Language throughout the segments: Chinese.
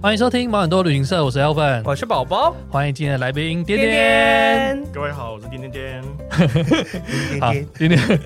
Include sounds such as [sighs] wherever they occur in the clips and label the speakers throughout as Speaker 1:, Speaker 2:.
Speaker 1: 欢迎收听毛很多旅行社，我是 Elvin，
Speaker 2: 我是宝宝，
Speaker 1: 欢迎今天的来宾颠颠。
Speaker 3: 各位好，我是颠颠颠。
Speaker 2: 颠
Speaker 1: 好
Speaker 2: 颠，
Speaker 1: 今天 [laughs]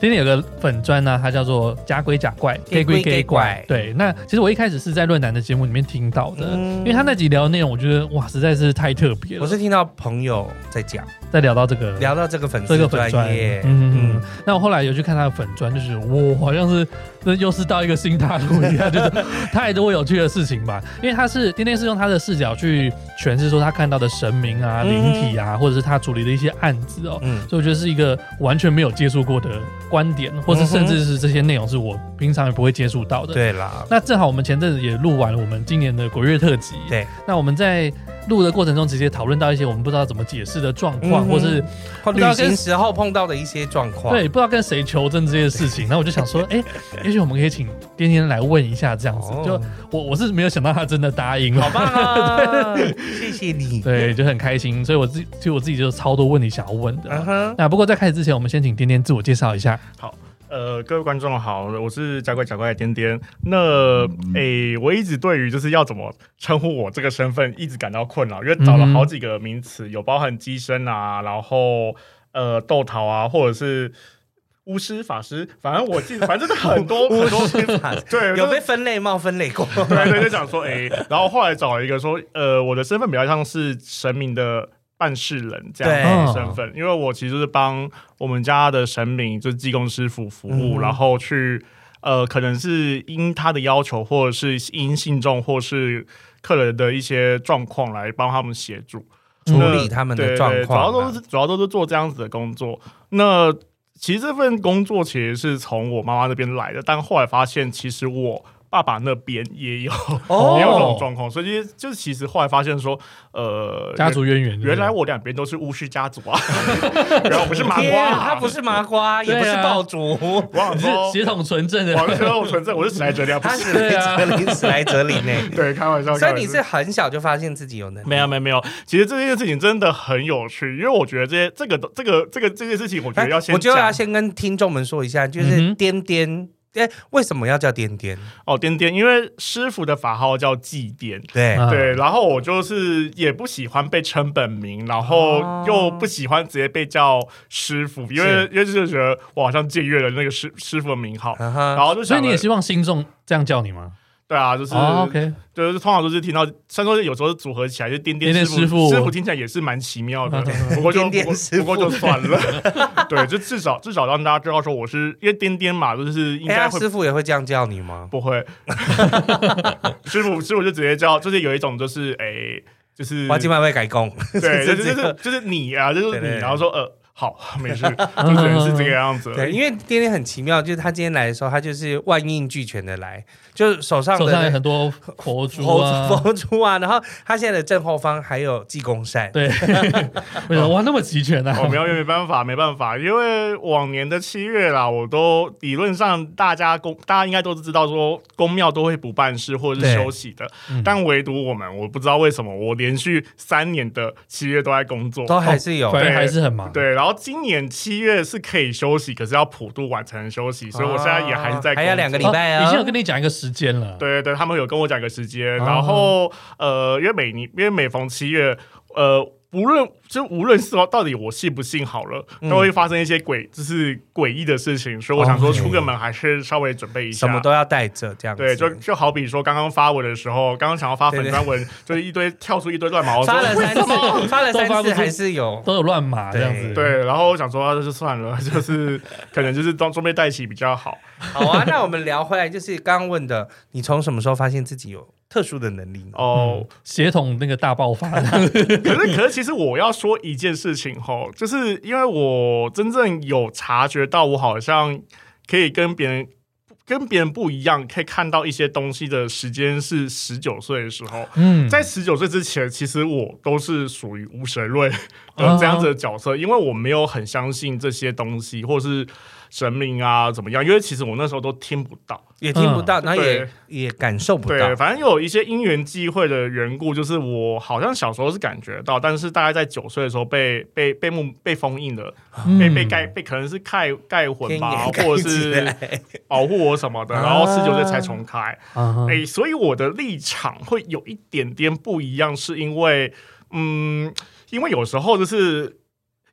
Speaker 1: 今天有个粉砖呢、它叫做“假鬼假怪”，
Speaker 2: 假鬼假怪
Speaker 1: 对，那其实我一开始是在论坛的节目里面听到的，
Speaker 2: 嗯
Speaker 1: 因为他那集聊的内容，我觉得哇，实在是太特别
Speaker 2: 我
Speaker 1: 了。
Speaker 2: 是听到朋友在讲，
Speaker 1: 在聊到这个
Speaker 2: 聊到这个粉
Speaker 1: 这
Speaker 2: 丝
Speaker 1: 个粉
Speaker 2: 专
Speaker 1: 砖，
Speaker 2: 业
Speaker 1: 嗯，嗯嗯，那我后来有去看他的粉砖，就是我好像是那又是到一个新大陆一样，
Speaker 2: [laughs]
Speaker 1: 就是太多有趣的事情吧。因为他是今天是用他的视角去诠释说他看到的神明啊、
Speaker 2: 嗯
Speaker 1: 灵体啊，或者是他处理的一些案子哦。
Speaker 2: 嗯
Speaker 1: 所以我觉得是一个完全没有接触过的观点，或是甚至是这些内容是我平常也不会接触到的。
Speaker 2: 嗯对啦，
Speaker 1: 那正好我们前阵子也录完了我们今年的国乐特辑，
Speaker 2: 对，
Speaker 1: 那我们在录的过程中直接讨论到一些我们不知道怎么解释的状况，
Speaker 2: 嗯哼
Speaker 1: 或是
Speaker 2: 或
Speaker 1: 不知道
Speaker 2: 旅
Speaker 1: 跟
Speaker 2: 行时候碰到的一些状况，
Speaker 1: 对，不知道跟谁求证这些事
Speaker 3: [laughs]
Speaker 1: 情，然后我就想说，哎、也许我们可以请颠颠来问一下，这样子。
Speaker 2: 哦
Speaker 1: 就我我是没有想到他真的答应
Speaker 2: 好
Speaker 1: 了，
Speaker 2: 棒
Speaker 1: [laughs]
Speaker 2: 啊！谢谢你，
Speaker 1: 对，就很开心。所以我自己，其实我自己就有超多问题想要问的。
Speaker 2: 嗯哼，
Speaker 1: 那不过在开始之前，我们先请颠颠自我介绍一下。
Speaker 3: 呃，各位观众好，我是假怪假怪的颠颠。那
Speaker 2: 嗯
Speaker 3: 诶、我一直对于就是要怎么称呼我这个身份一直感到困扰，因为找了
Speaker 1: 嗯哼
Speaker 3: 好几个名词，有包含机身啊，然后呃豆桃啊，或者是巫师、法师，反正我记得，反正就是
Speaker 2: [laughs]
Speaker 3: 很多很多
Speaker 2: 师法
Speaker 3: 对，
Speaker 2: 有
Speaker 3: 就是
Speaker 2: 被分类冒分类过，
Speaker 3: 对对，就讲说，哎、然后后来找了一个说，呃，我的身份比较像是神明的办事人这样
Speaker 1: 对
Speaker 3: 子的身份，因为我其实是帮我们家的神明，就是济公师傅服务，
Speaker 2: 嗯
Speaker 3: 然后去，呃，可能是因他的要求，或者是因信众，或是客人的一些状况来帮他们协助。
Speaker 2: 处
Speaker 3: 那
Speaker 2: 理他们
Speaker 3: 对
Speaker 2: 的
Speaker 3: 对
Speaker 2: 状
Speaker 3: 主
Speaker 2: 况
Speaker 3: 要
Speaker 2: 啦，
Speaker 3: 都是主要都是做这样子的工作。那其实这份工作其实是从我妈妈那边来的，但后来发现其实我爸爸那边也有、
Speaker 2: 哦
Speaker 3: [laughs] 也有这种状况，所以其实就是其实后来发现说，呃，
Speaker 1: 家族渊源
Speaker 3: 原原来我两边都是巫师家族啊，
Speaker 2: [laughs]
Speaker 3: 然后我是麻
Speaker 2: 天
Speaker 3: 瓜、
Speaker 2: 啊
Speaker 3: 啊，
Speaker 2: 他不是麻瓜，
Speaker 1: 对
Speaker 2: 也
Speaker 1: 啊
Speaker 2: 不是爆竹，
Speaker 3: 我想
Speaker 1: 你
Speaker 2: [laughs]
Speaker 1: 是
Speaker 3: 说，
Speaker 1: 血统纯正的，
Speaker 3: 我是我纯正，我是史莱哲林啊，不
Speaker 2: 他
Speaker 3: 是
Speaker 2: 是
Speaker 1: 对
Speaker 2: 来
Speaker 1: 啊
Speaker 2: 哲林，史来哲林
Speaker 3: [laughs]
Speaker 2: 呢。
Speaker 3: 对，开玩笑，
Speaker 2: 所
Speaker 3: 开
Speaker 2: 以
Speaker 3: 玩
Speaker 2: 你
Speaker 3: 笑
Speaker 2: 是很小就发现自己有能力，
Speaker 3: 没有没有没有，其实这件事情真的很有趣，因为我觉得这些这个这个这个这件事情，我觉
Speaker 2: 哎，
Speaker 3: 得要先
Speaker 2: 我就
Speaker 3: 讲
Speaker 2: 要先跟听众们说一下，就
Speaker 1: 嗯
Speaker 2: 是
Speaker 1: 哼
Speaker 2: 颠颠，哎、为什么要叫颠颠？
Speaker 3: 哦颠颠，因为师傅的法号叫祭颠。
Speaker 2: 对，
Speaker 1: [laughs]
Speaker 2: Uh-huh
Speaker 1: 啊
Speaker 3: 对，然后我就是也不喜欢被称本名，然
Speaker 2: 哦
Speaker 3: 后又不喜欢直接被叫师傅，因为因为就是觉得我好像僭越了那个师师傅的名号，
Speaker 2: 嗯
Speaker 3: 然
Speaker 2: 哼，
Speaker 3: 后就
Speaker 1: 所
Speaker 3: 想
Speaker 1: 以
Speaker 3: 了
Speaker 1: 你也希望信众这样叫你吗？
Speaker 3: 对啊，就是、
Speaker 1: 哦，OK，
Speaker 3: 就是通常都是听到，虽然说有时候组合起来就颠
Speaker 1: 颠
Speaker 3: 颠
Speaker 1: 颠
Speaker 3: 师
Speaker 1: 师傅
Speaker 3: 傅，师傅听起来也是蛮奇妙的， [laughs] 不过就
Speaker 2: 颠颠
Speaker 3: 不过
Speaker 2: 师傅
Speaker 3: 不过就
Speaker 2: [laughs]
Speaker 3: 算了，对，就至少至少让大家知道说我是因为颠颠嘛，就是应
Speaker 2: 哎、
Speaker 3: 该
Speaker 2: 呀，
Speaker 3: 会
Speaker 2: 师傅也会这样叫你吗？
Speaker 3: 不会， [laughs] 师傅师傅就直接叫，就是有一种就是诶，就是
Speaker 2: 我今晚会改工， [laughs]
Speaker 3: 对，就是是
Speaker 2: 这
Speaker 3: 就
Speaker 2: 个
Speaker 3: 是就是你啊，就是
Speaker 2: 对对
Speaker 3: 你，
Speaker 2: 对
Speaker 3: 然后说呃好没
Speaker 2: [laughs]
Speaker 3: 事，就只能是这个样子。
Speaker 2: 对，因为颠颠很奇妙，就是他今天来的时候，他就是万应俱全的来，就是手上的
Speaker 1: 手上有
Speaker 2: 那
Speaker 1: 很
Speaker 3: [laughs]
Speaker 1: 多佛珠
Speaker 2: 佛
Speaker 1: 啊，
Speaker 2: 佛珠啊，然后他现在的正后方还有济公扇，
Speaker 1: 对， [laughs] 为什么哇那么齐
Speaker 3: [laughs]
Speaker 1: 全呢、
Speaker 3: 我
Speaker 1: 啊？
Speaker 3: 哦没有，因为没办法，没办法，因为往年的七月啦，我都理论上大家公，大家应该都是知道说公庙都会不办事或者
Speaker 2: 对
Speaker 3: 是休息的
Speaker 1: 嗯，
Speaker 3: 但唯独我们，我不知道为什么，我连续三年的七月都在工作，
Speaker 2: 都还是有。
Speaker 1: 反正
Speaker 3: 哦对
Speaker 1: 还是很忙。
Speaker 3: 对，然后今年七月是可以休息，可是要普渡完才能休息，所以我现在也还是
Speaker 2: 啊
Speaker 3: 在工作、
Speaker 2: 还有两个礼
Speaker 1: 哦，
Speaker 2: 拜啊
Speaker 1: 已经有跟你讲一个时间了。
Speaker 3: 对对对，他们有跟我讲一个时间，
Speaker 1: 哦
Speaker 3: 然后呃，因为每年因为每逢七月，呃，无论就无论是到底我信不信好了，
Speaker 2: 嗯哦
Speaker 3: 都会发生一些诡就是诡异的事情，所以我想说
Speaker 2: OK
Speaker 3: 出个门还是稍微准备一下。
Speaker 2: 什么都要带着这样子，
Speaker 3: 对，就就好比说刚刚发文的时候，刚刚想要发粉
Speaker 2: 对对
Speaker 3: 专文，就是一堆跳出一堆乱毛，
Speaker 2: 发
Speaker 3: [laughs]
Speaker 2: 了
Speaker 3: 说为
Speaker 2: 三
Speaker 3: 什么
Speaker 2: 次，发了
Speaker 1: 都发
Speaker 2: 三
Speaker 1: 不
Speaker 2: 次
Speaker 1: 出
Speaker 2: 还是有，
Speaker 1: 都有乱码这样子。
Speaker 2: 对
Speaker 3: 对，然后我想说，啊那就算了， [laughs] 就是可能就是装装备带齐比较好。
Speaker 2: [laughs] 好啊，那我们聊回来，就是刚刚问的，你从什么时候发现自己有特殊的能力呢？
Speaker 3: 哦
Speaker 1: 哦，，血统那个大爆发，
Speaker 3: [laughs] 可是，可是，其实我要说一件事情吼，就是因为我真正有察觉到，我好像可以跟别人跟别人不一样，可以看到一些东西的时间是十九岁的时候。
Speaker 1: [laughs] 嗯，
Speaker 3: 在十九岁之前，其实我都是属于无神论
Speaker 1: 啊
Speaker 3: 的这样子的角色，因为我没有很相信这些东西，或是神明啊怎么样，因为其实我那时候都听不到。
Speaker 2: 也听不到，然后也
Speaker 3: 嗯对
Speaker 2: 也感受不到
Speaker 3: 对，。反正有一些因缘际会的缘故，就是我好像小时候是感觉到，但是大概在九岁的时候被被被木被封印了，
Speaker 1: 嗯
Speaker 3: 被被盖被可能是盖盖魂
Speaker 2: 嗯天
Speaker 3: 吧
Speaker 2: 眼，
Speaker 3: 或者
Speaker 2: 盖起
Speaker 3: 是
Speaker 2: 来
Speaker 3: 保护我什么的，
Speaker 1: 啊
Speaker 3: 然后十九岁才重开。
Speaker 1: 啊
Speaker 3: 哎、所以我的立场会有一点点不一样，是因为，嗯，因为有时候就是。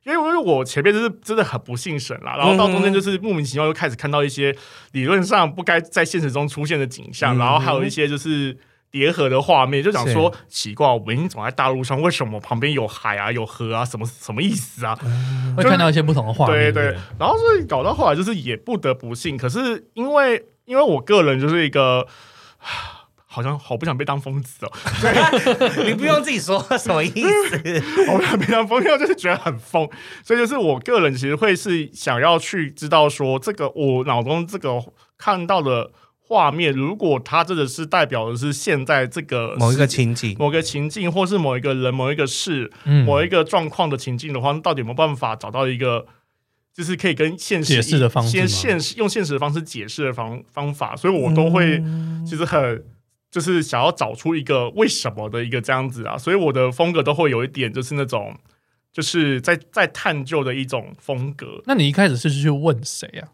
Speaker 3: 因为因为我前面就是真的很不信神啦，然后到中间就是莫名其妙又开始看到一些理论上不该在现实中出现的景象，
Speaker 2: 嗯
Speaker 3: 然后还有一些就是叠合的画面，就想说奇怪，我们走在大路上，为什么旁边有海啊、有河啊，什么什么意思啊？
Speaker 1: 会
Speaker 3: 就是
Speaker 1: 看到一些不同的画
Speaker 3: 对
Speaker 1: 面，
Speaker 3: 对，然后所以搞到后来就是也不得不信，可是因为因为我个人就是一个。好像好不想被当疯子哦， [laughs]
Speaker 2: 你不用自己说什么意思，
Speaker 3: 好不想被当疯子，就是觉得很疯，所以就是我个人其实会是想要去知道说，这个我脑中这个看到的画面，如果它真的是代表的是现在这个
Speaker 2: 某一个
Speaker 3: 世
Speaker 2: 情景，
Speaker 3: 某个情境，或是某一个人、某一个事、
Speaker 1: 嗯
Speaker 3: 某一个状况的情境的话，那到底有没有办法找到一个，就是可以跟现实
Speaker 1: 解释的方式吗
Speaker 3: 先现实用现实的方式解释的方方法？所以我都会其实很就是想要找出一个为什么的一个这样子啊，所以我的风格都会有一点就是那种就是在在探究的一种风格。
Speaker 1: 那你一开始是去问谁啊？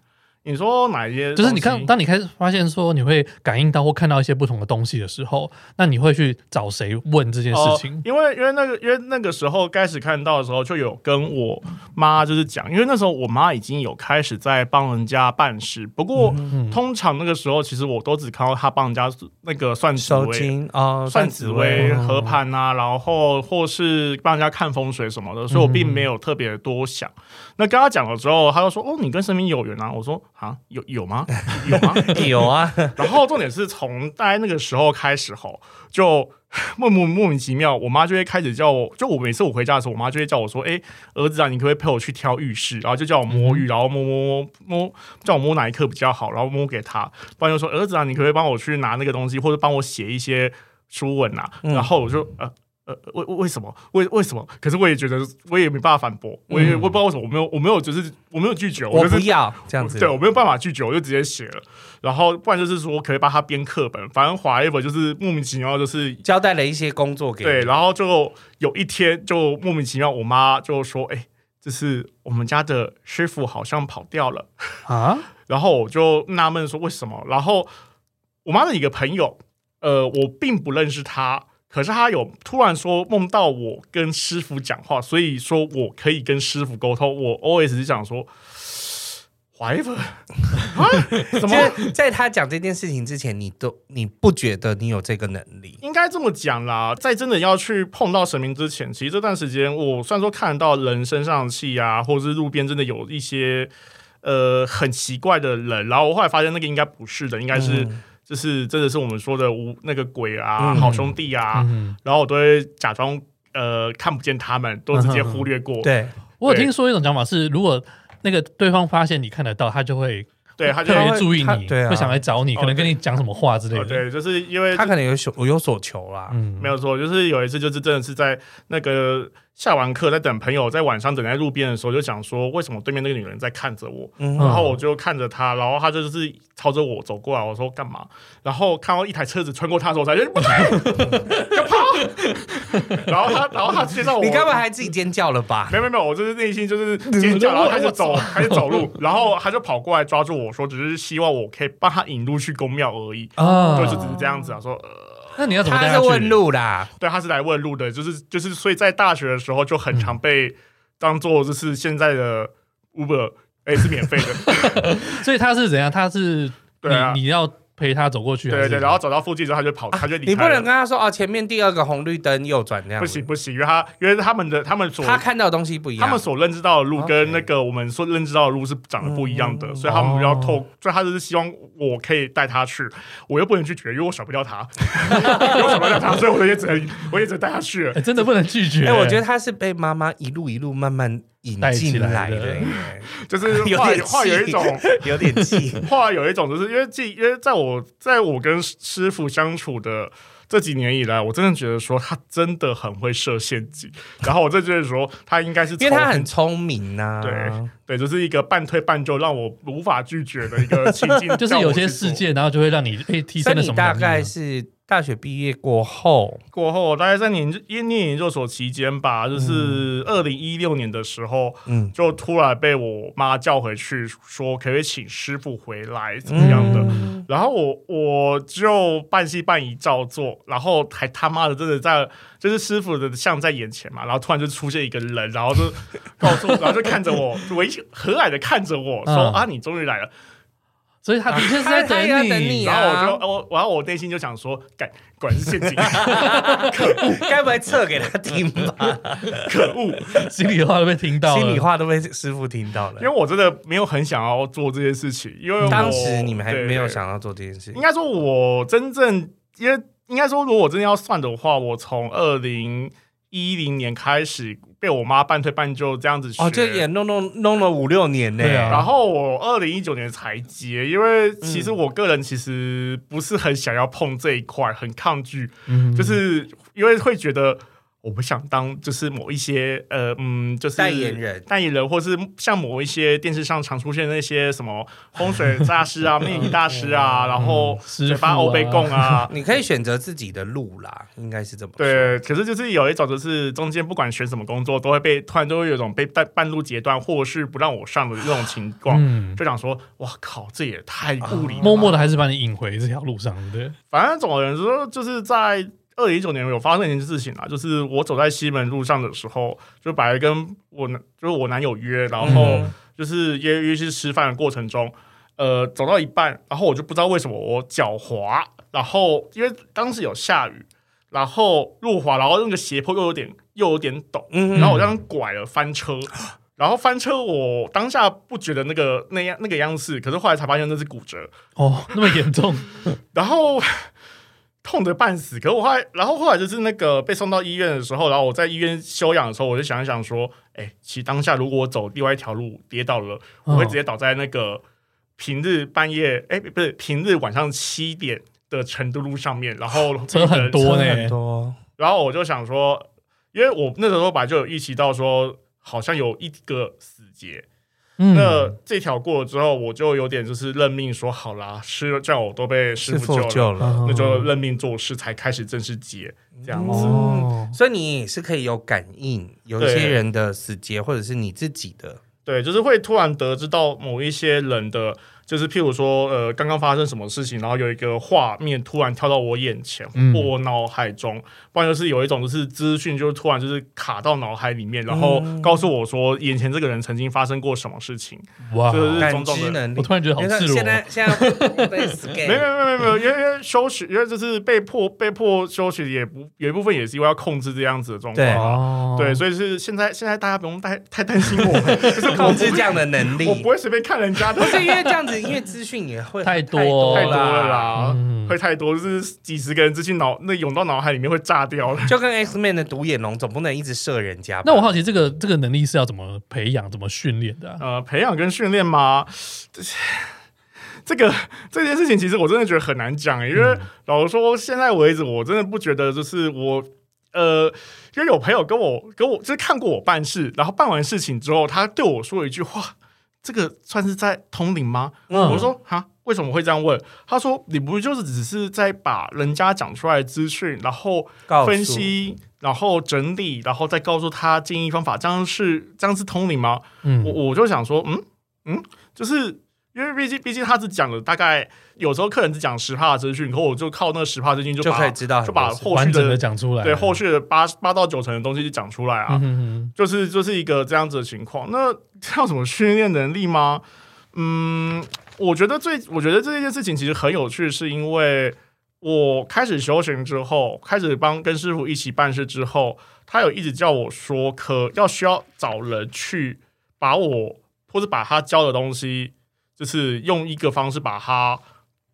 Speaker 3: 你说哪一些东西？
Speaker 1: 就是你看，当你开始发现说你会感应到或看到一些不同的东西的时候，那你会去找谁问这件事情
Speaker 3: 哦？因为因为那个因为那个时候开始看到的时候，就有跟我妈就是讲，因为那时候我妈已经有开始在帮人家办事，不过、通常那个时候其实我都只看到她帮人家那个算紫
Speaker 2: 收
Speaker 3: 薇。
Speaker 2: 金哦，
Speaker 3: 算紫
Speaker 2: 紫
Speaker 3: 薇
Speaker 2: 薇，
Speaker 3: 合盘啊，然后或是帮人家看风水什么的，所以我并没有特别多想。那跟她讲了之后，她就说：“哦，你跟神明有缘啊。”我说：“啊，有有吗？有吗？ [laughs]
Speaker 2: 有啊，
Speaker 3: 然后重点是从大概那个时候开始吼，就 [laughs] 莫莫莫名其妙，我妈就会开始叫我，就我每次我回家的时候，我妈就会叫我说：“哎、儿子啊，你可不可以陪我去挑浴室？”然后就叫我摸
Speaker 2: 嗯
Speaker 3: 浴，然后摸摸摸摸，叫我摸哪一颗比较好，然后摸给她。不然就说：“儿子啊，你可不可以帮我去拿那个东西，或者帮我写一些书文啊？”
Speaker 2: 嗯
Speaker 3: 然后我就呃。呃，为为什么？为为什么？可是我也觉得，我也没办法反驳，我也我也不知道为什么，我没有，我没有，就是我没有拒绝，
Speaker 2: 嗯我
Speaker 3: 就是
Speaker 2: 不要这样子，
Speaker 3: 对我没有办法拒绝，我就直接写了。然后不然就是说可以帮他编课本，反正华一本就是莫名其妙就是
Speaker 2: 交代了一些工作给
Speaker 3: 对，
Speaker 2: 你，
Speaker 3: 然后就有一天就莫名其妙，我妈就说：“哎、就是我们家的师傅好像跑掉了。
Speaker 1: 啊，”
Speaker 3: 然后我就纳闷说为什么？然后我妈的一个朋友，呃，我并不认识他。可是他有突然说梦到我跟师傅讲话，所以说我可以跟师傅沟通。我 always 是想说，华一本啊， [laughs] 怎么
Speaker 2: 就是在他讲这件事情之前，你都你不觉得你有这个能力？
Speaker 3: 应该这么讲啦，在真的要去碰到神明之前，其实这段时间我虽然说看得到人身上的气啊，或者是路边真的有一些呃很奇怪的人，然后我后来发现那个应该不是的，应该是、就是真的是我们说的无那个鬼啊、
Speaker 2: 嗯
Speaker 3: 好兄弟啊，
Speaker 1: 嗯，
Speaker 3: 然后我都会假装呃看不见他们，都直接忽略过。
Speaker 2: 对，
Speaker 1: 我有
Speaker 3: 对
Speaker 1: 听说一种讲法是，如果那个对方发现你看得到，他就会
Speaker 3: 对，他就
Speaker 1: 特
Speaker 2: 对
Speaker 1: 别注意
Speaker 2: 他
Speaker 1: 你，
Speaker 2: 对啊
Speaker 1: 会想来找你，
Speaker 3: 哦
Speaker 1: 可能跟你讲什么话之类
Speaker 3: 呃
Speaker 1: 的。
Speaker 3: 对，就是因为
Speaker 2: 他可能有所有所求啦。
Speaker 1: 嗯，
Speaker 3: 没有错，就是有一次，就是真的是在那个下完课，在等朋友，在晚上等在路边的时候，就想说为什么对面那个女人在看着我，
Speaker 2: 嗯
Speaker 3: 然后我就看着她，然后她就是朝着我走过来，我说干嘛？然后看到一台车子穿过她的时候，我才 [laughs] 觉得不对，就跑。 [laughs] 然后她，然后她接到我，
Speaker 2: 你该不会还自己尖叫了吧？
Speaker 3: 没有没有没有，我就是内
Speaker 2: [laughs]
Speaker 3: 心就是尖叫，然后开始走，开始走路，然后她就跑过来抓住我说，只是希望我可以帮她引路去公庙而已，
Speaker 2: 嗯
Speaker 1: 啊
Speaker 3: 对，就只是这样子啊，说呃。
Speaker 1: 那你要怎么带
Speaker 2: 他
Speaker 1: 他
Speaker 2: 是
Speaker 1: 去
Speaker 2: 问？路啦，
Speaker 3: 对，他是来问路的，就是就是，所以在大学的时候就很
Speaker 2: 嗯
Speaker 3: 常被当做就是现在的 Uber，哎、是免费
Speaker 2: [laughs] 啊
Speaker 3: 的，
Speaker 1: 所以他是怎样？他是
Speaker 3: 对啊
Speaker 1: 你你要陪他走过去，
Speaker 3: 对对
Speaker 1: 还
Speaker 3: 对，
Speaker 1: 是
Speaker 3: 然后走到附近之后他就跑，他就
Speaker 2: 啊
Speaker 3: 离
Speaker 2: 你不
Speaker 3: 开
Speaker 2: 能跟
Speaker 3: 了。
Speaker 2: 他说哦，前面第二个红绿灯右转那样
Speaker 3: 不
Speaker 2: 子。
Speaker 3: 行不行，因为他因为他们的他们所
Speaker 2: 他看到的东西不一样。
Speaker 3: 他们所认知到的路
Speaker 2: OK
Speaker 3: 跟那个我们所认知到的路是长得不一
Speaker 2: 嗯
Speaker 3: 样的，所以他们比较
Speaker 2: 哦
Speaker 3: 透，所以他就是希望我可以带他去，我又不能拒绝，因为我甩不
Speaker 2: [laughs]
Speaker 3: 掉他，因为我甩不掉他，所以我也只能我也只能带他去了。
Speaker 1: 哎真的不能拒绝。
Speaker 2: 哎、我觉得他是被妈妈一路一路慢慢引
Speaker 1: 带起
Speaker 2: 进
Speaker 1: 来
Speaker 2: 来
Speaker 1: 的，
Speaker 2: 的耶， [laughs]
Speaker 3: 就是
Speaker 2: 有
Speaker 3: 话
Speaker 2: 点
Speaker 3: 有话有一
Speaker 2: 气
Speaker 3: 种
Speaker 2: 有点气。
Speaker 3: 话有一种，就是因为自己，因为在我在我跟师傅相处的这几年以来，我真的觉得说他真的很会设陷阱，然后我真的觉得说他应该是
Speaker 2: 因为他
Speaker 3: 从
Speaker 2: 很聪明呐、
Speaker 3: 对对，就是一个半推半就让我无法拒绝的一个情
Speaker 2: [laughs]
Speaker 3: 境
Speaker 1: 就是有些事件，然后就会让你诶提
Speaker 2: 所
Speaker 1: 升
Speaker 2: 以
Speaker 1: 了
Speaker 2: 你
Speaker 1: 什么
Speaker 2: 大
Speaker 1: 能力啊
Speaker 2: 概是大学毕业过后，
Speaker 3: 过后，大概在研研念研究所期间吧，就是二零一六年的时候，
Speaker 2: 嗯，
Speaker 3: 就突然被我妈叫回去，说可不可以请师傅回来怎么样的。
Speaker 2: 嗯
Speaker 3: 然后我我就半信半疑照做，然后还他妈的真的在就是师傅的像在眼前嘛，然后突然就出现一个人，然后就告诉我，然后就看着我，微和蔼的看着我说、
Speaker 1: 嗯
Speaker 3: 啊，你终于来了。
Speaker 1: 所以他的确是在
Speaker 2: 他他也要
Speaker 1: 等
Speaker 2: 等
Speaker 1: 你
Speaker 2: 你
Speaker 1: 啊。
Speaker 2: 啊
Speaker 3: 然后我就我然后我内心就想说，干，果然是陷阱，
Speaker 2: 该不会测给他听吧？
Speaker 3: 可恶！
Speaker 1: 心里话都被听到了，
Speaker 2: 心里话都被师傅听到了
Speaker 3: 因为。我真的没有很想要做这件事情，因为我
Speaker 2: 当时你们还没有，
Speaker 3: 对
Speaker 2: 想要做这件事
Speaker 3: 对应，该说我真正因为应该说，如果我真的要算的话，我从二零一零年开始被我妈半推半就这样子学。
Speaker 2: 哦，这也嗯弄弄弄了五六年呢、
Speaker 1: 对啊
Speaker 3: 然后我二零一九年才接，因为其实我个人其实不是很想要碰这一块，很抗拒，
Speaker 1: 嗯
Speaker 3: 就是因为会觉得我不想当就是某一些呃嗯就是
Speaker 2: 代言人
Speaker 3: 代言人，或是像某一些电视上常出现那些什么风水大
Speaker 1: [laughs]
Speaker 3: 师啊、命理大师啊，然后
Speaker 1: 师
Speaker 3: 嘴巴
Speaker 1: 傅啊
Speaker 3: 欧贝贡啊。
Speaker 2: 你可以选择自己的路啦，应该是这么说。
Speaker 3: 对，可是就是有一种，就是中间不管选什么工作，都会被突然都会有一种被半半路截断，或是不让我上的那种情况，
Speaker 1: 嗯，啊
Speaker 3: 就想说，哇靠，这也太物理了吧
Speaker 1: 默默的还是把你引回这条路上的。
Speaker 3: 反正总而言之，就是在二零一九年有发生一件事情啊，就是我走在西门路上的时候，就本来跟我男就是我男友约，然后
Speaker 2: 嗯
Speaker 3: 就是约约去吃饭的过程中，呃，走到一半，然后我就不知道为什么我脚滑，然后因为当时有下雨，然后路滑，然后那个斜坡又有点又有点陡，
Speaker 2: 嗯，
Speaker 3: 然后我这样拐了翻车。然后翻车，我当下不觉得那个那样那个样式，可是后来才发现那是骨折。
Speaker 1: 哦，那么严重，
Speaker 3: 然后 [laughs] 痛得半死。可我后来，然后后来就是那个被送到医院的时候，然后我在医院休养的时候，我就想一想说，哎，其实当下如果我走另外一条路跌倒了，
Speaker 1: 嗯
Speaker 3: 我
Speaker 1: 哦
Speaker 3: 会直接倒在那个平日半夜，哎，不是平日晚上七点的成都路上面，然后 [laughs]
Speaker 1: 车很多
Speaker 2: 车
Speaker 1: 呢
Speaker 2: 嗯很多，
Speaker 3: 然后我就想说，因为我那时候本来就有预期到说，好像有一个死结，
Speaker 1: 嗯
Speaker 3: 那这条过了之后，我就有点就是认命说好啦，师这样我都被师
Speaker 2: 欸师
Speaker 3: 傅
Speaker 2: 傅
Speaker 3: 救了，
Speaker 2: 救了，
Speaker 3: 那就认命做事，才开始正式结这样子。
Speaker 1: 嗯哦，
Speaker 3: 嗯
Speaker 2: 所以你也是可以有感应，有一
Speaker 3: 对
Speaker 2: 些人的死结或者是你自己的，
Speaker 3: 对，就是会突然得知到某一些人的，就是譬如说，呃，刚刚发生什么事情，然后有一个画面突然跳到我眼前
Speaker 1: 嗯
Speaker 3: 或我脑海中，不然就是有一种就是资讯就是突然就是卡到脑海里面，然后
Speaker 1: 嗯
Speaker 3: 告诉我说眼前这个人曾经发生过什么事情。
Speaker 1: 哇
Speaker 3: 这是
Speaker 2: 感
Speaker 3: 种种的
Speaker 2: 知能力
Speaker 1: 我。突然觉得好
Speaker 2: 你看
Speaker 1: 赤裸啊
Speaker 2: 现，在现在被
Speaker 3: [laughs]
Speaker 2: s
Speaker 1: 哎
Speaker 3: 没
Speaker 2: c
Speaker 3: 有没有没有没有，因为因为休学，因为就是被迫被迫休学，也不有一部分也是因为要控制这样子的状况
Speaker 2: 对
Speaker 3: 啊。
Speaker 1: 哦
Speaker 3: 对，所以是现在现在大家不用太太担心我们，就是我
Speaker 2: 控制这样的能力
Speaker 3: 我，不会随便看人家的
Speaker 2: 不，是因为这样子，因为资讯也会
Speaker 1: 太多
Speaker 2: 多
Speaker 3: [laughs] 太多了
Speaker 2: 哦啦，
Speaker 3: 啦，
Speaker 1: 嗯
Speaker 3: 会太多，就是几十个人资讯脑那涌到脑海里面会炸掉了。
Speaker 2: 就跟 X Man 的独眼龙总不能一直射人家吧。
Speaker 3: 嗯
Speaker 1: 那我好奇这个这个能力是要怎么培养、怎么训练的啊？
Speaker 3: 呃，培养跟训练吗？这个这件事情，其实我真的觉得很难讲，因为老实说，现在为止，我真的不觉得就是我。呃，因为有朋友跟我跟我就是看过我办事，然后办完事情之后，他对我说一句话，这个算是在通灵吗？
Speaker 2: 嗯
Speaker 3: 我说哈，为什么会这样问？他说你不就是只是在把人家讲出来的资讯，然后
Speaker 2: 告诉
Speaker 3: 分析，然后整理，然后再告诉他建议方法，这样是这样是通灵吗？
Speaker 1: 嗯
Speaker 3: 我我就想说，嗯嗯，就是因为毕竟毕竟他只讲了大概，有时候客人只讲十趴的资讯，可我就靠那十趴资讯就
Speaker 2: 就
Speaker 3: 把
Speaker 2: 可以知道很
Speaker 3: 就
Speaker 2: 多
Speaker 3: 把
Speaker 2: 事
Speaker 3: 后
Speaker 1: 完
Speaker 3: 续
Speaker 1: 整的
Speaker 3: 的
Speaker 1: 讲出来，
Speaker 3: 对后续的八八到九成的东西就讲出来啊，
Speaker 1: 嗯哼哼
Speaker 3: 就是就是一个这样子的情况。那 [laughs] 要怎么训练能力吗？嗯，我觉得最我觉得这件事情其实很有趣，是因为我开始修行之后，开始帮跟师傅一起办事之后，他有一直叫我说，可要需要找人去把我或是把他教的东西，就是用一个方式把它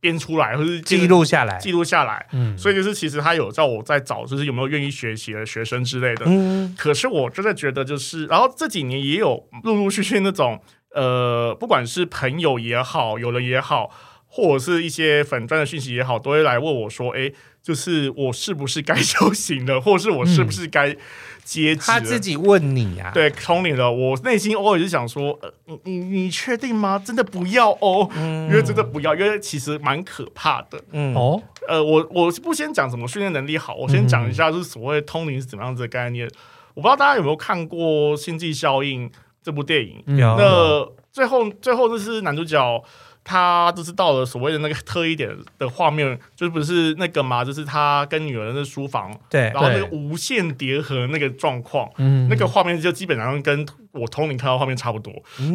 Speaker 3: 编出来，或是
Speaker 2: 记录下来。
Speaker 3: 记录下来。
Speaker 1: 嗯，
Speaker 3: 所以就是，其实他有叫我在找，就是有没有愿意学习的学生之类的。
Speaker 2: 嗯，
Speaker 3: 可是我真的觉得，就是，然后这几年也有陆陆续续那种，呃，不管是朋友也好，友人也好，或者是一些粉钻的讯息也好，都会来问我说，诶，就是我是不是该 [laughs] 修行了，或者是我是不是该接职
Speaker 2: 他
Speaker 3: 了、
Speaker 2: 自己问你啊，
Speaker 3: 对，通灵了。我内心偶尔就想说，呃，你你你确定吗？真的不要哦，因为真的不要，因为其实蛮可怕的。
Speaker 2: 嗯，
Speaker 1: 哦，
Speaker 3: 呃，我我不先讲怎么训练能力好，我先讲一下就是所谓通灵是怎么样子的概念。我不知道大家有没有看过《星际效应》这部电
Speaker 1: 嗯
Speaker 3: 影？
Speaker 1: 哦
Speaker 2: 有
Speaker 3: 那最后最后就是男主角。他就是到了所谓的那个特一点的画面，就是不是那个嘛，就是他跟女儿的那书房，
Speaker 2: 对
Speaker 3: 然，后那个
Speaker 1: 对
Speaker 3: 无限叠合那个状况，
Speaker 1: 嗯
Speaker 3: 那个画面就基本上跟我通灵看到画面差不多，
Speaker 2: 嗯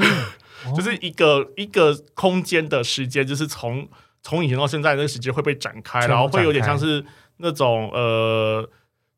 Speaker 3: 就是一个一个空间的时间，就是从从以前到现在，那个时间会被展开，
Speaker 2: 全部
Speaker 3: 然后会有点
Speaker 2: 展
Speaker 3: 像
Speaker 2: 开
Speaker 3: 是那种呃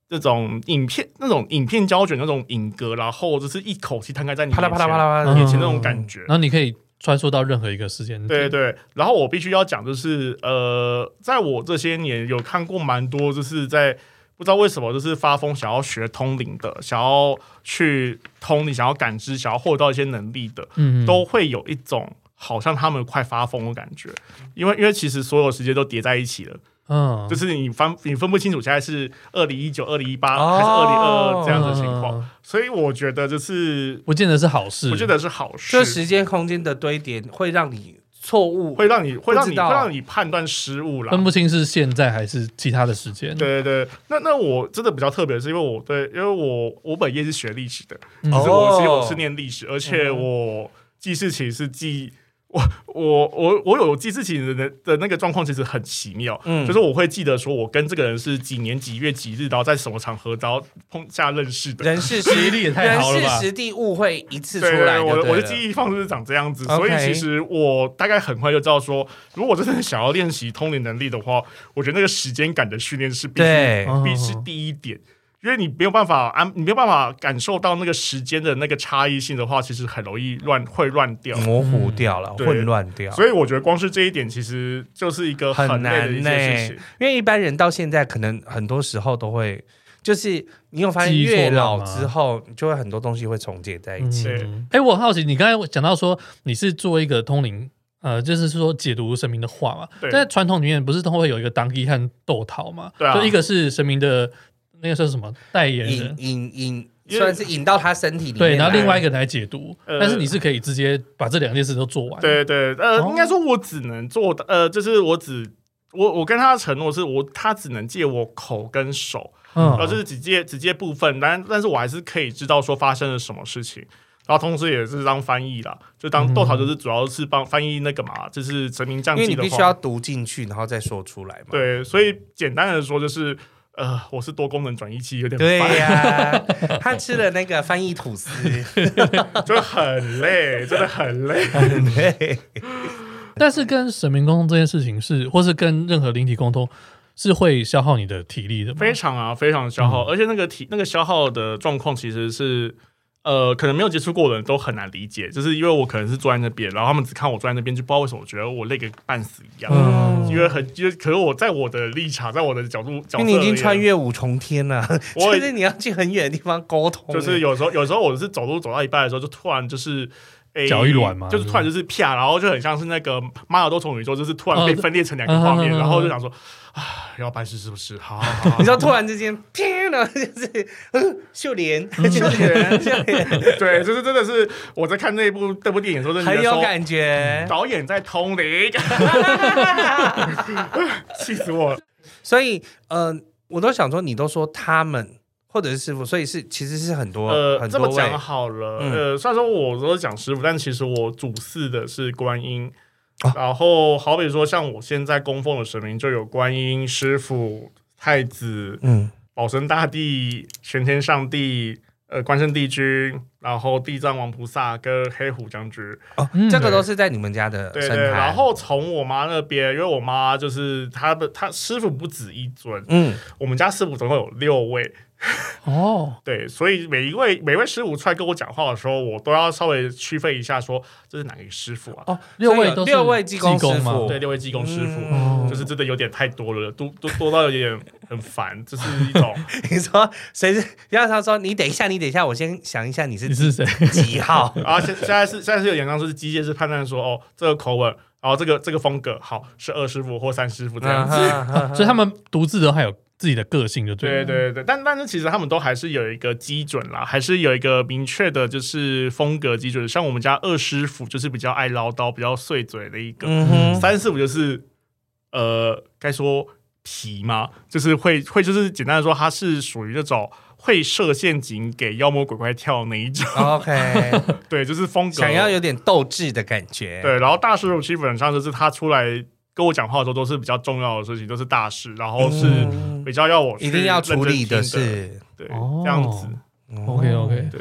Speaker 3: 那种影片那种影片胶卷那种影格，然后就是一口气摊开在你
Speaker 2: 啪啦
Speaker 3: 眼
Speaker 2: 啪啦
Speaker 3: 前
Speaker 2: 啪啦啪
Speaker 1: 嗯
Speaker 2: 啦，
Speaker 3: 眼前那种感觉。
Speaker 1: 然后你可以穿梭到任何一个时间
Speaker 2: 嗯
Speaker 1: 点，
Speaker 3: 对对，然后我必须要讲，就是呃，在我这些年有看过蛮多，就是在不知道为什么，就是发疯想要学通灵的，想要去通灵，想要感知，想要获得到一些能力的，
Speaker 1: 嗯，嗯
Speaker 3: 都会有一种好像他们快发疯的感觉，因为因为其实所有时间都叠在一起了，
Speaker 1: 嗯
Speaker 3: 就是你分你分不清楚现在是二零一九、二零一八
Speaker 2: 哦
Speaker 3: 还是二零二二这样的情况，
Speaker 1: 嗯
Speaker 3: 所以我觉得就是
Speaker 1: 不见得是好事，
Speaker 3: 我觉得是好事
Speaker 2: 这，时间空间的堆叠会让你错误，
Speaker 3: 会让你会让
Speaker 2: 不知
Speaker 3: 你
Speaker 2: 道嗯
Speaker 3: 会让你判断失误啦，
Speaker 1: 分不清是现在还是其他的时间，
Speaker 3: 对对对，那那我真的比较特别，是因为我对，因为我我本业是学历史的，
Speaker 1: 嗯
Speaker 3: 就是我是
Speaker 2: 哦嗯
Speaker 3: 我是念历史，而且我记事情是记我我我我有记事情的的那个状况，其实很奇妙。
Speaker 2: 嗯
Speaker 3: 就是我会记得说，我跟这个人是几年几月几日，然后在什么场合，然后碰下认识的。
Speaker 2: 人事
Speaker 1: 记忆
Speaker 3: [laughs]
Speaker 2: 实
Speaker 1: 力也太
Speaker 2: 人
Speaker 1: 好了
Speaker 2: 事
Speaker 1: 吧
Speaker 2: 实地误会一次出
Speaker 3: 对
Speaker 2: 来
Speaker 3: 对，
Speaker 2: 就
Speaker 3: 我的
Speaker 2: 对
Speaker 3: 我的
Speaker 2: 了
Speaker 3: 记忆方式是长这样子，所以
Speaker 2: OK
Speaker 3: 其实我大概很快就知道说，如果我真的想要练习通灵能力的话，我觉得那个时间感的训练是必须
Speaker 2: 对
Speaker 1: 嗯
Speaker 3: 必是第一点，因为你没有办法安，你没有办法感受到那个时间的那个差异性的话，其实很容易乱会乱掉。嗯
Speaker 2: 模糊掉了，
Speaker 3: 对
Speaker 2: 混乱掉。
Speaker 3: 所以我觉得光是这一点，其实就是一个
Speaker 2: 很
Speaker 3: 累的一
Speaker 2: 难欸呢、
Speaker 3: 件事情。
Speaker 2: 因为一般人到现在可能很多时候都会，就是你有发现
Speaker 1: 记忆错
Speaker 2: 越
Speaker 1: 乱
Speaker 2: 老
Speaker 1: 吗
Speaker 2: 之后，你就会很多东西会重叠在一起。
Speaker 3: 对
Speaker 1: 嗯哎，我很好奇，你刚才讲到说你是做一个通灵。呃，就是说解读神明的话嘛，
Speaker 3: 对
Speaker 1: 在传统里面不是都会有一个当机和斗桃嘛？
Speaker 3: 对啊
Speaker 1: 就一个是神明的那个叫什么代言
Speaker 2: 引
Speaker 1: 人，
Speaker 2: 引引，
Speaker 3: 因为
Speaker 2: 算是引到他身体里面来。
Speaker 1: 对，然后另外一个来解读，
Speaker 3: 呃
Speaker 1: 但是你是可以直接把这两件事都做完。，
Speaker 3: 对对，呃，
Speaker 1: 哦
Speaker 3: 应该说我只能做的，呃，就是我只我我跟他的承诺是我他只能借我口跟手，然后
Speaker 1: 嗯，
Speaker 3: 就是只借只借部分，但但是我还是可以知道说发生了什么事情。然后同时也是当翻译啦，就当豆桃就是主要是帮翻译那个嘛，就是神明降
Speaker 2: 嗯因为
Speaker 3: 级
Speaker 2: 你
Speaker 3: 的
Speaker 2: 必须
Speaker 3: 话
Speaker 2: 要，读进去，然后再说出来嘛。
Speaker 3: 对，所以简单的说就是，呃，我是多功能转译器，有点
Speaker 2: 对
Speaker 3: 烦，
Speaker 2: 呀、 [laughs] 他吃了那个翻译吐
Speaker 3: [laughs]
Speaker 2: 司，
Speaker 3: 就很累，真的很累。
Speaker 2: 对，
Speaker 1: 但是跟神明沟通这件事情是，或是跟任何灵体沟通，是会消耗你的体力的吗？
Speaker 3: 非常啊，非常消耗，
Speaker 2: 嗯
Speaker 3: 而且那个体那个消耗的状况其实是。呃，可能没有接触过的人都很难理解，就是因为我可能是坐在那边，然后他们只看我坐在那边，就不知道为什么我觉得我累个半死一样，
Speaker 1: 嗯
Speaker 3: 因为很，因为可是我在我的立场，在我的角度角
Speaker 2: 因为
Speaker 3: 色，
Speaker 2: 你已经穿，越五重天了，[laughs]
Speaker 3: 我
Speaker 2: 就是你要去很远的地方沟通，
Speaker 3: 就是有时候有时候我是走路走到一半的时候，就突然就是。诶
Speaker 1: 脚一软嘛
Speaker 3: 就是突然就是啪，然后就很像是那个《马尔多虫宇宙》，就是突然被
Speaker 1: 哦
Speaker 3: 分裂成两个画面，
Speaker 2: 啊
Speaker 1: 嗯嗯嗯嗯
Speaker 3: 然后就想说，啊，要办事是不是？好，好好
Speaker 2: [laughs] 你知道突然之间，天哪，就是嗯秀莲，秀莲，秀莲，
Speaker 3: 对，就是真的是我在看那部那部电影的时候，真的觉
Speaker 2: 很
Speaker 3: 得
Speaker 2: 有
Speaker 3: 说嗯
Speaker 2: 感觉。
Speaker 3: 导演在通灵， [laughs] 气死我了。
Speaker 2: 所以，呃，我都想说，你都说他们或者是师傅，所以是其实是很多
Speaker 3: 呃，
Speaker 2: 很
Speaker 3: 这
Speaker 2: 多
Speaker 3: 么
Speaker 2: 位
Speaker 3: 讲好了，
Speaker 2: 嗯
Speaker 3: 呃，虽然说我都讲师傅，但其实我主祀的是观音
Speaker 2: 啊。
Speaker 3: 然后，好比说，像我现在供奉的神明就有观音、师傅、太子、
Speaker 2: 嗯，
Speaker 3: 保生大帝、玄天上帝、呃关圣帝君，然后地藏王菩萨跟黑虎将军。
Speaker 2: 哦
Speaker 1: 嗯，
Speaker 2: 这个都是在你们家的
Speaker 3: 对
Speaker 2: 生态，
Speaker 3: 对，然后从我妈那边，因为我妈就是她的，她师傅不止一尊，
Speaker 2: 嗯，
Speaker 3: 我们家师傅总共有六位，
Speaker 1: 哦，
Speaker 3: 对，所以每一位每位师傅出来跟我讲话的时候，我都要稍微区分一下说这是哪个师傅啊？
Speaker 2: 哦，
Speaker 1: 六位
Speaker 2: 所以有
Speaker 1: 都是
Speaker 2: 六位技工
Speaker 1: 技工
Speaker 2: 师
Speaker 1: 吗
Speaker 2: 傅，
Speaker 3: 哦对，六位技工师傅，
Speaker 1: 嗯
Speaker 3: 就是真的有点太多了，多多多到有点很烦，这是一种。
Speaker 2: [laughs] 你说谁是？然后他说你等一下，你等一下，我先想一下你是
Speaker 1: 你是谁？
Speaker 2: 几
Speaker 1: [laughs]
Speaker 2: 号
Speaker 3: 然啊后现现在是现在是有点像是机械式判断说，哦，这个口吻，然后这个这个风格，好是二师傅或三师傅这
Speaker 2: 嗯
Speaker 3: 样子。
Speaker 2: 啊
Speaker 1: [laughs] 所以他们独自都还有自己的个性，就对
Speaker 3: 对
Speaker 1: 了。
Speaker 3: 对对，但但是其实他们都还是有一个基准啦，还是有一个明确的，就是风格基准。像我们家二师傅就是比较爱唠叨、比较碎嘴的一个，
Speaker 2: 嗯哼，
Speaker 3: 三师傅就是呃，该说皮吗？就是会会就是简单的说，他是属于那种会设陷阱给妖魔鬼怪跳那一种，
Speaker 1: [laughs]
Speaker 2: OK，
Speaker 3: 对，就是风格
Speaker 2: 想要有点斗志的感觉。
Speaker 3: 对，然后大师傅基本上就是他出来跟我讲话的时候都是比较重要的事情，都是大事，然后是
Speaker 2: 嗯
Speaker 3: 比较要我去
Speaker 2: 一定要处理
Speaker 3: 认真听的
Speaker 2: 的，是
Speaker 3: 对，
Speaker 1: 哦
Speaker 3: 这样子，
Speaker 1: OK OK，
Speaker 3: 对。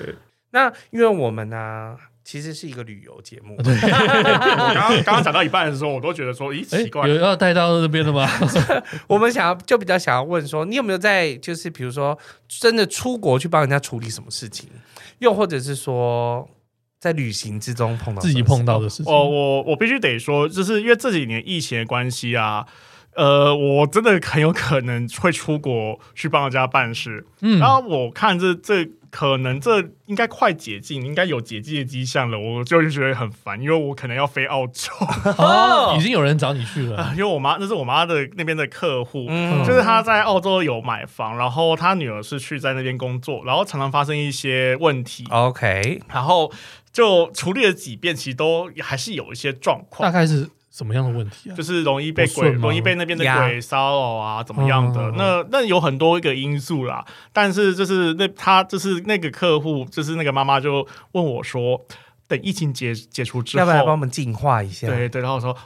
Speaker 2: 那因为我们呢，其实是一个旅游节目，
Speaker 1: 啊对，
Speaker 3: 我刚刚刚刚讲到一半的时候，我都觉得说，咦，奇
Speaker 1: 哎，
Speaker 3: 怪
Speaker 1: 有，要带到这边的吗？
Speaker 2: 我们想要就比较想要问说，你有没有在就是比如说真的出国去帮人家处理什么事情，又或者是说在旅行之中碰到
Speaker 1: 自己
Speaker 2: 什么事
Speaker 1: 碰到的事
Speaker 3: [laughs]
Speaker 1: 情。
Speaker 3: 我哦我我必须得说，就是因为这几年疫情的关系啊，呃，我真的很有可能会出国去帮人家办事。
Speaker 1: 嗯
Speaker 3: 然后我看这这可能这应该快解禁，应该有解禁的迹象了，我就觉得很烦，因为我可能要飞澳洲， [laughs]
Speaker 1: 哦，已经有人找你去了。
Speaker 3: 因为我妈那是我妈的那边的客户。
Speaker 2: 嗯
Speaker 3: 就是她在澳洲有买房，然后她女儿是去在那边工作，然后常常发生一些问题，
Speaker 2: 哦 OK，
Speaker 3: 然后就处理了几遍，其实都还是有一些状况
Speaker 1: 大。概是什么样的问题啊
Speaker 3: [laughs] 就？是容易被
Speaker 1: 不
Speaker 3: 鬼，
Speaker 1: 顺吗
Speaker 3: 容易被那边的
Speaker 2: 呀
Speaker 3: 鬼骚扰啊，怎么样的？
Speaker 1: 嗯
Speaker 3: 那那有很多一个因素啦。但是就是那他就是那个客户，就是那个妈妈就问我说，等疫情解解除之
Speaker 2: 要不
Speaker 3: 后，
Speaker 2: 要来帮我们净化一下？ [laughs]
Speaker 3: 对对，然后我说，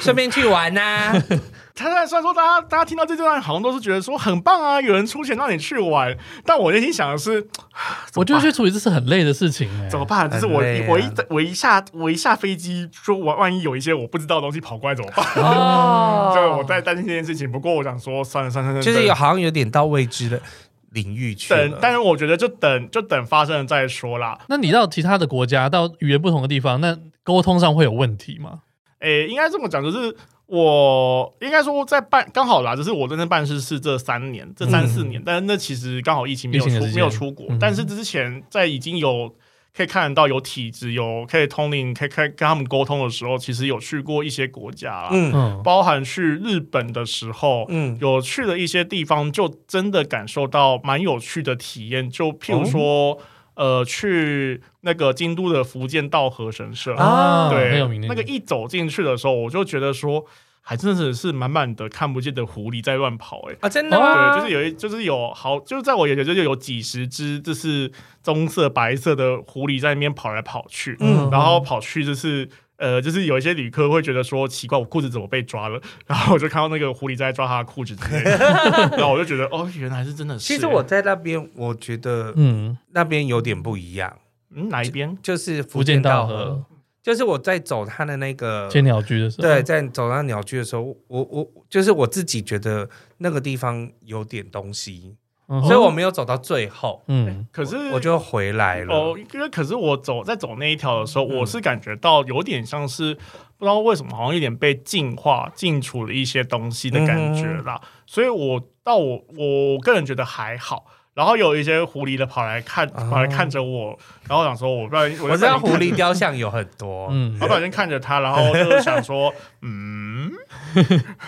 Speaker 2: 顺便去玩呐、
Speaker 3: 他虽然说大家大家听到这段好像都是觉得说很棒啊，有人出钱让你去玩，但我内心想的是，
Speaker 1: 我觉得去处理这是很累的事情哎
Speaker 3: 怎。么办？就是我一
Speaker 2: 很累啊
Speaker 3: 我一我一下我一下飞机，说我万一有一些我不知道的东西跑过来怎么办？
Speaker 2: 哦
Speaker 3: 对，我在担心这件事情。不过我想说，算了算了算了，
Speaker 2: 就是有好像有点到未知的领域去了
Speaker 3: 等，但是我觉得就等就等发生了再说啦。
Speaker 1: 那你到其他的国家，到语言不同的地方，那沟通上会有问题吗？
Speaker 3: 诶、应该这么讲，就是我应该说在办刚好啦，就是我认真办事是这三年，这三四年，但是那其实刚好疫情没有
Speaker 1: 疫
Speaker 3: 出
Speaker 1: 情的时间
Speaker 3: 没有出国，
Speaker 1: 嗯
Speaker 3: 但是之前在已经有。可以看得到有体质，有可以通灵，可以可以跟他们沟通的时候，其实有去过一些国家啦，
Speaker 2: 嗯
Speaker 1: 嗯，
Speaker 3: 包含去日本的时候，
Speaker 2: 嗯，
Speaker 3: 有去的一些地方，就真的感受到蛮有趣的体验。就譬如说，
Speaker 1: 哦
Speaker 3: 呃，去那个京都的福建道和神社，
Speaker 2: 啊
Speaker 3: 对，
Speaker 1: 很有名的
Speaker 3: 那个一走进去的时候，我就觉得说，还真的是满满的看不见的狐狸在乱跑、欸，
Speaker 2: 啊，真的
Speaker 3: 对，
Speaker 2: 吗？
Speaker 3: 就是有一，就是有好，就是在我眼前就有几十只，就是棕色、白色的狐狸在那边跑来跑去，
Speaker 2: 嗯
Speaker 3: 然后跑去就是呃，就是有一些旅客会觉得说奇怪，我裤子怎么被抓了？ [laughs] 然后我就看到那个狐狸在抓他的裤子之
Speaker 2: [laughs]
Speaker 3: 类的，然后我就觉得哦，原来是真的是。
Speaker 2: 其实我在那边，我觉得
Speaker 1: 嗯，
Speaker 2: 那边有点不一样，
Speaker 3: 嗯哪一边？
Speaker 2: 就是
Speaker 1: 福
Speaker 2: 福
Speaker 1: 建
Speaker 2: 建
Speaker 1: 道
Speaker 2: 道
Speaker 1: 和
Speaker 2: 河，就是我在走他的那个。
Speaker 1: 千鸟居的时候，
Speaker 2: 对，，在走到鸟居的时候，我我就是我自己觉得那个地方有点东西，所以我没有走到最后，
Speaker 1: 嗯，
Speaker 3: 可是
Speaker 2: 我就回来了。
Speaker 3: 哦，因为可是我走在走那一条的时候，
Speaker 2: 嗯
Speaker 3: 我是感觉到有点像是不知道为什么，好像有点被净化、净除了一些东西的感觉
Speaker 2: 嗯
Speaker 3: 啦。所以我到我我个人觉得还好。然后有一些狐狸的跑来看，
Speaker 2: 啊
Speaker 3: 跑来看着我，然后想说我不然
Speaker 2: 我知道狐，
Speaker 3: 就不小心看
Speaker 2: 狸雕像有很多，
Speaker 1: 嗯
Speaker 3: 我不小心看着他，然后就想说，
Speaker 2: [laughs]
Speaker 3: 嗯，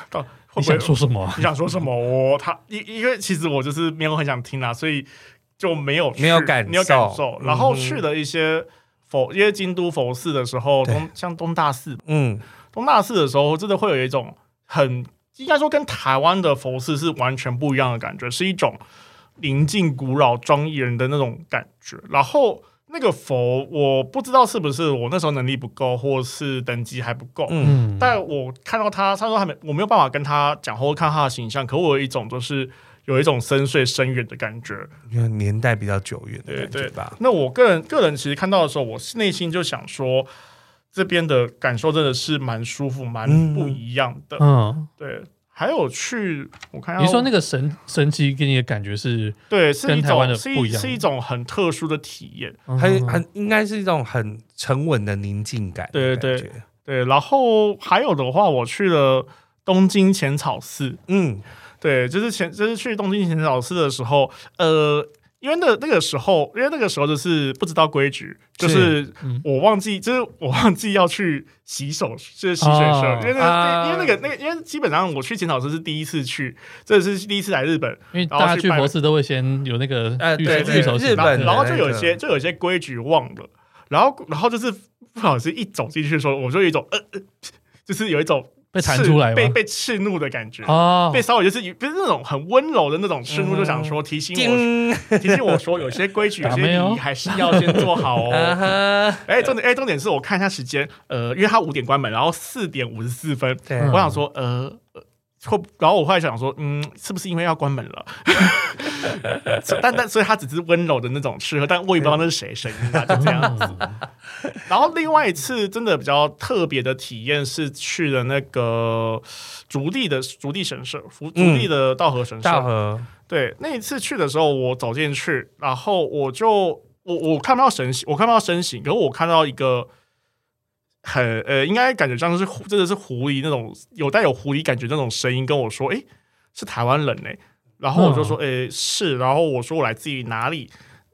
Speaker 3: 到
Speaker 1: 你
Speaker 3: 会不会
Speaker 1: 想说什么啊？
Speaker 3: [laughs] 你想说什么？我他因因为其实我就是没有很想听啦，所以就没有去
Speaker 2: 没有感受
Speaker 3: 没有感受。
Speaker 2: 嗯
Speaker 3: 然后去了一些佛，因为京都佛寺的时候，
Speaker 2: 对
Speaker 3: 东像东大寺，
Speaker 2: 嗯，
Speaker 3: 东大寺的时候，真的会有一种很应该说跟台湾的佛寺是完全不一样的感觉，是一种宁静、古老、庄严的那种感觉。然后那个佛，我不知道是不是我那时候能力不够，或是等级还不够，
Speaker 2: 嗯
Speaker 1: 嗯，
Speaker 3: 但我看到他，他说他没，我没有办法跟他讲或看他的形象，可我有一种就是有一种深邃深远的感觉。
Speaker 2: 因为年代比较久远的
Speaker 3: 对
Speaker 2: 感
Speaker 3: 对
Speaker 2: 觉吧。
Speaker 3: 那我个人个人其实看到的时候，我内心就想说，这边的感受真的是蛮舒服、蛮
Speaker 2: 嗯
Speaker 3: 不一样的。
Speaker 1: 嗯，
Speaker 3: 对，还有去我看一下，
Speaker 1: 你说那个神神奇给你的感觉是，
Speaker 3: 对是
Speaker 1: 跟
Speaker 3: 一
Speaker 1: 台湾
Speaker 3: 种
Speaker 1: 的
Speaker 3: 是
Speaker 1: 不
Speaker 3: 一
Speaker 1: 一样
Speaker 3: 是一种很特殊的体验。
Speaker 1: 嗯
Speaker 2: 很很应该是一种很沉稳的宁静感的
Speaker 3: 对
Speaker 2: 感觉。
Speaker 3: 对对，然后还有的话，我去了东京浅草寺。
Speaker 2: 嗯，
Speaker 3: 对，就是前就是去东京浅草寺的时候，呃，因为那那个时候，因为那个时候就是不知道规矩，就是
Speaker 1: 嗯
Speaker 3: 我忘记，就是我忘记要去洗手，就是洗水
Speaker 1: 哦
Speaker 3: 社，因为那、
Speaker 2: 啊
Speaker 3: 因为那个那个，因为基本上我去浅草寺是第一次去，这是第一次来日本，
Speaker 1: 因为大家去佛寺都会先有那个
Speaker 3: 哎
Speaker 2: 呃
Speaker 1: 预
Speaker 2: 对
Speaker 1: 手
Speaker 2: 对
Speaker 1: 预手
Speaker 2: 日
Speaker 1: 洗
Speaker 3: 然
Speaker 1: 吧
Speaker 3: 后
Speaker 2: 本的
Speaker 3: 然后就有
Speaker 2: 那个
Speaker 3: 些就有些规矩忘了，然后然后就是不小心一走进去的时候，我就有一种呃，呃就是有一种
Speaker 1: 被弹出来
Speaker 3: 被
Speaker 1: 吗？
Speaker 3: 被斥怒的感觉。
Speaker 1: 哦嗯
Speaker 3: 被，稍微就是不是那种很温柔的那种斥怒，就想说提醒我
Speaker 2: 叮，
Speaker 3: [laughs] 提醒我说，有些规矩、有
Speaker 1: 打
Speaker 3: 些
Speaker 1: 妹哦
Speaker 3: 礼仪还是要先做好
Speaker 2: [laughs] 啊
Speaker 3: 哦。
Speaker 2: 哈，
Speaker 3: 哎，重点哎，重点是我看一下时间，呃，因为他五点关门，然后四点五十四分，
Speaker 2: 对
Speaker 3: 我
Speaker 1: 嗯
Speaker 3: 想说，呃，呃会不，然后我后来想说，嗯，是不是因为要关门了？ [laughs] 但但所以他只是温柔的那种吃喝，但我也不知道那是谁声音啊，就
Speaker 1: 嗯
Speaker 3: 这
Speaker 1: [laughs]
Speaker 3: 样子。然后另外一次真的比较特别的体验是去了那个竹地的竹地神社，竹竹地的道和神社，
Speaker 2: 大河，
Speaker 3: 对，那一次去的时候，我走进去，然后我就我我看不到神形，我看不到身形，可是我看到一个很呃，应该感觉像是狐真的是狐狸那种有带有狐狸感觉那种声音跟我说，诶，是台湾人呢、然后我就说，诶，是，然后我说我来自于哪里？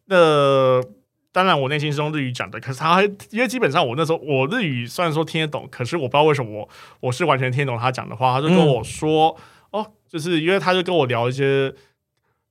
Speaker 3: 那、当然，我内心是用日语讲的，可是他因为基本上我那时候我日语虽然说听得懂，可是我不知道为什么我我是完全听得懂他讲的话，他就跟我说、哦，就是因为他就跟我聊一些，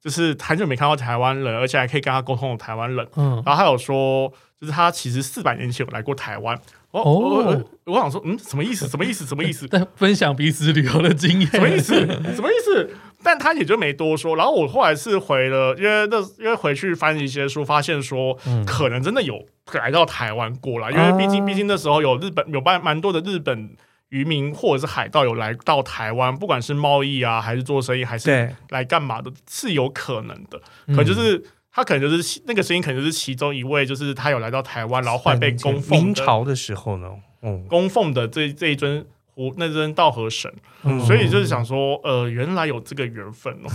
Speaker 3: 就是很久没看到台湾人，而且还可以跟他沟通的台湾人，
Speaker 1: 嗯，
Speaker 3: 然后还有说，就是他其实四百年前有来过台湾，我
Speaker 1: 哦
Speaker 3: 我我我想说，嗯，什么意思？什么意思？什么意思？
Speaker 1: 在分享彼此旅游的经验，
Speaker 3: 什么意
Speaker 1: [laughs]
Speaker 3: 思？什么意思？但他也就没多说。然后我后来是回了，因为那因为回去翻一些书，发现说可能真的有来到台湾过来，因为毕竟
Speaker 1: 嗯啊
Speaker 3: 毕竟那时候有日本有蛮蛮多的日本渔民或者是海盗有来到台湾，不管是贸易啊，还是做生意，还是
Speaker 2: 对
Speaker 3: 来干嘛的，是有可能的。
Speaker 1: 嗯
Speaker 3: 可能就是。他可能就是其那个声音，可能就是其中一位，就是他有来到台湾，然后后来被供奉的
Speaker 2: 明朝的时候呢，嗯，
Speaker 3: 供奉的这这一尊湖那尊道和神，
Speaker 1: 嗯
Speaker 3: 所以就是想说，呃，原来有这个缘分哦。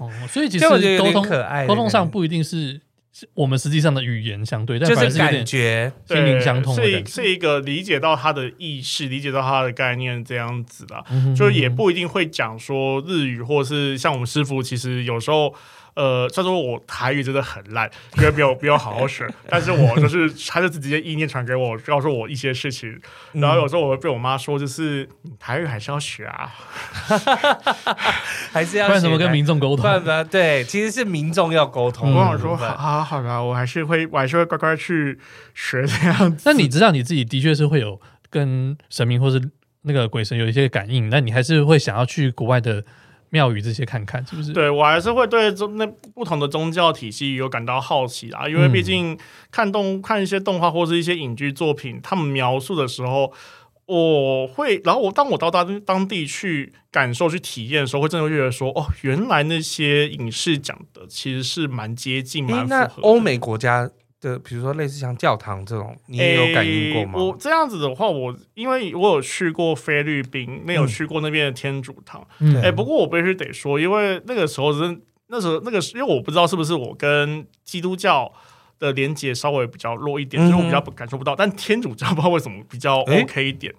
Speaker 1: 哦，所以其
Speaker 2: 这我觉得
Speaker 1: 实
Speaker 2: 有
Speaker 1: 沟
Speaker 2: 点
Speaker 1: 通
Speaker 2: 可爱的
Speaker 1: 沟通上
Speaker 2: 感觉
Speaker 1: 不一定是是我们实际上的语言相对，但
Speaker 2: 就
Speaker 1: 反而
Speaker 2: 是
Speaker 1: 是有
Speaker 2: 感
Speaker 1: 点
Speaker 2: 觉，
Speaker 1: 心灵相通的
Speaker 3: 对
Speaker 1: 感
Speaker 3: 是
Speaker 1: 觉，
Speaker 3: 是一个理解到他的意识，理解到他的概念这样子的，
Speaker 1: 嗯哼
Speaker 3: 就也不一定会讲说日语，或是像我们师傅，其实有时候。呃，虽然说我台语真的很烂，因为没有没有好好学，但是我就是他就直接意念传给我，告诉我一些事情，
Speaker 1: 嗯
Speaker 3: 然后有时候我会被我妈说，就是你台语还是要学啊，
Speaker 2: 还是要
Speaker 1: 不然怎么
Speaker 2: 写
Speaker 1: 跟
Speaker 2: 来
Speaker 1: 民众沟通？
Speaker 2: 办法？对，其实是民众要沟通
Speaker 1: 嗯
Speaker 2: 的部分。
Speaker 3: 我想说，好好好啦，我还是会，我还是会乖乖去学这样子。
Speaker 1: 那你知道你自己的确是会有跟神明或是那个鬼神有一些感应，那你还是会想要去国外的庙宇这些看看，是不是？，
Speaker 3: 对我还是会对宗那不同的宗教体系有感到好奇啊，因为
Speaker 1: 嗯
Speaker 3: 毕竟看动看一些动画或是一些影剧作品，他们描述的时候。我会，然后我当我到当当地去感受、去体验的时候，会真的会觉得说，哦，原来那些影视讲的其实是蛮接近、
Speaker 2: 诶
Speaker 3: 蛮符
Speaker 2: 那
Speaker 3: 合的。
Speaker 2: 欧美国家的，比如说类似像教堂这种，你也有感应过吗？
Speaker 3: 哎诶我这样子的话，我因为我有去过菲律宾，
Speaker 2: 嗯
Speaker 3: 那有去过那边的天主堂。
Speaker 1: 嗯
Speaker 3: 哎、不过我必须得说，因为那个时候真那时候那个时，因为我不知道是不是我跟基督教的连接稍微比较弱一点，所以我比较
Speaker 2: 嗯
Speaker 3: 感受不到。但天主教不知道为什么比较
Speaker 2: 诶
Speaker 3: OK 一点，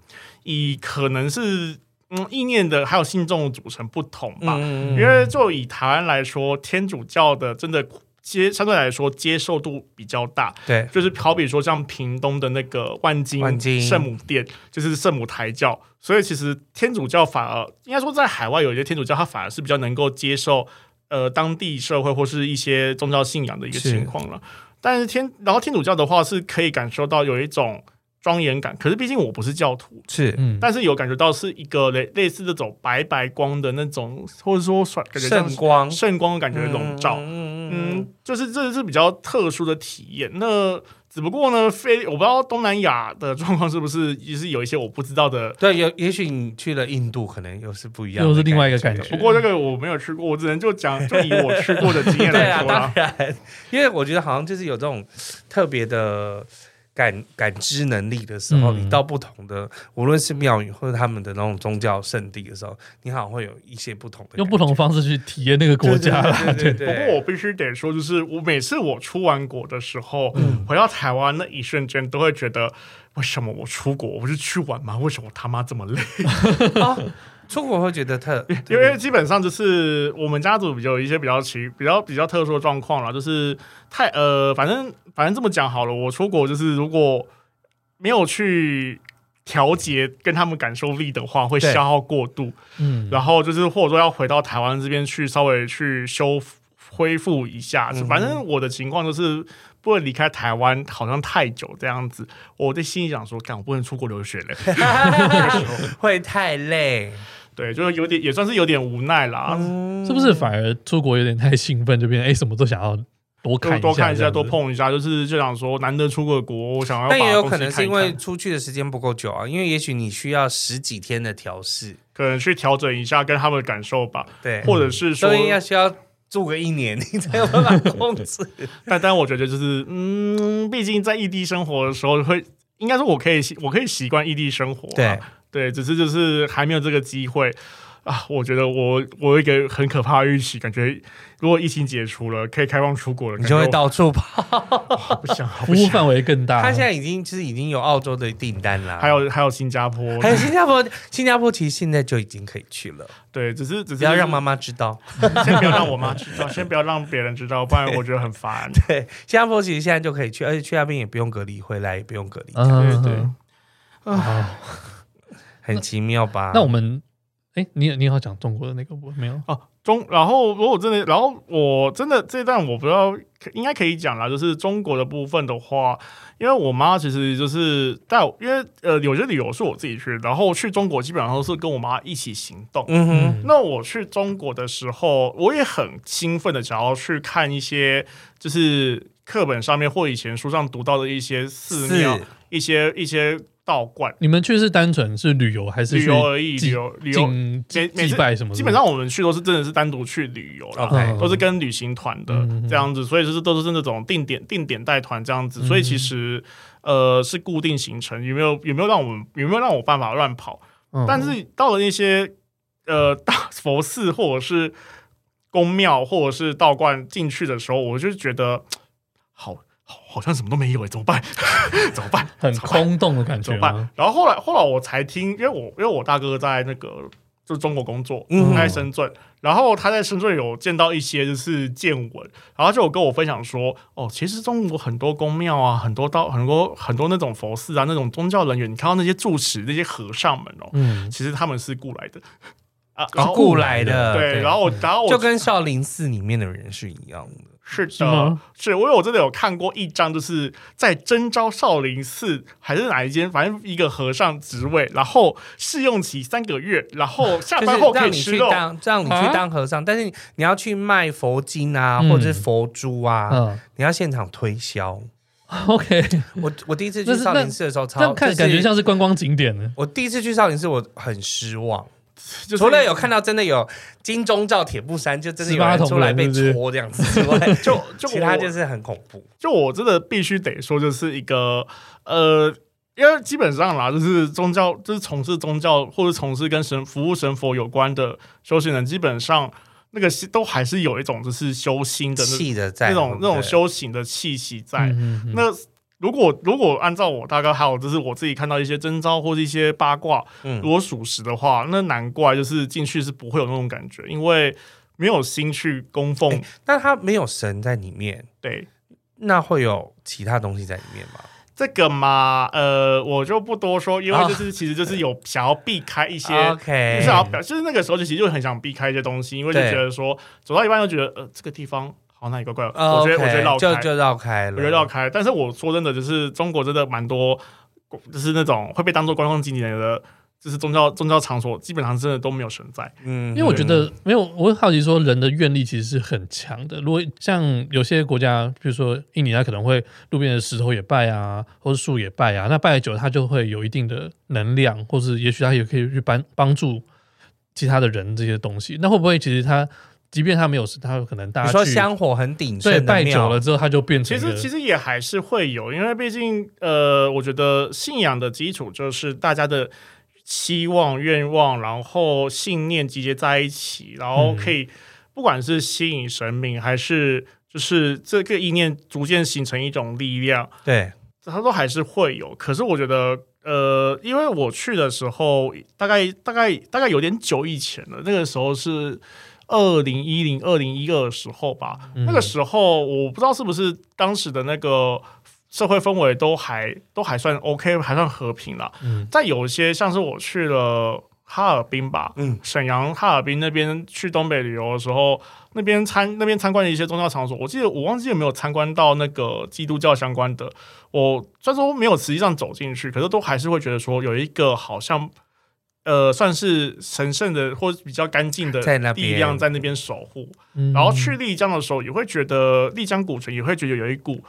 Speaker 3: 以可能是嗯意念的还有信众的组成不同吧。
Speaker 2: 嗯，
Speaker 3: 因为就以台湾来说，天主教的真的接相对来说接受度比较大，
Speaker 2: 对，
Speaker 3: 就是好比说像屏东的那个万金
Speaker 2: 万金
Speaker 3: 圣母殿，就是圣母台教，所以其实天主教反而应该说在海外有一些天主教，它反而是比较能够接受呃当地社会或是一些宗教信仰的一个
Speaker 2: 是
Speaker 3: 情况了。但是天，然后天主教的话是可以感受到有一种庄严感，可是毕竟我不是教徒，
Speaker 2: 是
Speaker 1: 嗯，
Speaker 3: 但是有感觉到是一个类类似这种白白光的那种，或者说甩感觉像
Speaker 2: 圣光
Speaker 3: 圣光的感觉笼罩。
Speaker 2: 嗯嗯
Speaker 3: 嗯，就是这是比较特殊的体验。那只不过呢，非我不知道东南亚的状况是不是也是有一些我不知道的。
Speaker 2: 对，有也许你去了印度，可能又是不一样，
Speaker 1: 又是另外一个感觉
Speaker 3: 不过这个我没有吃过，我只能
Speaker 2: [laughs]
Speaker 3: 就讲就以我吃过的经验 [laughs]
Speaker 2: 对
Speaker 3: 来
Speaker 2: 啊，
Speaker 3: 说
Speaker 2: 当
Speaker 3: 啦。
Speaker 2: 然，因为我觉得好像就是有这种特别的感感知能力的时候，
Speaker 1: 嗯
Speaker 2: 你到不同的，无论是庙宇或者他们的那种宗教圣地的时候，你好像会有一些不同的
Speaker 1: 用不同的方式去体验那个国家啦。
Speaker 2: 对对
Speaker 1: 对，
Speaker 2: 对
Speaker 3: 不过我必须得说，就是我每次我出完国的时候，
Speaker 2: 嗯
Speaker 3: 回到台湾那一瞬间，都会觉得为什么我出国我不是去玩吗？为什么我他妈这么累？
Speaker 2: 哦，出国会觉得
Speaker 3: [laughs]
Speaker 2: 特，
Speaker 3: 因为基本上就是我们家族比较有一些比较奇、比较比较特殊的状况啦，就是太呃，反正反正这么讲好了，我出国就是如果没有去。调节跟他们感受力的话，会
Speaker 2: 对
Speaker 3: 消耗过度，
Speaker 1: 嗯，
Speaker 3: 然后就是或者说要回到台湾这边去稍微去修复恢复一下
Speaker 2: 嗯。
Speaker 3: 反正我的情况就是不能离开台湾好像太久这样子，我在心里想说，干我不能出国留学了，
Speaker 2: 会太累，
Speaker 3: 对，就是有点也算是有点无奈啦。
Speaker 2: 嗯
Speaker 1: 是不是反而出国有点太兴奋，就变成哎什么都想要多看
Speaker 3: 就
Speaker 1: 一下，
Speaker 3: 多看一
Speaker 1: 这样
Speaker 3: 下，
Speaker 1: 子
Speaker 3: 多。碰一下，就是就想说，难得出个国，我想要把
Speaker 2: 但也有可
Speaker 3: 东
Speaker 2: 能
Speaker 3: 西看
Speaker 2: 是
Speaker 3: 一
Speaker 2: 因
Speaker 3: 看
Speaker 2: 为出去的时间不够久啊，因为也许你需要十几天的调试，
Speaker 3: 可能去调整一下跟他们的感受吧，
Speaker 2: 对，
Speaker 3: 或者是说
Speaker 2: 嗯所，以要需要住个一年， [laughs] 你才有办法控制。
Speaker 3: 但但我觉得就是，嗯，毕竟在异地生活的时候会，应该说我可以习我可以习惯异地生活、啊，
Speaker 2: [laughs] 对，
Speaker 3: 对，只是就是还没有这个机会啊。我觉得我我有一个很可怕的预期，感觉如果疫情解除了，可以开放出国了，
Speaker 2: 你就会
Speaker 3: 感觉
Speaker 2: 到处跑。
Speaker 3: 我不想，
Speaker 1: 服
Speaker 3: 不
Speaker 1: 务
Speaker 3: 想。
Speaker 1: 范围更
Speaker 2: [laughs]
Speaker 1: 大，
Speaker 2: 他现在已经就是已经有澳洲的订单啦，
Speaker 3: 还有还有新加坡，
Speaker 2: 还有新加坡，新加坡其实现在就已经可以去了，
Speaker 3: 对，只是只是
Speaker 2: 只要让妈妈知道。 [laughs]
Speaker 3: [laughs] 先不要让我妈知道，先不要让别人知道，不然我觉得很烦。
Speaker 2: 对，新加坡其实现在就可以去，而且去那边也不用隔离，回来也不用隔离，
Speaker 1: [laughs] 嗯，
Speaker 3: 对对
Speaker 1: 嗯嗯好
Speaker 2: 很奇妙吧？
Speaker 1: 那我们哎，你你好讲中国的那个我没有，
Speaker 3: 哦，中，然后如果真的，然后我真的这段我不知道，应该可以讲啦。就是中国的部分的话，因为我妈其实就是带我，因为呃有些旅游是我自己去，然后去中国基本上都是跟我妈一起行动。
Speaker 2: 嗯哼，
Speaker 1: 嗯
Speaker 3: 那我去中国的时候，我也很兴奋的想要去看一些，就是课本上面或以前书上读到的一些寺庙、
Speaker 2: 是
Speaker 3: 一些一些道观。
Speaker 1: 你们去是单纯是旅游还是
Speaker 3: 旅
Speaker 1: 去
Speaker 3: 游而已，
Speaker 1: 祭
Speaker 3: 旅游旅游
Speaker 1: 敬祭
Speaker 3: 每每次
Speaker 1: 祭拜什么的？
Speaker 3: 基本上我们去都是真的是单独去旅游啦，
Speaker 1: 嗯
Speaker 2: OK
Speaker 3: 都是跟旅行团的
Speaker 1: 哦嗯嗯嗯
Speaker 3: 这样子，所以就是都是那种定点定点带团这样子，
Speaker 1: 嗯
Speaker 3: 所以其实呃是固定行程，有没有有没有让我们有没有让我办法乱跑？
Speaker 1: 嗯，
Speaker 3: 但是到了那些呃大佛寺或者是宫庙或者是道观进去的时候，我就觉得好好好像什么都没有欸诶，怎么办？ [laughs] 怎么办？
Speaker 1: 很
Speaker 3: 怎么办
Speaker 1: 空洞的感
Speaker 3: 怎
Speaker 1: 觉吗
Speaker 3: 么
Speaker 2: 啊
Speaker 3: 办？？然后后来后来我才听，因为我因为我大哥在那个就中国工作，
Speaker 2: 嗯
Speaker 3: 他在深圳，然后他在深圳有见到一些就是见闻，然后就有跟我分享说，哦，其实中国很多宫庙啊，很多道很多很多那种佛寺啊，那种宗教人员，你看到那些住持那些和尚们哦，
Speaker 1: 嗯，
Speaker 3: 其实他们是雇来的啊，
Speaker 2: 是
Speaker 3: 然后
Speaker 2: 哦雇来的，
Speaker 3: 对，然后我然后我
Speaker 2: 就跟少林寺里面的人是一样的。
Speaker 3: 是
Speaker 1: 是
Speaker 3: 的
Speaker 1: 吗，
Speaker 3: 是我有真的有看过一张，就是在征召少林寺还是哪一间，反正一个和尚职位，然后试用期三个月，然后下
Speaker 2: 就是
Speaker 3: 班后可
Speaker 2: 让
Speaker 3: 以
Speaker 2: 你
Speaker 3: 吃
Speaker 2: 去
Speaker 3: 肉。
Speaker 2: 当让你去
Speaker 1: 啊
Speaker 2: 当和尚，但是你你要去卖佛经啊，
Speaker 1: 嗯
Speaker 2: 或者是佛珠啊，
Speaker 3: 呃
Speaker 1: 嗯
Speaker 2: 你要现场推销。
Speaker 1: ，OK， [laughs]
Speaker 2: 我我第一次
Speaker 1: 那
Speaker 2: 去
Speaker 1: 是
Speaker 2: 少
Speaker 1: 那
Speaker 2: 林寺的时候，
Speaker 1: 这
Speaker 2: 超
Speaker 1: 样看
Speaker 2: 就是
Speaker 1: 感觉像是观光景点呢。
Speaker 2: 我第一次去少林寺，我很失望。
Speaker 3: 就是
Speaker 2: 除了有看到真的有金钟罩铁布衫，就真的有
Speaker 1: 十八
Speaker 2: 人
Speaker 1: 铜
Speaker 2: 出来被
Speaker 1: 人是不是
Speaker 2: 戳这样子之外，
Speaker 3: 就
Speaker 2: [laughs]
Speaker 3: 就
Speaker 2: 其他
Speaker 3: 我
Speaker 2: 就是很恐怖。
Speaker 3: 就我真的必须得说，就是一个呃。因为基本上啦，就是宗教，就是从事宗教或者从事跟神服务神佛有关的修行人，基本上那个心都还是有一种就是修心的那
Speaker 2: 气的在
Speaker 3: 那种那种
Speaker 2: 修，
Speaker 3: 修行的气息在。
Speaker 1: 嗯嗯嗯
Speaker 3: 那如果如果按照我大概还有就是我自己看到一些征招或是一些八卦，如
Speaker 2: 嗯，
Speaker 3: 果属实的话，那难怪就是进去是不会有那种感觉，因为没有心去供奉。
Speaker 2: 那他没有神在里面，
Speaker 3: 对
Speaker 2: 那会有其他东西在里面吗？
Speaker 3: 这个嘛，呃，我就不多说，因为
Speaker 2: 啊
Speaker 3: 就是、其实就是有 [laughs] 想要避开一些。就
Speaker 2: OK，
Speaker 3: 是想要表，就是那个时候就其实就很想避开一些东西，因为就
Speaker 2: 对
Speaker 3: 觉得说走到一半就觉得呃这个地方好哪里怪怪的，
Speaker 2: 哦
Speaker 3: 呃我觉得我
Speaker 2: OK，
Speaker 3: 觉得绕
Speaker 2: 就
Speaker 3: 开
Speaker 2: 就绕开了，
Speaker 3: 我觉得绕开。但是我说真的，就是中国真的蛮多，就是那种会被当做观光景点的，就是宗教宗教场所，基本上真的都没有存在。
Speaker 2: 嗯，
Speaker 1: 因为我觉得没有，我会好奇说人的愿力其实是很强的。如果像有些国家，比如说印尼，它可能会路边的石头也拜啊，或者树也拜啊，那拜久了它就会有一定的能量，或是也许它也可以去帮帮助其他的人这些东西。那会不会其实它即便他没有事，他可能大
Speaker 2: 你
Speaker 1: 家
Speaker 2: 说
Speaker 1: 去
Speaker 2: 香火很鼎盛
Speaker 1: 对
Speaker 2: 的
Speaker 1: 拜久
Speaker 2: 庙
Speaker 1: 了，之后，他就变成
Speaker 3: 其
Speaker 1: 一
Speaker 3: 实
Speaker 1: 个
Speaker 3: 其实也还是会有，因为毕竟呃，我觉得信仰的基础就是大家的希望、愿望，然后信念集结在一起，然后可以不管是吸引神明，还是就是这个意念逐渐形成一种力量，
Speaker 2: 对，
Speaker 3: 它都还是会有。可是我觉得。呃，因为我去的时候大概大概大概有点久以前了，那个时候是二零一零二零一二时候吧，
Speaker 1: 嗯
Speaker 3: 那个时候我不知道是不是当时的那个社会氛围都还都还算 OK，还算和平啦。
Speaker 1: 嗯
Speaker 3: 在有一些像是我去了哈尔滨吧，
Speaker 2: 嗯，
Speaker 3: 沈阳、哈尔滨那边去东北旅游的时候，那边参那边参观的一些宗教场所，我记得我忘记有没有参观到那个基督教相关的。我虽然说没有实际上走进去，可是都还是会觉得说有一个好像。呃，算是神圣的或者比较干净的
Speaker 2: 在那边
Speaker 3: 力量在那边守护，
Speaker 1: 嗯
Speaker 3: 然后去丽江的时候，也会觉得丽江古城也会觉得有一股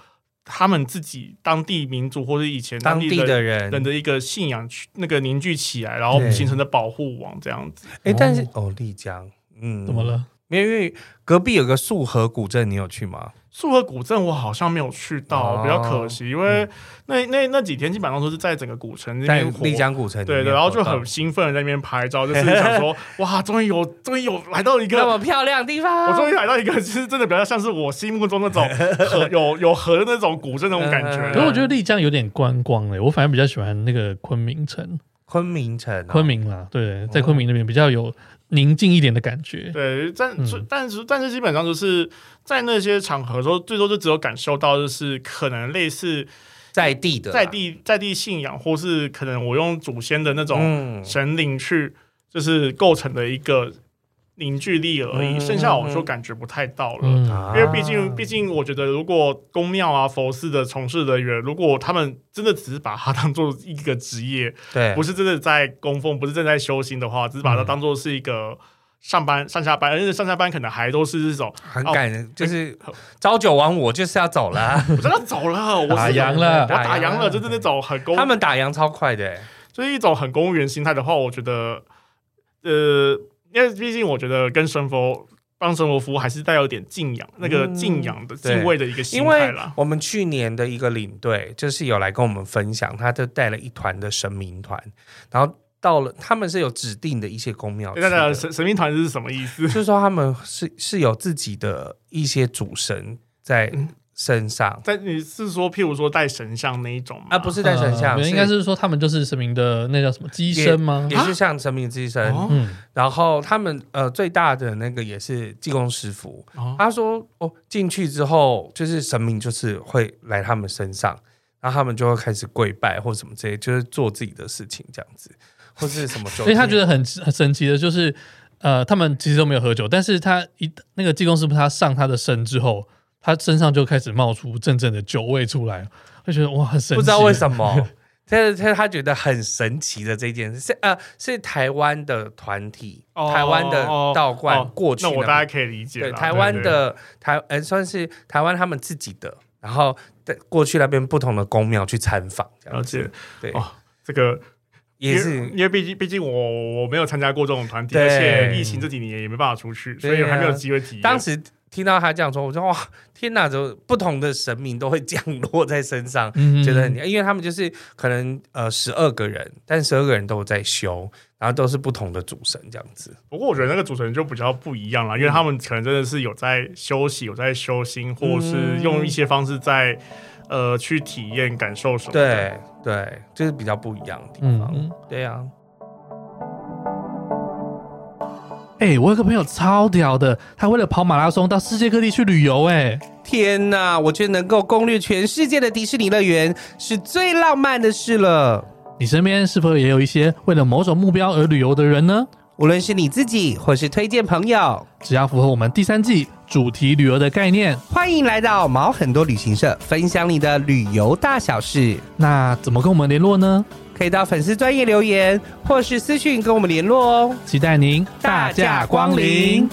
Speaker 3: 他们自己当地民族或者以前
Speaker 2: 当
Speaker 3: 当
Speaker 2: 地
Speaker 3: 地的
Speaker 2: 的人
Speaker 3: 人的一个信仰去那个凝聚起来，然后
Speaker 2: 对
Speaker 3: 形成的保护网这样子。
Speaker 2: 哎，但是哦，丽江，嗯，
Speaker 1: 怎么？了？
Speaker 2: 因为隔壁有个束河古镇，你有去吗？
Speaker 3: 束河古镇我好像没有去到，
Speaker 2: 哦嗯
Speaker 3: 比较可惜，因为那那那几天基本上都是在整个古城那
Speaker 2: 在
Speaker 3: 边活
Speaker 2: 丽江古城里面
Speaker 3: 对对，然后就
Speaker 2: 活动
Speaker 3: 很兴奋的在那边拍照，就是
Speaker 2: [laughs]
Speaker 3: 想说哇，终于有终于有来到一
Speaker 2: 那
Speaker 3: 个。
Speaker 2: 么漂亮的地方，
Speaker 3: 我终于来到一个，就是真的比较像是我心目中那种
Speaker 2: [laughs]
Speaker 3: 河有有河的那种古镇那种感觉
Speaker 2: 嗯
Speaker 3: 了。
Speaker 1: 可是我觉得丽江有点观光欸嘞、我反而比较喜欢那个昆明城，
Speaker 2: 昆明城哦，
Speaker 1: 昆明啦，对，在昆明那边比较有宁静一点的感觉。
Speaker 3: 对，但、
Speaker 1: 嗯
Speaker 3: 所以但是但是基本上就是在那些场合的时候，最多就只有感受到就是可能类似
Speaker 2: 在地的啦
Speaker 3: 在地在地信仰，或是可能我用祖先的那种
Speaker 2: 嗯
Speaker 3: 神灵去就是构成的一个凝聚力而已，
Speaker 2: 嗯
Speaker 3: 剩下我就感觉不太到了。
Speaker 1: 嗯，
Speaker 2: 啊
Speaker 3: 因为毕竟，毕竟，我觉得，如果宫庙啊、佛寺的从事人员，如果他们真的只是把它当做一个职业，
Speaker 2: 对
Speaker 3: 不是真的在供奉，不是正在修行的话，只是把它
Speaker 1: 嗯
Speaker 3: 当做是一个上班、上下班，而且上下班可能还都是这种，
Speaker 2: 很
Speaker 3: 哦
Speaker 2: 感人，就是朝九晚五，我就是要走了。
Speaker 3: 我真的走了，我
Speaker 2: 哎
Speaker 1: 打
Speaker 3: 是
Speaker 1: 烊了
Speaker 3: 我打烊了，
Speaker 2: 打烊了
Speaker 3: 就是那种很公，
Speaker 2: 哎他们打烊超快的欸，
Speaker 3: 就是一种很公务员心态的话，我觉得，呃，因为毕竟我觉得跟神佛。帮神佛服务还是带有点敬仰，
Speaker 2: 嗯
Speaker 3: 那个敬仰的、
Speaker 2: 对
Speaker 3: 敬畏的一个心
Speaker 2: 因
Speaker 3: 态
Speaker 2: 为
Speaker 3: 啦。
Speaker 2: 我们去年的一个领队就是有来跟我们分享，他就带了一团的神明团，然后到了他们是有指定的一些宫庙去
Speaker 3: 那那
Speaker 2: 的，
Speaker 3: 神神明团是什么意 [laughs] 思
Speaker 2: 就？是说他们是是有自己的一些主神在
Speaker 3: 嗯
Speaker 2: 身上，
Speaker 3: 在你是说，譬如说带神像那一种吗？
Speaker 2: 啊，不是带神像，
Speaker 1: 呃应该是说他们就是神明的那叫什么机身吗
Speaker 2: 也？是像神明之神，
Speaker 3: 啊哦
Speaker 1: 嗯，
Speaker 2: 然后他们呃最大的那个也是济公师傅，
Speaker 3: 哦
Speaker 2: 他说哦进去之后就是神明就是会来他们身上，然后他们就会开始跪拜或什么之类，就是做自己的事情这样子，或是什么酒精。
Speaker 1: 所以他觉得很很神奇的就是，呃，他们其实都没有喝酒，但是他一那个济公师傅他上他的身之后，他身上就开始冒出阵阵的酒味出来，会觉得哇，很神奇，
Speaker 2: 不知道为什么。但是他他觉得很神奇的这件事是呃是台湾的团体，
Speaker 3: 哦
Speaker 2: 台湾的道
Speaker 3: 哦
Speaker 2: 观
Speaker 3: 哦
Speaker 2: 过去
Speaker 3: 那
Speaker 2: 那
Speaker 3: 我
Speaker 2: 边
Speaker 3: 大概可以理解啦。
Speaker 2: 对台湾
Speaker 3: 对
Speaker 2: 的台呃算是台湾他们自己的，然后在过去那边不同的宫庙去参访，这
Speaker 3: 对
Speaker 2: 样
Speaker 3: 了
Speaker 2: 子
Speaker 3: 解
Speaker 2: 对，
Speaker 3: 哦这个
Speaker 2: 也
Speaker 3: 呃因为嗯
Speaker 2: 是
Speaker 3: 因为毕竟毕竟我我没有参加过这种团体，
Speaker 2: 对
Speaker 3: 而且疫情这几年也没办法出去，所以
Speaker 2: 对啊
Speaker 3: 还没有机会体验。
Speaker 2: 当时听到他这样说，我说哇天哪，怎么不同的神明都会降落在身上，
Speaker 1: 嗯
Speaker 2: 觉得很，因为他们就是可能呃十二个人，但十二个人都有在修，然后都是不同的主神这样子，
Speaker 3: 不过我觉得那个主持人就比较不一样了，因为他们可能真的是有在休息，有在修心，或是用一些方式在呃去体验感受什么的。
Speaker 2: 对对，就是比较不一样的地
Speaker 1: 嗯
Speaker 2: 方，
Speaker 1: 嗯。
Speaker 2: 对啊，
Speaker 1: 哎、我有个朋友超屌的，他为了跑马拉松到世界各地去旅游、哎，
Speaker 2: 天呐，我觉得能够攻略全世界的迪士尼乐园是最浪漫的事了。
Speaker 1: 你身边是否也有一些为了某种目标而旅游的人呢？
Speaker 2: 无论是你自己或是推荐朋友，
Speaker 1: 只要符合我们第三季主题旅游的概念，
Speaker 2: 欢迎来到毛很多旅行社，分享你的旅游大小事。
Speaker 1: 那怎么跟我们联络呢？
Speaker 2: 可以到粉丝专业留言，或是私讯跟我们联络哦。
Speaker 1: 期待您
Speaker 2: 大驾光临。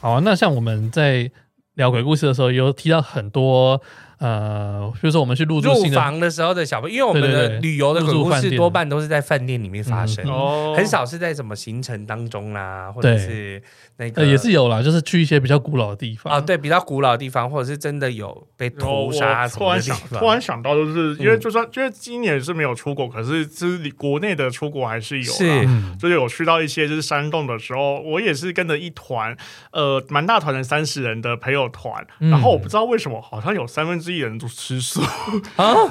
Speaker 1: 好，那像我们在聊鬼故事的时候，有提到很多呃，比如说我们去入住
Speaker 2: 入
Speaker 1: 新的，
Speaker 2: 房的时候的小朋友，因为我们
Speaker 1: 对对
Speaker 2: 的
Speaker 1: 对
Speaker 2: 旅游的
Speaker 1: 入
Speaker 2: 鬼
Speaker 1: 住
Speaker 2: 故
Speaker 1: 饭
Speaker 2: 事
Speaker 1: 店嗯
Speaker 2: 多半都是在饭店里面发生，
Speaker 3: 哦
Speaker 2: 很少是在什么行程当中啦，或者
Speaker 1: 对
Speaker 2: 是那个
Speaker 1: 呃，也是有啦，就是去一些比较古老的地方
Speaker 2: 啊，，对，比较古老的地方，或者是真的有被
Speaker 3: 然后
Speaker 2: 屠
Speaker 3: 我
Speaker 2: 杀什
Speaker 3: 突
Speaker 2: 么
Speaker 3: 然
Speaker 2: 的地
Speaker 3: 想，
Speaker 2: 方。嗯
Speaker 3: 突然想到，就是因为就算因为今年是没有出国，可是就是国内的出国还是有啦。
Speaker 2: 是
Speaker 1: 嗯，
Speaker 3: 就是有去到一些就是山洞的时候，我也是跟着一团，呃，蛮大团的三十人的朋友团，
Speaker 1: 嗯
Speaker 3: 然后我不知道为什么，好像有三分之一的人都吃素，
Speaker 2: 啊，
Speaker 3: [laughs]
Speaker 1: 哦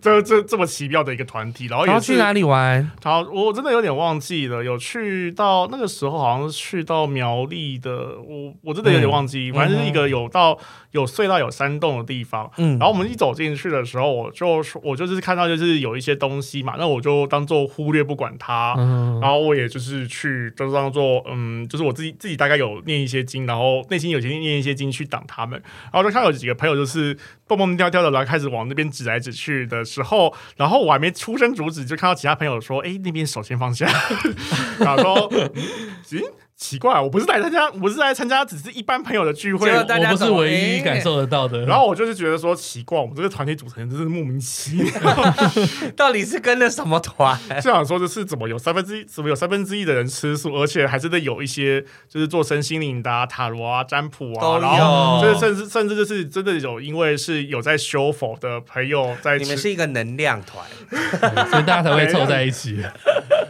Speaker 3: 这这这么奇妙的一个团体，然
Speaker 2: [laughs]
Speaker 3: 后
Speaker 2: 然
Speaker 3: 也
Speaker 2: 后
Speaker 3: 是
Speaker 2: 哦去哪里玩？
Speaker 3: 好，我真的有点忘记了，有去到那个时候好像是去到苗栗的，我我真的有点忘记，
Speaker 2: 嗯
Speaker 3: 反正就是一
Speaker 2: 嗯
Speaker 3: 个有到有隧道有山洞的地方。
Speaker 2: 嗯，
Speaker 3: 然后我们一走进去的时候，我就说我就是看到就是有一些东西嘛，那我就当做忽略不管它。
Speaker 1: 嗯
Speaker 3: 然后我也就是去，就是当做嗯，就是我自己自己大概有念一些经，然后内心有些念一些经去挡他们。然后就看到有几个朋友就是蹦蹦跳跳的，然后开始往那边指来指去的时候，然后我还没出声阻止，就看到其他朋友说：“哎，那边手先放下。” [laughs] 然后说：“咦、奇怪，我不是来参加，我不是来参加，只是一般朋友的聚会
Speaker 2: 结。果
Speaker 1: 我
Speaker 2: 大家
Speaker 1: 不是
Speaker 2: 怎么
Speaker 1: 唯一
Speaker 2: 哎
Speaker 1: 感受得
Speaker 2: [laughs]
Speaker 1: 到的，”
Speaker 3: 然后我就是觉得说奇怪，我们这个团体组成真是莫名其妙。 [laughs]
Speaker 2: 到底是跟了什么团？
Speaker 3: 就想说，就是怎么有三分之一，怎么有三分之一的人吃素，而且还真的有一些就是做身心灵的、啊、塔罗啊、占卜
Speaker 2: 都
Speaker 3: 啊，
Speaker 2: 有
Speaker 3: 然后就是甚至甚至就是真的有，因为是有在修佛的朋友在
Speaker 2: 你们
Speaker 3: 吃，
Speaker 2: 是一个能量团，
Speaker 1: 所以大家才会凑在
Speaker 2: [laughs]
Speaker 1: 一起。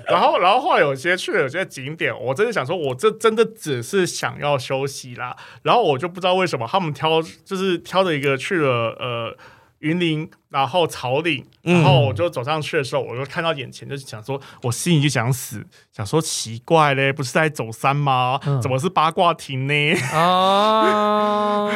Speaker 3: 然后然后后来有些去了有些景点，我真的想说，我这真的只是想要休息啦，然后我就不知道为什么他们挑就是挑了一个去了呃。云林，然后草岭，然后我就走上去的时候，我就看到眼前，就是想说，我心里就想死，想说奇怪嘞，不是在走山吗？
Speaker 1: 嗯
Speaker 3: 怎么是八卦亭呢？ [laughs]
Speaker 2: 哦，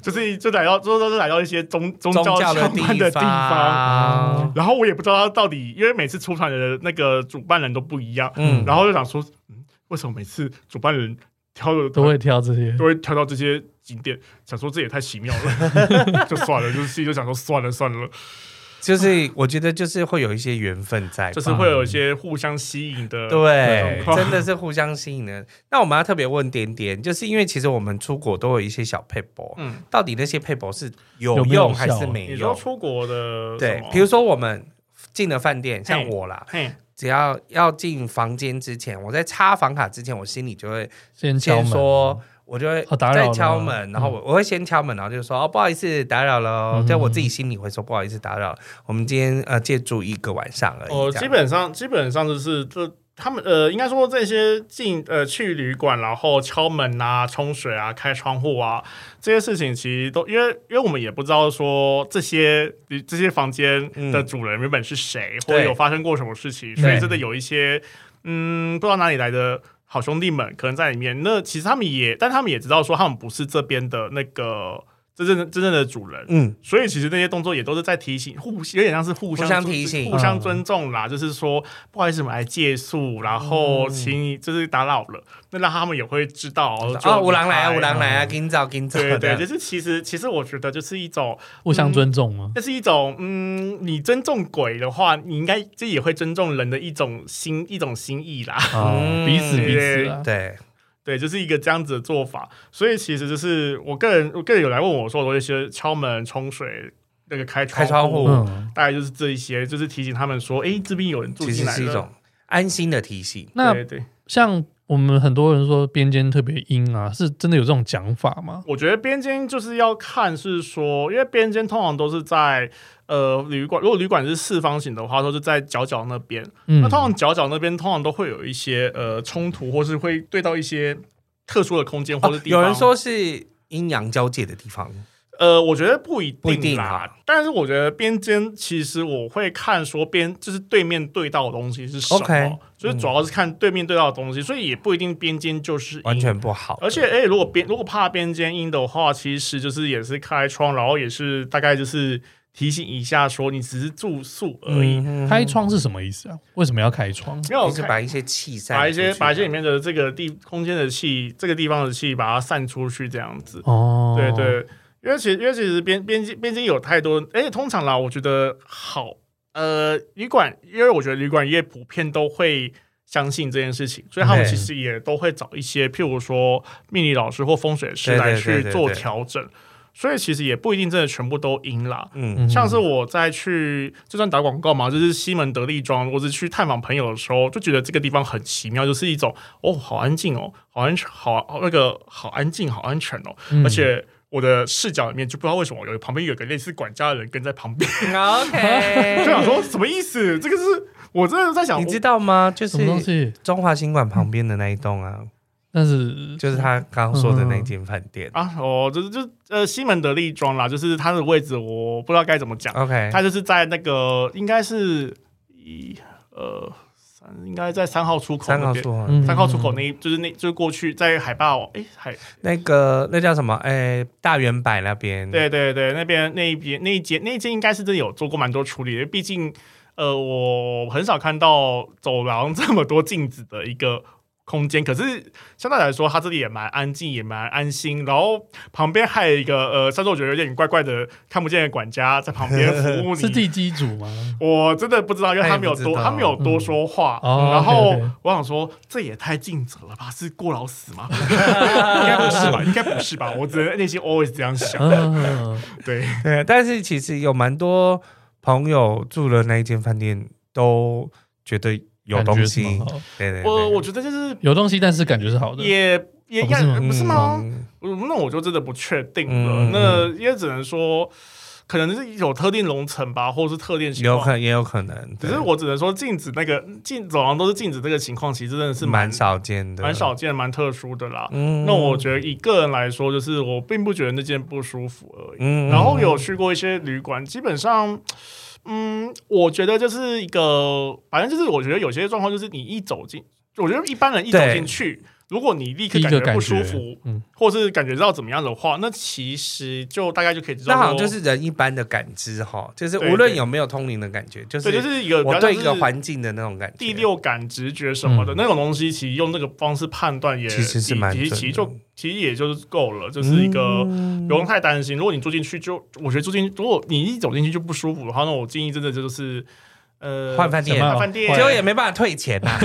Speaker 3: 就是就来到，就是来到一些宗 [laughs] 宗
Speaker 2: 宗
Speaker 3: 教
Speaker 2: 教的
Speaker 3: 相
Speaker 2: 地
Speaker 3: 关的地方。
Speaker 2: 方，
Speaker 3: 然后我也不知道到底，因为每次出团的那个主办人都不一样，
Speaker 2: 嗯
Speaker 3: 然后就想说，嗯，为什么每次主办人挑的
Speaker 1: 都会挑这些
Speaker 3: 都会挑到这些景点？想说这也太奇妙了， [laughs] 就算了，就是心里就想说算了算了，
Speaker 2: 就是我觉得就是会有一些缘分在吧，
Speaker 3: 就是会有一些互相吸引的，
Speaker 2: 对
Speaker 3: 那，种
Speaker 2: 真的是互相吸引的。那我们要特别问点点，就是因为其实我们出国都有一些小配博，
Speaker 3: 嗯，
Speaker 2: 到底那些配博是
Speaker 1: 有
Speaker 2: 有
Speaker 1: 没有
Speaker 2: 用还
Speaker 1: 效
Speaker 2: 是
Speaker 1: 啊
Speaker 2: 没
Speaker 3: 你
Speaker 2: 用
Speaker 3: 说？出国的什
Speaker 2: 对
Speaker 3: 么，
Speaker 2: 比如说我们进了饭店，像
Speaker 3: 嘿
Speaker 2: 我啦，
Speaker 3: 嘿，
Speaker 2: 只要要进房间之前，我在插房卡之前，我心里就会
Speaker 1: 先敲
Speaker 2: 先
Speaker 1: 门，
Speaker 2: 说，我就会
Speaker 1: 哦打扰
Speaker 2: 再
Speaker 1: 了
Speaker 2: 敲
Speaker 3: 嗯
Speaker 2: 门，然后我我会先敲门，然后就说哦不好意思打扰了哦，
Speaker 1: 嗯
Speaker 2: 在我自己心里会说不好意思打扰了，我们今天呃借住一个晚上而已。
Speaker 3: 哦，
Speaker 2: 这样
Speaker 3: 基本上基本上就是这。他们呃，应该说这些进呃去旅馆，然后敲门啊、冲水啊、开窗户啊，这些事情其实都因为因为我们也不知道说这些这些房间的主人原本是谁，或者
Speaker 2: 嗯对
Speaker 3: 有发生过什么事情，所以
Speaker 1: 对
Speaker 3: 真的有一些嗯不知道哪里来的好兄弟们可能在里面。那其实他们也，但他们也知道说他们不是这边的那个真正的真正的主人，
Speaker 2: 嗯，
Speaker 3: 所以其实那些动作也都是在提醒，互有点像是互相
Speaker 2: 互相提醒嗯
Speaker 3: 互相尊重啦。就是说，不好意思，我们来借宿，然后请你就是打扰了，那让他们也会知道
Speaker 2: 嗯哦五郎来啊，五郎。
Speaker 3: 就离开
Speaker 2: 来啊，今早今早
Speaker 3: [laughs] 对
Speaker 2: 这 [laughs]
Speaker 3: 对，
Speaker 2: 样
Speaker 3: 就是其实其实我觉得就是一种，
Speaker 1: 互
Speaker 2: 嗯
Speaker 1: 相尊重嘛。
Speaker 3: 这是一种嗯，你尊重鬼的话，你应该这也会尊重人的一种心一种心意啦。 [laughs]
Speaker 1: 啊
Speaker 2: 嗯，
Speaker 1: 彼此彼此啊，
Speaker 2: 对，
Speaker 3: 对，就是一个这样子的做法。所以其实就是我个人，我个人有来问我说，我一些敲门、冲水、那个开
Speaker 2: 开窗户
Speaker 1: 嗯，
Speaker 3: 大概就是这一些，就是提醒他们说，诶，这边有人住
Speaker 2: 其
Speaker 3: 进
Speaker 2: 实
Speaker 3: 来
Speaker 2: 是一
Speaker 3: 了。
Speaker 2: 种安心的提醒。
Speaker 1: 那
Speaker 3: 对对，
Speaker 1: 像我们很多人说边间特别阴啊，是真的有这种讲法吗？
Speaker 3: 我觉得边间就是要看是说，因为边间通常都是在呃旅馆，如果旅馆是四方形的话，都是在角角那边。
Speaker 1: 嗯
Speaker 3: 那通常角角那边通常都会有一些呃冲突，或是会对到一些特殊的空间或
Speaker 2: 哦
Speaker 3: 者地方。
Speaker 2: 有人说是阴阳交界的地方，
Speaker 3: 呃，我觉得不一
Speaker 2: 不一
Speaker 3: 定
Speaker 2: 定
Speaker 3: 啦
Speaker 2: 啊，
Speaker 3: 但是我觉得边间其实我会看说边就是对面对到的东西是什么
Speaker 2: OK，
Speaker 3: 就是主要是看对面对到的东西，所以也不一定边间就是阴
Speaker 2: 完全不好。
Speaker 3: 而且，哎、如果边如果怕边间阴的话，其实就是也是开窗，然后也是大概就是提醒一下，说你只是住宿而已，
Speaker 2: 嗯
Speaker 1: 开窗是什么意思啊？为什么要开窗？
Speaker 3: 没有
Speaker 2: 就是
Speaker 3: 开
Speaker 2: 把一些气散出
Speaker 3: 把
Speaker 2: 去，啊
Speaker 3: 一些把一些里面的这个地空间的气，这个地方的气，把它散出去，这样子。
Speaker 1: 哦，
Speaker 3: 对，对，因为其实因为其实边边境边境有太多，而且通常啦，我觉得好，呃，旅馆，因为我觉得旅馆业普遍都会。相信这件事情，所以他们
Speaker 2: 对
Speaker 3: 其实也都会找一些，譬如说命理老师或风水师
Speaker 2: 对对
Speaker 3: 来
Speaker 2: 对
Speaker 3: 去
Speaker 2: 对
Speaker 3: 做
Speaker 2: 对
Speaker 3: 调整。所以其实也不一定真的全部都赢啦。
Speaker 2: 嗯
Speaker 1: 嗯
Speaker 3: 像是我在去就算打广告嘛，就是西门德利庄，我是去探访朋友的时候，就觉得这个地方很奇妙，就是一种哦，好安静哦，好安全，好好那个好安静，好安全哦，
Speaker 1: 嗯
Speaker 3: 而且。我的视角里面就不知道为什么有旁边有个类似管家的人跟在旁 [laughs] 边，
Speaker 2: [laughs]
Speaker 3: [laughs] 就想
Speaker 2: ，OK，
Speaker 3: 说什么意思？这个是我真的在想，
Speaker 2: 你知道吗？就
Speaker 1: 什么东
Speaker 2: 是
Speaker 1: 西？
Speaker 2: 中华新馆旁边的那一栋啊，
Speaker 1: 但是
Speaker 2: 就是他刚刚说的那间饭店。
Speaker 3: 啊，哦，就是就呃西门德利庄啦，就是它的位置我不知道该怎么讲，
Speaker 2: OK，
Speaker 3: 它就是在那个应该是一呃三，应该在三号出口
Speaker 2: 三
Speaker 3: 那
Speaker 2: 号
Speaker 3: 边。
Speaker 2: 出口
Speaker 1: 嗯
Speaker 3: 三号出口那一，就是那，就是过去在海霸王，哎、海，
Speaker 2: 那个那叫什么？哎，大圆柏那边。
Speaker 3: 对对对，那边那一边那一间那一间应该是真的有做过蛮多处理的，毕竟呃，我很少看到走廊这么多镜子的一个空间，可是相对来说，它这里也蛮安静，也蛮安心，然后旁边还有一个呃，算是我觉得有点怪怪的看不见的管家在旁边服
Speaker 1: [laughs]
Speaker 3: 务
Speaker 1: 是
Speaker 3: 你。
Speaker 1: 地基组 [laughs] 吗？
Speaker 3: 我真的不知道，因为他没有
Speaker 2: 他也不
Speaker 3: 多，
Speaker 2: 知道
Speaker 3: 他没有多说话。
Speaker 1: 嗯哦
Speaker 3: 然后
Speaker 1: OK，OK
Speaker 3: 我想说，这也太尽责了吧？是过劳死
Speaker 2: [laughs]
Speaker 3: 吗？应该不是吧？应该不是吧？我只能内心 always 这样想。
Speaker 1: 嗯，
Speaker 3: 对，
Speaker 2: 对，但是其实有蛮多朋友住了那一间饭店，都觉得有东
Speaker 1: 感觉
Speaker 2: 西
Speaker 1: 是。蛮好
Speaker 2: 对对对，
Speaker 3: 我我觉得就是
Speaker 1: 有东西，但是感觉是好的。
Speaker 3: 也也
Speaker 1: 哦
Speaker 3: 应
Speaker 1: 不
Speaker 3: 该
Speaker 1: 是吗
Speaker 3: 不是吗？
Speaker 2: 嗯
Speaker 3: 我那我就真的不确定
Speaker 2: 嗯嗯
Speaker 3: 了。那也只能说，可能是有特定楼层吧，或者是特定
Speaker 1: 嗯
Speaker 3: 情
Speaker 2: 有可
Speaker 3: 况。
Speaker 2: 能也有可能，
Speaker 3: 只
Speaker 2: 对
Speaker 3: 是我只能说，禁止那个禁走廊都是禁止这个情况，其实真的是
Speaker 2: 蛮少见的，
Speaker 3: 蛮少见、蛮特殊的啦。
Speaker 2: 嗯。嗯
Speaker 3: 那我觉得以个人来说，就是我并不觉得那件不舒服而已。
Speaker 2: 嗯
Speaker 3: 然后有去过一些旅馆，基本上，嗯，我觉得就是一个，反正就是我觉得有些状况就是你一走进，我觉得一般人一走
Speaker 2: 对
Speaker 3: 进去，如果你立刻
Speaker 1: 第一
Speaker 3: 感
Speaker 1: 个
Speaker 3: 觉
Speaker 1: 感
Speaker 3: 不
Speaker 1: 觉
Speaker 3: 舒服，，
Speaker 1: 嗯，
Speaker 3: 或是感觉到怎么样的话，那其实就大概就可以知
Speaker 2: 那
Speaker 3: 道说，
Speaker 2: 好像就是人一般的感知哈，就是
Speaker 3: 对
Speaker 2: 无论
Speaker 3: 对
Speaker 2: 有没有通灵的感觉，就
Speaker 3: 对，就是是一个比
Speaker 2: 我
Speaker 3: 较
Speaker 2: 对
Speaker 3: 像
Speaker 2: 一个
Speaker 3: 是
Speaker 2: 环境的那种感觉。
Speaker 3: 第六感、直觉什么的、
Speaker 1: 嗯
Speaker 3: 那种东西，其实用这个方式判断也
Speaker 2: 其实是
Speaker 3: 也
Speaker 2: 蛮
Speaker 3: 其实
Speaker 2: 准
Speaker 3: 其
Speaker 2: 的
Speaker 3: 实就其实也就是够了，就是一个。
Speaker 2: 嗯
Speaker 3: 不用太担心。如果你住进去就，我觉得住进，如果你一走进去就不舒服的话，那我建议真的就是，呃，
Speaker 2: 换饭
Speaker 1: 什
Speaker 2: 店
Speaker 1: 么，
Speaker 3: 换饭店，
Speaker 2: 结
Speaker 1: 换
Speaker 2: 果也没办法退钱啊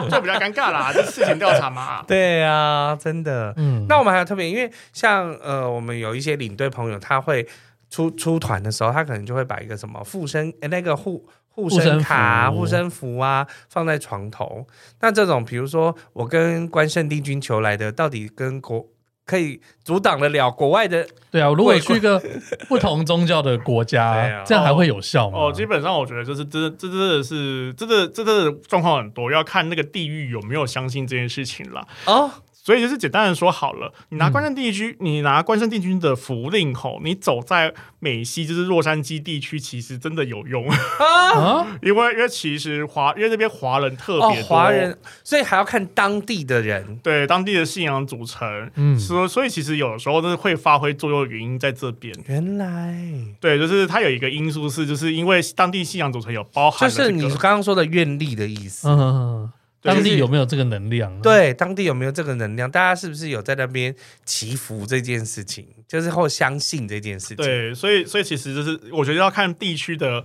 Speaker 2: 呐。
Speaker 3: [laughs] 就比较尴尬啦，这事前调
Speaker 2: [laughs]
Speaker 3: 查嘛。
Speaker 2: 对啊，真的。
Speaker 1: 嗯
Speaker 2: 那我们还有特别，因为像呃，我们有一些领队朋友，他会出出团的时候，他可能就会把一个什么护身、呃、那个护护
Speaker 1: 护身
Speaker 2: 身卡啊、
Speaker 1: 符
Speaker 2: 护身符啊放在床头。那这种，比如说我跟关圣帝君求来的，到底跟国可以阻挡得了国外的？
Speaker 1: 对啊，如果
Speaker 2: 贵
Speaker 1: 去一个不同宗教的国
Speaker 3: [laughs]
Speaker 2: 对
Speaker 1: 家
Speaker 2: 啊，
Speaker 1: 这样还会有效吗？
Speaker 3: 哦，基本上我觉得就是真的，这真的是，真的，这真的状况很多，要看那个地域有没有相信这件事情啦。
Speaker 2: 哦，
Speaker 3: 所以就是简单的说好了，你拿关圣
Speaker 2: 嗯
Speaker 3: 地区，你拿关圣地区的符令吼，你走在美西，就是洛杉矶地区，其实真的有用， [laughs]
Speaker 1: 啊，
Speaker 3: 因为因为其实华，因为那边华人特
Speaker 2: 哦
Speaker 3: 别，多
Speaker 2: 华人，所以还要看当地的人。
Speaker 3: 对当地的信仰组成。
Speaker 1: 嗯，
Speaker 3: 所所以其实有的时候就是会发挥作用的原因在这边，
Speaker 2: 原来
Speaker 3: 对，就是它有一个因素是，就是因为当地信仰组成有包
Speaker 2: 就
Speaker 3: 含了、这
Speaker 2: 是
Speaker 3: 个，
Speaker 2: 你刚刚说的愿力的意思。
Speaker 1: 嗯嗯，嗯
Speaker 3: 对
Speaker 1: 当
Speaker 3: 就
Speaker 1: 地
Speaker 3: 是
Speaker 1: 有没有这个能量？，啊
Speaker 2: 对，当地有没有这个能量？大家是不是有在那边祈福这件事情，就是或相信这件事情？
Speaker 3: 对，所以所以其实就是我觉得要看地区的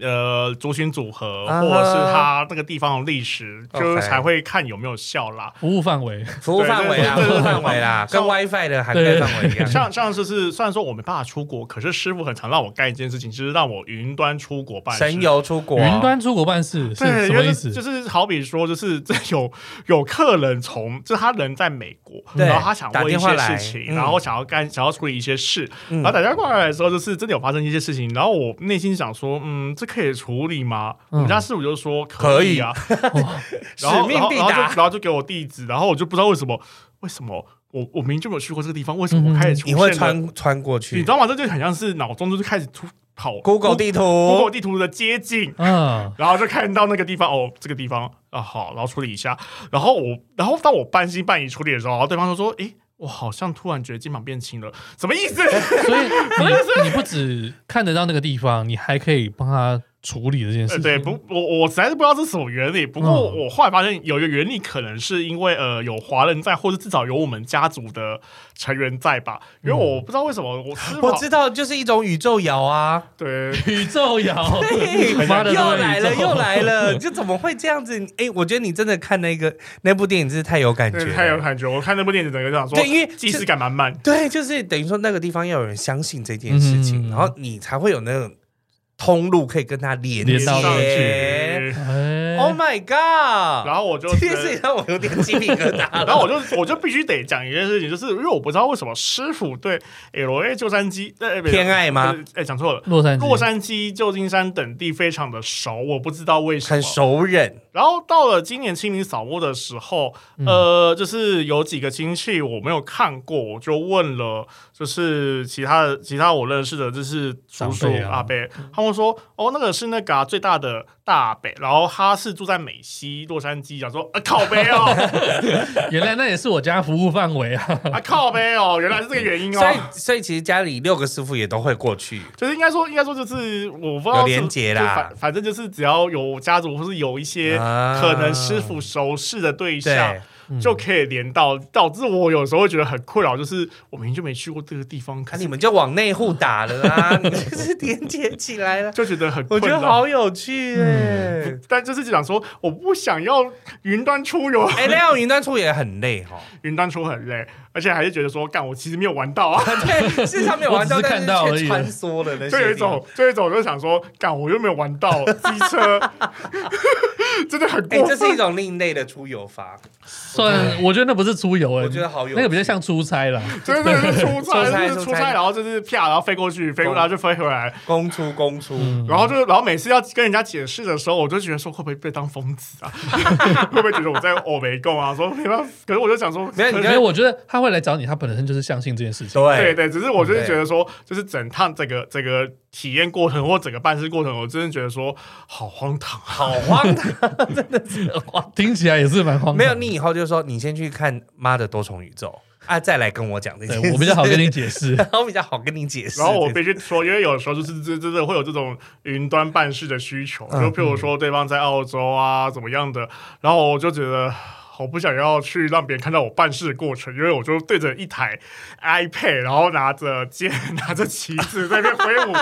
Speaker 3: 呃族群组合，
Speaker 2: 啊哈
Speaker 3: 或者是它那个地方的历史，就是
Speaker 2: OK
Speaker 3: 才会看有没有效啦。
Speaker 1: 服务范围，
Speaker 2: 服务范围啊，
Speaker 3: 对
Speaker 2: 服
Speaker 3: 对对
Speaker 2: 务范围啦，跟
Speaker 3: 像
Speaker 2: WiFi 的涵盖范围一样。
Speaker 3: 像像就是虽然说我没办法出国，可是师傅很常让我干一件事情，就是让我云端出国办事
Speaker 2: 神游出国，
Speaker 1: 云端出国办事是
Speaker 3: 对，
Speaker 1: 什
Speaker 3: 因
Speaker 1: 么
Speaker 3: 为
Speaker 1: 意
Speaker 3: 就
Speaker 1: 思？
Speaker 3: 就是好比说，就是这有有客人从，就是他人在美国，
Speaker 2: 对
Speaker 3: 然后他想
Speaker 2: 打
Speaker 3: 问一
Speaker 2: 电话
Speaker 3: 些
Speaker 2: 来
Speaker 3: 事
Speaker 2: 嗯
Speaker 3: 情，然后想要干想要处理一些事，
Speaker 2: 嗯
Speaker 3: 然后打电话过来的时候，就是真的有发生一些事情，然后我内心想说，嗯，这可以处理吗？
Speaker 1: 嗯
Speaker 3: 我们家师傅就说
Speaker 2: 可以
Speaker 3: 以
Speaker 2: [laughs]
Speaker 3: 啊，
Speaker 1: 哇
Speaker 2: 使
Speaker 3: 然后
Speaker 2: 命
Speaker 3: 然后
Speaker 2: 必
Speaker 3: 然后就
Speaker 2: 达。
Speaker 3: 然后就给我地址，然后我就不知道为什么，为什么我我明明就没有去过这个地方，为什么我开始
Speaker 2: 嗯
Speaker 3: 出
Speaker 2: 你会
Speaker 3: 现了？
Speaker 2: 穿穿过
Speaker 3: 你
Speaker 2: 去
Speaker 3: 知道吗？这就很像是脑中就是开始出跑
Speaker 2: ？Google 地
Speaker 3: Google
Speaker 2: 图，
Speaker 3: 地图的街景。
Speaker 1: 嗯，
Speaker 3: 然后就看到那个地方，哦，这个地方啊，好，然后处理一下。然后我，然后当我半信半疑处理的时候，然后对方就说：“诶，我好像突然觉得肩膀变轻了，什么意思？
Speaker 1: 所以你你不只看得到那个地方，你还可以帮他处理这件事
Speaker 3: 呃，
Speaker 1: 情。
Speaker 3: 对，不，我我实在是不知道这是什么原理。不过
Speaker 1: 嗯
Speaker 3: 我后来发现有一个原理，可能是因为呃有华人在，或者至少有我们家族的成员在吧。因为我不知道为什么我吃
Speaker 2: 我
Speaker 3: 饱，
Speaker 2: 知道，就是一种宇宙摇啊！
Speaker 3: 对，
Speaker 1: 宇宙摇，
Speaker 2: 嘿
Speaker 1: 妈的
Speaker 2: 又来了，
Speaker 1: 都是宇宙
Speaker 2: 又来了！就怎么会这样子？哎、我觉得你真的看那个那部电影，真是太有感觉
Speaker 3: 对
Speaker 2: 了，
Speaker 3: 太有感觉。我看那部电影整个就想说，
Speaker 2: 对因为
Speaker 3: 即
Speaker 2: 这
Speaker 3: 视感满满。
Speaker 2: 对，就是等于说那个地方要有人相信这件事情，
Speaker 1: 嗯
Speaker 2: 然后你才会有那种通路可以跟他连
Speaker 1: 连到上
Speaker 2: 接。
Speaker 3: 去，
Speaker 1: 哎
Speaker 2: Oh my god！
Speaker 3: 然后我就
Speaker 2: [laughs] 这件事情让我有点鸡皮疙瘩
Speaker 3: 然
Speaker 2: 了。
Speaker 3: 后我就我就必须得讲一件事情，就是因为我不知道为什么师傅对 L A 旧山鸡呃
Speaker 2: 偏爱吗？嗯
Speaker 3: 哎，讲错了。
Speaker 1: 洛杉矶，
Speaker 3: 洛杉矶、旧金山等地非常的熟，我不知道为什么
Speaker 2: 很。熟人，
Speaker 3: 然后到了今年清明扫墓的时候，
Speaker 1: 嗯
Speaker 3: 呃，就是有几个亲戚我没有看过，我就问了，就是其他的其他我认识的，就是叔叔
Speaker 1: 长辈啊
Speaker 3: 阿伯，他们说，哦，那个是那个、啊、最大的大阿伯，然后他是住在美西洛杉矶，讲说啊靠背哦，
Speaker 1: 原来那也是我家服务范围啊。
Speaker 3: [laughs] 啊靠背哦，原来是这个原因
Speaker 2: 所以
Speaker 3: 哦。
Speaker 2: 所以其实家里六个师傅也都会过去。
Speaker 3: 就是应该说，应该说就是我不知道
Speaker 2: 有
Speaker 3: 是
Speaker 2: 连结啦
Speaker 3: 就反反正就是只要有家族或是有一些
Speaker 2: 啊
Speaker 3: 可能师傅熟识的对象，
Speaker 2: 对，
Speaker 3: 就可以连到，导致我有时候会觉得很困扰，就是我明明就没去过这个地方，
Speaker 2: 啊
Speaker 3: 看
Speaker 2: 你们就往内户打了
Speaker 3: [laughs]
Speaker 2: 啊，你们就是连接起来了。
Speaker 3: 就觉得很
Speaker 2: 我
Speaker 3: 困
Speaker 2: 觉得
Speaker 3: 扰。
Speaker 2: 好有趣哎、
Speaker 1: 嗯
Speaker 3: 但就是讲说，我不想要云端出游，
Speaker 2: 哎、那样云端处也很累
Speaker 3: [laughs]
Speaker 2: 哈、
Speaker 3: 云端出很累，而且还是觉得说，干我其实没有玩到啊，
Speaker 2: 对，是上面有玩到，
Speaker 1: 我只是
Speaker 2: 但
Speaker 1: 看到而
Speaker 2: 是却
Speaker 1: 已
Speaker 2: 穿梭了那些地
Speaker 3: 就
Speaker 2: 方。
Speaker 3: 有一种，就有一种就想说，干我又没有玩到机车， [laughs] 真的很
Speaker 2: 哎、
Speaker 3: 过
Speaker 2: 这
Speaker 3: 分
Speaker 2: 是一。种另类的出游法，
Speaker 1: 算， [laughs] 我觉得那不是出游哎，
Speaker 2: 我觉得好有
Speaker 1: 那个比较像出差啦。
Speaker 3: 真的是出
Speaker 2: 出差
Speaker 3: 差，就是
Speaker 2: 出
Speaker 3: 出
Speaker 2: 差
Speaker 3: 差，然后就是啪，然后飞过去，飞
Speaker 2: 哦
Speaker 3: 过，然后就飞回来，
Speaker 2: 公出公出。
Speaker 1: 嗯
Speaker 3: 然后就是，然后每次要跟人家解释的时候，我就觉得说会不会被当疯子啊？会不会觉得我在欧美共啊？说没办法，可是我就想说，
Speaker 2: 没有，你
Speaker 1: 因
Speaker 2: 就
Speaker 1: 为我觉得他会来找你，他本身就是相信这件事情。
Speaker 3: 对
Speaker 2: 对
Speaker 3: 对，只是我就是觉得说，就是整趟这个这个体验过程或整个办事过程，我真的觉得说好荒唐啊！
Speaker 2: 好荒唐，真的是很荒。
Speaker 1: 听起来也是蛮荒唐。
Speaker 2: 没有，你以后就说你先去看《妈的多重宇宙》啊，再来跟我讲这件事。。
Speaker 1: 对我比较好跟你，解
Speaker 2: [laughs]
Speaker 1: 释
Speaker 2: 然后比较好跟你解释。
Speaker 3: 然后我必须说，因为有时候就是 [laughs] 真真的会有这种云端办事的需求，就譬如说对方在澳洲啊怎么样的，然后我就觉得。我不想要去让别人看到我办事的过程，因为我就对着一台 iPad，然后拿着剑、拿着旗子在那边挥舞，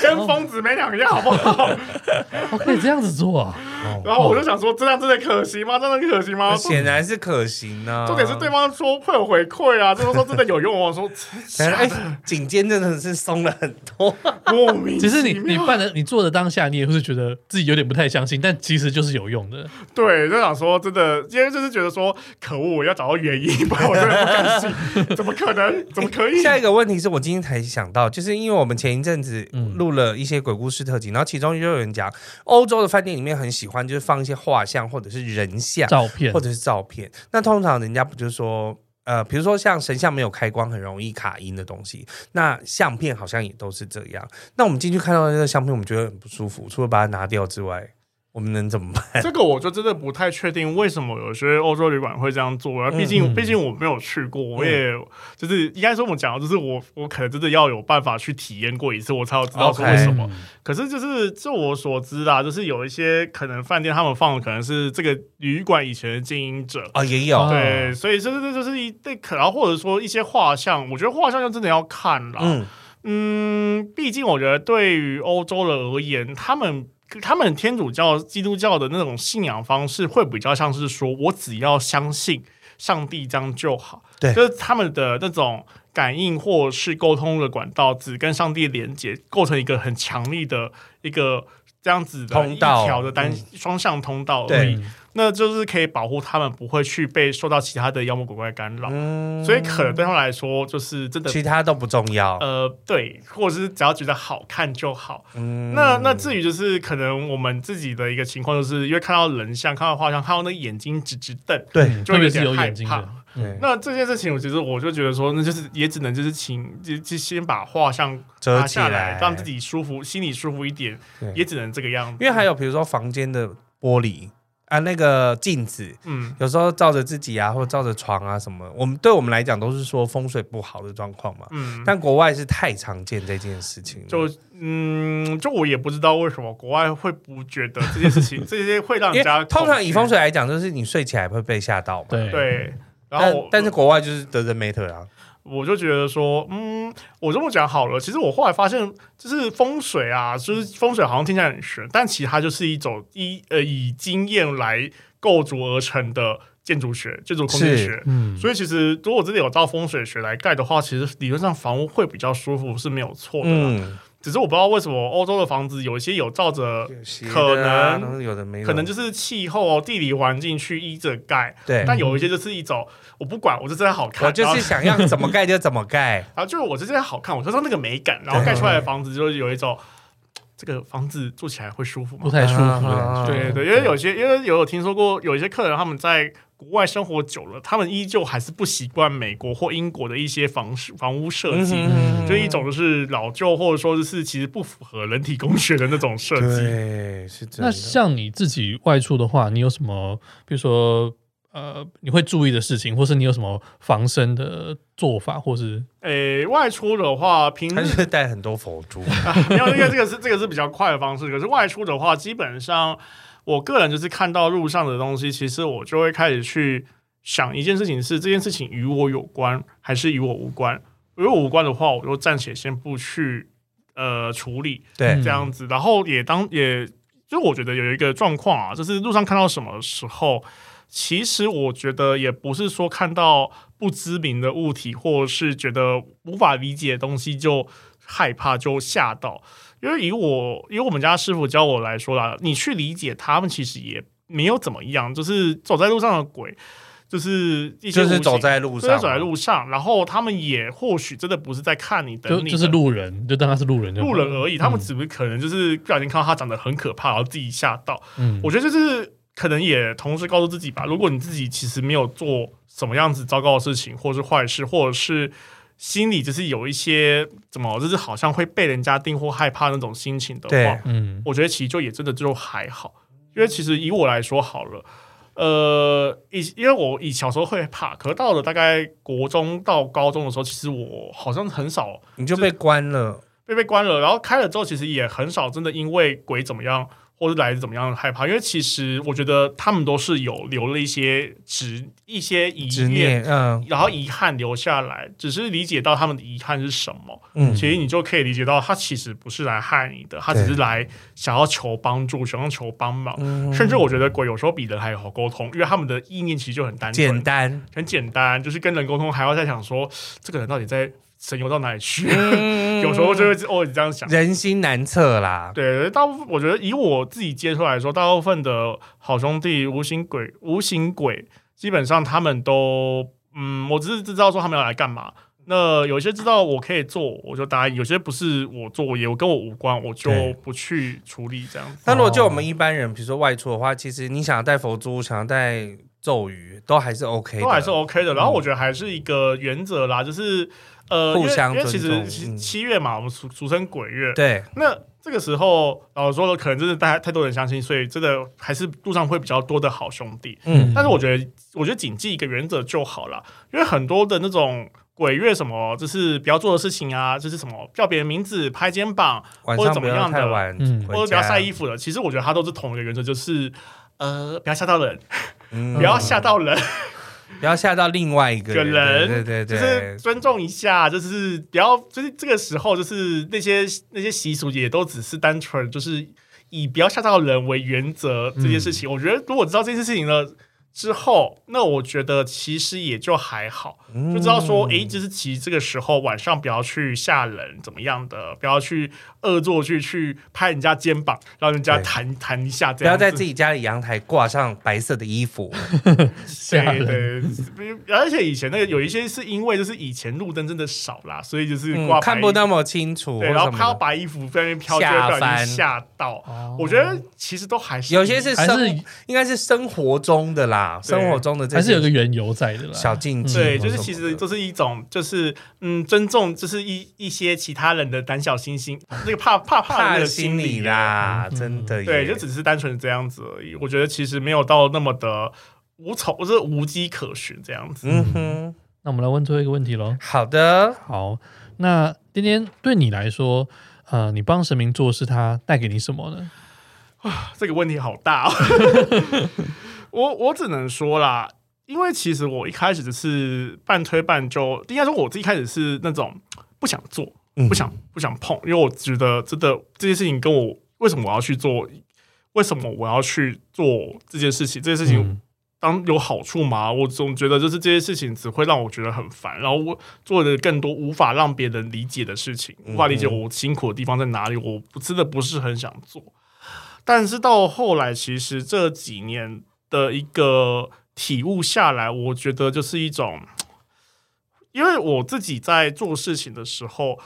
Speaker 3: 跟疯子没两样，好不好？
Speaker 1: 哦，可以这样子做啊？
Speaker 3: 然后我就想说，这样真的可惜吗？真的可惜吗？
Speaker 2: 显然是可行啊呢、
Speaker 3: 重点是对方说会有回馈啊，就是说真的有用哦。我说
Speaker 2: 显然， [laughs] 哎、颈肩真的是松了很多。
Speaker 3: 莫名
Speaker 1: 其实你
Speaker 3: 其
Speaker 1: 你
Speaker 3: 妙
Speaker 1: 办的你做的当下，你也会是觉得自己有点不太相信，但其实就是有用的。
Speaker 3: [laughs] 对，就想说真的，因为就是觉得说可恶，我要找到原因，不然我真的不甘心，怎么可能？怎么可以？
Speaker 2: 下一个问题是我今天才想到，就是因为我们前一阵子
Speaker 1: 嗯
Speaker 2: 录了一些鬼故事特辑，然后其中就有人讲，欧洲的饭店里面很喜欢就是放一些画像或者是人像
Speaker 1: 照片
Speaker 2: 或，者是照片，那通常人家不就说。呃，比如说像神像没有开光，很容易卡音的东西，那相片好像也都是这样。那我们进去看到那个相片，我们觉得很不舒服，除了把它拿掉之外，我们能怎么办？
Speaker 3: 这个我就真的不太确定为什么有些欧洲旅馆会这样做啊。
Speaker 2: 嗯
Speaker 3: 毕竟，
Speaker 1: 嗯
Speaker 3: 毕竟我没有去过，我也就是应该说我们讲的就是我，我可能真的要有办法去体验过一次，我才有知道说为什么。
Speaker 1: 嗯？
Speaker 3: 可是就是就我所知啦，就是有一些可能饭店他们放的可能是这个旅馆以前的经营者。
Speaker 2: 哦，也有，
Speaker 1: 哦
Speaker 3: 对，所以这这就是一对，可然后或者说一些画像，我觉得画像就真的要看啦。
Speaker 2: 嗯，
Speaker 3: 嗯，毕竟我觉得对于欧洲人而言，他们他们天主教、基督教的那种信仰方式，会比较像是说我只要相信上帝这样就好。
Speaker 2: 对
Speaker 3: 就是他们的那种感应或是沟通的管道，只跟上帝连接，构成一个很强力的一个。这样子的
Speaker 2: 通道
Speaker 3: 一条的单
Speaker 2: 嗯
Speaker 3: 双向通道而
Speaker 2: 对
Speaker 3: 已，那就是可以保护他们不会去被受到其他的妖魔鬼怪干扰，
Speaker 2: 嗯
Speaker 3: 所以可能对他们来说，就是真的
Speaker 2: 其他都不重要。
Speaker 3: 呃，对，或者是只要觉得好看就好。
Speaker 2: 嗯
Speaker 3: 那那至于就是可能我们自己的一个情况，就是因为看到人像、看到画像、看到那眼睛直直瞪，
Speaker 2: 对
Speaker 1: 嗯
Speaker 3: 就
Speaker 1: 特
Speaker 3: 有
Speaker 1: 别是
Speaker 3: 点
Speaker 1: 有
Speaker 3: 害
Speaker 1: 眼睛
Speaker 3: 怕
Speaker 1: 的，
Speaker 2: 对
Speaker 3: 那这件事情，我其实我就觉得说，那就是也只能就是请就就先把画像
Speaker 2: 遮
Speaker 3: 拿
Speaker 2: 起
Speaker 3: 下来，
Speaker 2: 来
Speaker 3: 让自己舒服，心里舒服一点
Speaker 2: 对，
Speaker 3: 也只能这个样子。
Speaker 2: 因为还有比如说房间的玻璃啊，那个镜子，
Speaker 3: 嗯，
Speaker 2: 有时候照着自己啊，或者照着床啊什么，我们对我们来讲都是说风水不好的状况嘛。
Speaker 3: 嗯，
Speaker 2: 但国外是太常见这件事情了，
Speaker 3: 就嗯，就我也不知道为什么国外会不觉得这件
Speaker 2: [laughs]
Speaker 3: 事情，这些会让
Speaker 2: 因为
Speaker 3: 人家
Speaker 2: 通常
Speaker 3: 恐
Speaker 2: 以
Speaker 3: 惧
Speaker 2: 风水来讲，就是你睡起来会被吓到嘛。
Speaker 1: 对
Speaker 3: 对。然
Speaker 2: 但
Speaker 3: 后我，
Speaker 2: 但是国外就是 doesn't matter 啊，
Speaker 3: 我就觉得说，嗯，我这么讲好了。其实我后来发现，就是风水啊，就是风水好像听起来很玄，但其实它就是一种一呃以经验来构筑而成的建筑学、建筑空间
Speaker 2: 是
Speaker 3: 学。
Speaker 1: 嗯，
Speaker 3: 所以其实如果真的有照风水学来盖的话，其实理论上房屋会比较舒服是没有错的啦。
Speaker 2: 嗯，
Speaker 3: 只是我不知道为什么欧洲的房子有一些有照着，
Speaker 2: 有些的
Speaker 3: 可
Speaker 2: 啊
Speaker 3: 能
Speaker 2: 然后有的没有，
Speaker 3: 可能就是气候、啊地理环境去依着盖，
Speaker 2: 对。
Speaker 3: 但有一些就是一种我不管，我就真的好看，
Speaker 2: 我就
Speaker 3: 然后
Speaker 2: 是想要怎么盖就怎么
Speaker 3: [laughs]
Speaker 2: 盖，
Speaker 3: 啊，就是我这些好看，我就是要那个美感，然后
Speaker 2: 对
Speaker 3: 盖出来的房子就是有一种这个房子住起来会舒服
Speaker 1: 不
Speaker 3: 吗？
Speaker 1: 太舒服的
Speaker 2: 啊
Speaker 1: 感觉。
Speaker 3: 对对，因
Speaker 2: 对
Speaker 3: 为有些因为有听说过有一些客人他们在国外生活久了，他们依旧还是不习惯美国或英国的一些房式房屋设计。
Speaker 1: 嗯
Speaker 3: 就一种就是老旧，或者说是其实不符合人体工学的那种设计。
Speaker 2: 对，是真
Speaker 1: 那
Speaker 2: 的。
Speaker 1: 像你自己外出的话，你有什么，比如说呃，你会注意的事情，或是你有什么防身的做法，或是
Speaker 3: 诶、外出的话，平
Speaker 2: 他就
Speaker 3: 时
Speaker 2: 是带很多佛珠，
Speaker 3: 没 [laughs] 有，因为这个是这个是比较快的方式。可是外出的话，基本上我个人就是看到路上的东西，其实我就会开始去想一件事情是：这件事情与我有关，还是与我无关？与我无关的话，我就暂且先不去呃处理
Speaker 2: 对
Speaker 1: 嗯
Speaker 3: 这样子。然后也当也就我觉得有一个状况啊，就是路上看到什么时候，其实我觉得也不是说看到不知名的物体，或者是觉得无法理解的东西就害怕就吓到。因为以我以我们家师傅教我来说啦，你去理解他们其实也没有怎么样，就是走在路上的鬼，就是一些
Speaker 2: 就是
Speaker 3: 无
Speaker 2: 走
Speaker 3: 形
Speaker 2: 在路
Speaker 3: 就是
Speaker 2: 上，啊
Speaker 3: 走在路上，然后他们也或许真的不是在看你等
Speaker 1: 就
Speaker 3: 你的，
Speaker 1: 就是路人，就当他是路人就好
Speaker 3: 路人而已，他们
Speaker 1: 嗯
Speaker 3: 只不可能就是不小心看到他长得很可怕，然后自己吓到。
Speaker 1: 嗯，
Speaker 3: 我觉得就是可能也同时告诉自己吧，如果你自己其实没有做什么样子糟糕的事情，或者是坏事，或者是心里就是有一些怎么，就是好像会被人家盯或害怕那种心情的
Speaker 2: 对
Speaker 3: 话，
Speaker 1: [laughs] 嗯
Speaker 3: 我觉得其实就也真的就还好，因为其实以我来说好了，呃，以因为我以小时候会怕，可是到了大概国中到高中的时候，其实我好像很少
Speaker 2: 你就被关了，
Speaker 3: 被被关了，然后开了之后，其实也很少真的因为鬼怎么样或者来自怎么样害怕，因为其实我觉得他们都是有留了一些执一些遗
Speaker 2: 执
Speaker 3: 念。
Speaker 2: 念，嗯
Speaker 3: 然后遗憾留下来，只是理解到他们的遗憾是什么，
Speaker 2: 嗯，
Speaker 3: 其实你就可以理解到，他其实不是来害你的，他只是来想要求帮助，想要求帮忙。
Speaker 2: 嗯
Speaker 3: 甚至我觉得鬼有时候比人还好沟通，因为他们的意念其实就很单纯、
Speaker 2: 简单，
Speaker 3: 很简单，就是跟人沟通还要在想说这个人到底在神游到哪里去。 [laughs] 有
Speaker 2: 有
Speaker 3: 时候就会偶尔这样想。
Speaker 2: 人心难测啦，
Speaker 3: 对，大部分我觉得以我自己接触来说，大部分的好兄弟无形鬼、无形鬼，基本上他们都，嗯，我只是知道说他们要来干嘛。那有些知道我可以做，我就答应；有些不是我做，也跟我无关，我就
Speaker 2: 对
Speaker 3: 不去处理这样子。
Speaker 2: 那如果就我
Speaker 3: 哦
Speaker 2: 们一般人，比如说外出的话，其实你想要带佛珠，想要带咒语，都还是 OK 的，嗯
Speaker 3: 都还是 OK 的。然后我觉得还是一个原则啦，就是呃，
Speaker 2: 互
Speaker 3: 因为
Speaker 2: 相
Speaker 3: 因为其
Speaker 2: 尊
Speaker 3: 实
Speaker 2: 重
Speaker 3: 七
Speaker 2: 嗯
Speaker 3: 七月嘛，我们俗俗称鬼月，
Speaker 2: 对，
Speaker 3: 那这个时候，老实说了，可能真的大家太多人相信，所以真的还是路上会比较多的好兄弟。
Speaker 2: 嗯
Speaker 3: 但是我觉得，我觉得谨记一个原则就好了，因为很多的那种鬼月什么，就是不要做的事情啊，就是什么叫别人名字、拍肩膀，
Speaker 2: 晚
Speaker 3: 或者
Speaker 2: 上
Speaker 3: 怎
Speaker 2: 不
Speaker 3: 么样
Speaker 2: 要
Speaker 3: 的
Speaker 2: 太晚
Speaker 1: 嗯
Speaker 2: 回
Speaker 3: 或者不
Speaker 2: 家
Speaker 3: 要晒衣服了。其实我觉得它都是同一个原则，就是呃，不要吓到人，
Speaker 2: 嗯
Speaker 3: 不要吓到人，
Speaker 2: 不要吓到另外一个
Speaker 3: 个人
Speaker 2: 对对
Speaker 3: 就
Speaker 2: 对
Speaker 3: 是
Speaker 2: 对，
Speaker 3: 尊重一下，就是不要，就是这个时候，就是那些那些习俗也都只是单纯就是以不要吓到人为原则这件事
Speaker 2: 嗯
Speaker 3: 情。我觉得如果知道这件事情了之后，那我觉得其实也就还好，
Speaker 2: 嗯
Speaker 3: 就知道说，诶，就是其实这个时候晚上不要去吓人怎么样的，不要去恶作剧去拍人家肩膀，让人家
Speaker 2: 对
Speaker 3: 弹弹一下，
Speaker 2: 不
Speaker 3: 这
Speaker 2: 要
Speaker 3: 样
Speaker 2: 在
Speaker 3: 子
Speaker 2: 自己家里阳台挂上白色的衣服，
Speaker 1: 吓人
Speaker 3: 对对，对而且以前那个有一些是因为就是以前路灯真的少啦，所以就是
Speaker 2: 嗯
Speaker 3: 挂、白
Speaker 2: 看不那么清楚，
Speaker 3: 对，
Speaker 2: 或
Speaker 3: 然后
Speaker 2: 什么
Speaker 3: 看到
Speaker 2: 的
Speaker 3: 白衣服在那边飘，就
Speaker 2: 吓
Speaker 3: 会不小
Speaker 2: 翻
Speaker 3: 心吓到。
Speaker 1: 哦
Speaker 3: 我觉得其实都还是
Speaker 2: 有些是
Speaker 1: 还
Speaker 2: 生
Speaker 1: 是
Speaker 2: 应该是生活中的啦，
Speaker 3: 对
Speaker 2: 生活中的这
Speaker 1: 还是有个
Speaker 2: 些
Speaker 1: 缘由在的啦。
Speaker 2: 小禁忌或什么的，
Speaker 3: 对，就是其实就是一种就是嗯尊重，就是一一些其他人的胆小心心，那个怕怕怕
Speaker 2: 怕
Speaker 3: 的那
Speaker 2: 了
Speaker 3: 个
Speaker 2: 心理
Speaker 3: 理。啊
Speaker 2: 啦，
Speaker 1: 嗯
Speaker 2: 真的耶
Speaker 3: 对，就只是单纯这样子而已。我觉得其实没有到那么的无从，就是无迹可寻这样子。
Speaker 2: 嗯哼，
Speaker 1: 那我们来问最后一个问题喽。
Speaker 2: 好的，
Speaker 1: 好，那今天对你来说，呃，你帮神明做事，他带给你什么呢？
Speaker 3: 这个问题好大、哦， [laughs] 我我只能说啦，因为其实我一开始只是半推半就，应该说我自己开始是那种不想做，
Speaker 2: 嗯
Speaker 3: 不想不想碰，因为我觉得真的这件事情跟我为什么我要去做，为什么我要去做这件事情，这件事情
Speaker 1: 嗯
Speaker 3: 当有好处吗？我总觉得就是这些事情只会让我觉得很烦，然后我做的更多无法让别人理解的事情，无法理解我辛苦的地方在哪里，我不真的不是很想做。但是到后来，其实这几年的一个体悟下来，我觉得就是一种，因为我自己在做事情的时候，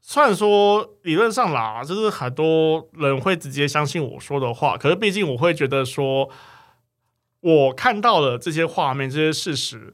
Speaker 3: 虽然说理论上啦，就是很多人会直接相信我说的话，可是毕竟我会觉得说，我看到了这些画面、这些事实，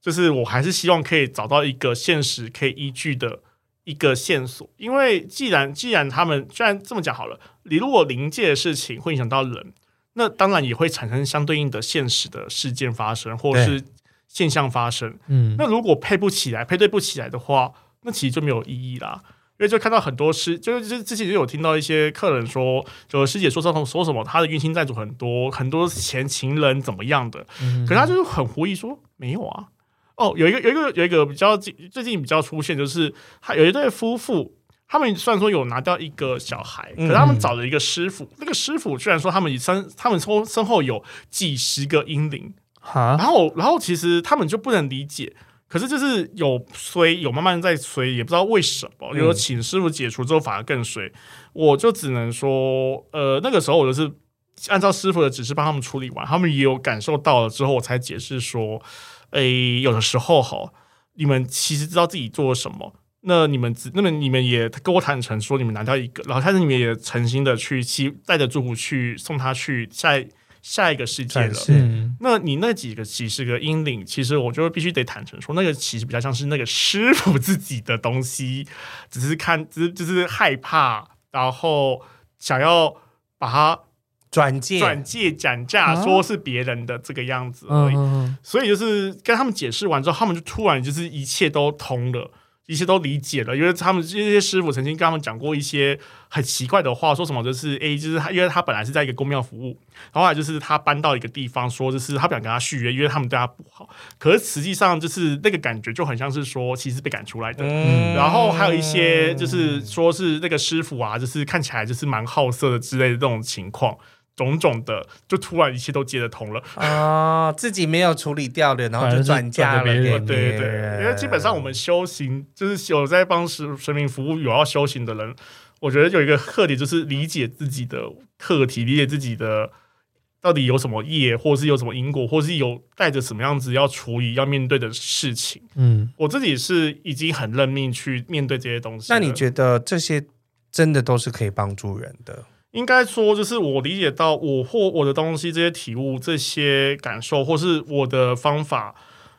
Speaker 3: 就是我还是希望可以找到一个现实可以依据的一个线索。因为既然既然他们既然这么讲好了，你如果临界的事情会影响到人，那当然也会产生相对应的现实的事件发生，或
Speaker 2: 对
Speaker 3: 是现象发生。
Speaker 1: 嗯，
Speaker 3: 那如果配不起来、配对不起来的话，那其实就没有意义啦。因为就看到很多师，就是之之前就有听到一些客人说，就师姐说上头说什么，她的冤亲债主很多，很多前情人怎么样的，
Speaker 1: 嗯
Speaker 3: 可是他就是很狐疑说没有啊。哦，有一个有一个有一个比较近最近比较出现，就是他有一对夫妇，他们虽然说有拿掉一个小孩，可
Speaker 2: 嗯
Speaker 3: 是他们找了一个师傅，那个师傅居然说他们身他们身身后有几十个阴灵，
Speaker 1: 哈，
Speaker 3: 然后，然后其实他们就不能理解，可是就是有衰，有慢慢在衰，也不知道为什么。有请师傅解除之后反而更衰，我就只能说，呃，那个时候我就是按照师傅的指示帮他们处理完，他们也有感受到了之后，我才解释说，诶，有的时候哈，你们其实知道自己做了什么。那你们只，那么你们也跟我坦诚说你们拿掉一个，然后但是你们也诚心的去期带着祝福去送他去下一下一个世界
Speaker 2: 展
Speaker 3: 了，
Speaker 2: 示
Speaker 1: 嗯，
Speaker 3: 那你那几个几十个阴灵，其实我就必须得坦诚说，那个其实比较像是那个师傅自己的东西，只是看， [laughs] 只是就是害怕，然后想要把它
Speaker 2: 转介
Speaker 3: 转借讲价，
Speaker 1: 啊
Speaker 3: 说是别人的这个样子而
Speaker 1: 嗯
Speaker 3: 已。
Speaker 1: 嗯
Speaker 3: 所以就是跟他们解释完之后，他们就突然就是一切都通了。一切都理解了，因为他们这些师傅曾经跟他们讲过一些很奇怪的话，说什么就是诶，就是他，因为他本来是在一个公庙服务，然后后来就是他搬到一个地方，说就是他不想跟他续约，因为他们对他不好。可是实际上就是那个感觉就很像是说，其实是被赶出来的。
Speaker 1: 嗯
Speaker 3: 然后还有一些就是说是那个师傅啊，就是看起来就是蛮好色的之类的这种情况，种种的，就突然一切都接得通了。
Speaker 2: 哦，自己没有处理掉的，然后
Speaker 1: 反而
Speaker 2: 就是转嫁了
Speaker 1: 转给别
Speaker 2: 给
Speaker 1: 人
Speaker 3: 对对
Speaker 2: 别人
Speaker 3: 对，因为基本上我们修行就是有在帮神神明服务，有要修行的人，我觉得有一个课题就是理解自己的课题，理解自己的到底有什么业，或是有什么因果，或是有带着什么样子要处理、要面对的事情。
Speaker 1: 嗯，
Speaker 3: 我自己是已经很认命去面对这些东西了。
Speaker 2: 那你觉得这些真的都是可以帮助人的？
Speaker 3: 应该说，就是我理解到我或我的东西、这些体悟、这些感受，或是我的方法，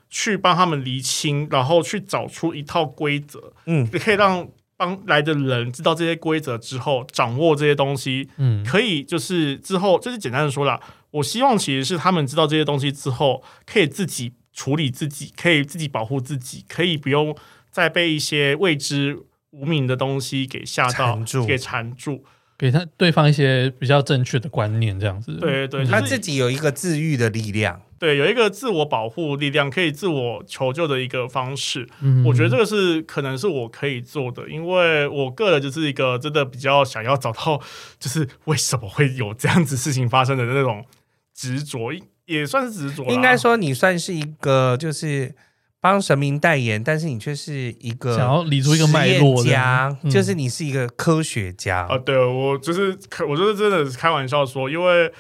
Speaker 3: 去帮他们厘清，然后去找出一套规则，
Speaker 2: 嗯，
Speaker 3: 可以让帮来的人知道这些规则之后，掌握这些东西，
Speaker 1: 嗯
Speaker 3: 可以就是之后，就是简单的说啦，我希望其实是他们知道这些东西之后，可以自己处理自己，可以自己保护自己，可以不用再被一些未知无名的东西给吓到
Speaker 2: 缠住、
Speaker 3: 给缠住。
Speaker 1: 给他对方一些比较正确的观念，这样子。
Speaker 3: 对
Speaker 1: 嗯
Speaker 3: 对，就是
Speaker 2: 他自己有一个治愈的力量，
Speaker 3: 对，啊有一个自我保护力量，可以自我求救的一个方式。
Speaker 1: 嗯
Speaker 3: 我觉得这个是可能是我可以做的，因为我个人就是一个真的比较想要找到，就是为什么会有这样子事情发生的那种执着，也算是执着啦。
Speaker 2: 应该说你算是一个就是帮神明代言，但是你却是一个
Speaker 1: 想要理出一个脉络嗯
Speaker 2: 实
Speaker 1: 这
Speaker 2: 验
Speaker 1: 样
Speaker 2: 家，就是你是一个科学家
Speaker 3: 啊、。对我就是可我就是真的是开玩笑说，因为。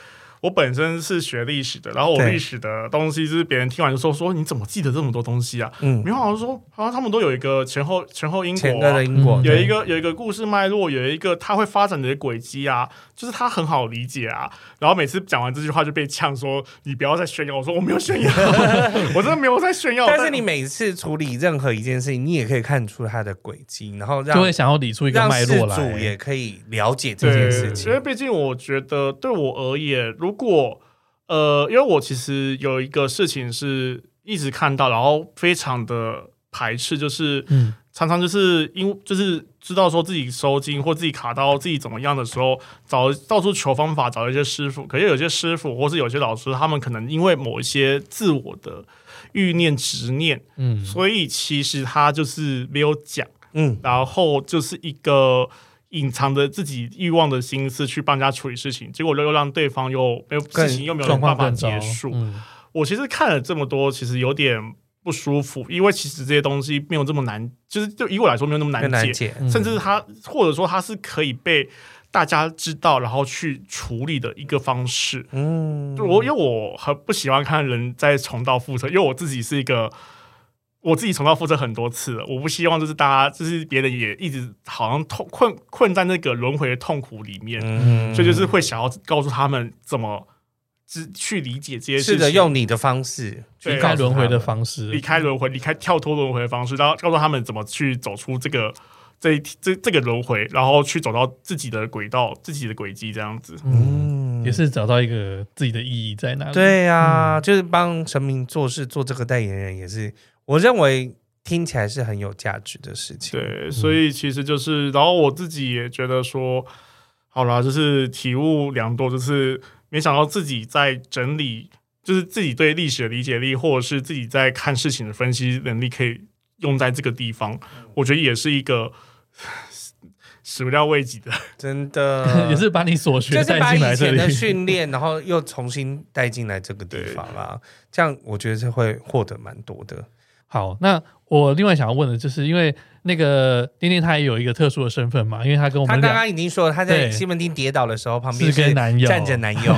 Speaker 3: 我本身是学历史的，然后我
Speaker 2: 对
Speaker 3: 历史的东西就是别人听完就说说你怎么记得这么多东西啊？
Speaker 2: 嗯
Speaker 3: 没，有，好像说好像他们都有一个前后前后因果、啊，
Speaker 2: 前个的因果
Speaker 1: 嗯
Speaker 3: 有一
Speaker 2: 个
Speaker 3: 个有一个故事脉络，有一个它会发展的轨迹啊，就是它很好理解啊。然后每次讲完这句话就被呛说你不要再炫耀，我说我没有炫耀， [laughs] 我真的没有在炫耀。
Speaker 2: 但
Speaker 3: [laughs]
Speaker 2: 是你每次处理任何一件事情，你也可以看出它的轨迹，然后让
Speaker 1: 就会想要理出一个
Speaker 2: 让
Speaker 1: 脉
Speaker 2: 事
Speaker 1: 络
Speaker 2: 主
Speaker 1: 来。
Speaker 2: 也可以了解这件
Speaker 3: 对，
Speaker 2: 事情
Speaker 3: 因为。毕竟我觉得对我而言，如果呃，因为我其实有一个事情是一直看到，然后非常的排斥，就是
Speaker 1: 嗯，
Speaker 3: 常常就是因为就是知道说自己收筋或自己卡刀自己怎么样的时候，找到处求方法，找一些师傅。可是有些师傅或是有些老师，他们可能因为某一些自我的欲念执念，
Speaker 1: 嗯，
Speaker 3: 所以其实他就是没有讲，
Speaker 2: 嗯，
Speaker 3: 然后就是一个。隐藏着自己欲望的心思去帮人家处理事情，结果又让对方又没有
Speaker 2: 更
Speaker 3: 事情又没有
Speaker 1: 状况
Speaker 3: 办法
Speaker 1: 更糟
Speaker 3: 结束，
Speaker 1: 嗯
Speaker 3: 我其实看了这么多，其实有点不舒服，因为其实这些东西没有这么难，就是就以我来说没有那么难
Speaker 2: 更难
Speaker 3: 解，
Speaker 2: 解。
Speaker 1: 嗯
Speaker 3: 甚至它或者说它是可以被大家知道，然后去处理的一个方式。
Speaker 2: 嗯，
Speaker 3: 就我因为我很不喜欢看人在重蹈覆辙，因为我自己是一个。我自己重蹈覆辙很多次了，我不希望就是大家，就是别人也一直好像痛困困在那个轮回的痛苦里面，
Speaker 2: 嗯
Speaker 3: 所以就是会想要告诉他们怎么只去理解这些事情。
Speaker 2: 试着用你的方式去
Speaker 3: 对
Speaker 1: 离
Speaker 2: 告
Speaker 1: 开
Speaker 2: 诉
Speaker 1: 轮回
Speaker 2: 他
Speaker 1: 的
Speaker 2: 们
Speaker 1: 方式，
Speaker 3: 离开轮回、离开跳脱轮回的方式，然后告诉他们怎么去走出这个这一这这个轮回，然后去走到自己的轨道、自己的轨迹这样子。
Speaker 1: 嗯，
Speaker 2: 嗯
Speaker 1: 也是找到一个自己的意义在哪
Speaker 3: 嗯
Speaker 1: 里。，
Speaker 2: 对呀、就是帮神明做事，做这个代言人也是，我认为听起来是很有价值的事情。
Speaker 3: 对，所以其实就是，然后我自己也觉得说，好啦，就是体悟良多，就是没想到自己在整理，就是自己对历史的理解力，或者是自己在看事情的分析能力，可以用在这个地方，我觉得也是一个 [sighs] 始料未及的。
Speaker 2: 真
Speaker 1: [laughs]
Speaker 2: 的
Speaker 1: [laughs] 也是把你所学
Speaker 2: [laughs] 就是
Speaker 1: 带
Speaker 2: 把
Speaker 1: 进来
Speaker 2: 以
Speaker 1: 这
Speaker 2: 前
Speaker 1: 里
Speaker 2: 的。训练，然后又重新带进来这个地方啦。这样我觉得是会获得蛮多的。
Speaker 1: [laughs] 好，那我另外想要问的就是，因为那个丁丁他也有一个特殊的身份嘛，因为他跟我
Speaker 2: 他
Speaker 1: 们
Speaker 2: 刚
Speaker 1: 俩
Speaker 2: 刚已经说了，他在
Speaker 1: 对
Speaker 2: 西门町跌倒的时候，旁边
Speaker 1: 是跟男友哦
Speaker 2: 站着
Speaker 1: [laughs]
Speaker 2: 男友。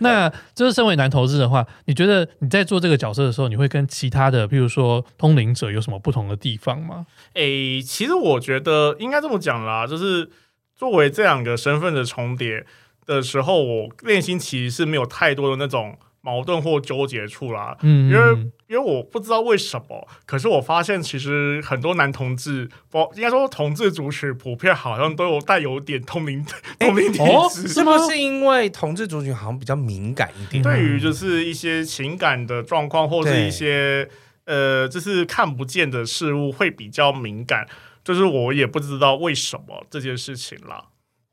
Speaker 1: 那就是身为男投资的话，你觉得你在做这个角色的时候，你会跟其他的，譬如说通灵者有什么不同的地方吗？
Speaker 3: 诶、其实我觉得应该这么讲啦，就是作为这两个身份的重叠的时候，我内心其实是没有太多的那种矛盾或纠结处啦。
Speaker 1: 嗯，
Speaker 3: 因为因为我不知道为什么，可是我发现其实很多男同志，不应该说同志族群普遍好像都有带有点通灵通灵体
Speaker 1: 哦
Speaker 3: 质，
Speaker 2: 是不是因为同志族群好像比较敏感一点？
Speaker 1: 嗯
Speaker 3: 对于就是一些情感的状况，或是
Speaker 2: 对
Speaker 3: 一些呃，就是看不见的事物会比较敏感。就是我也不知道为什么这件事情啦。？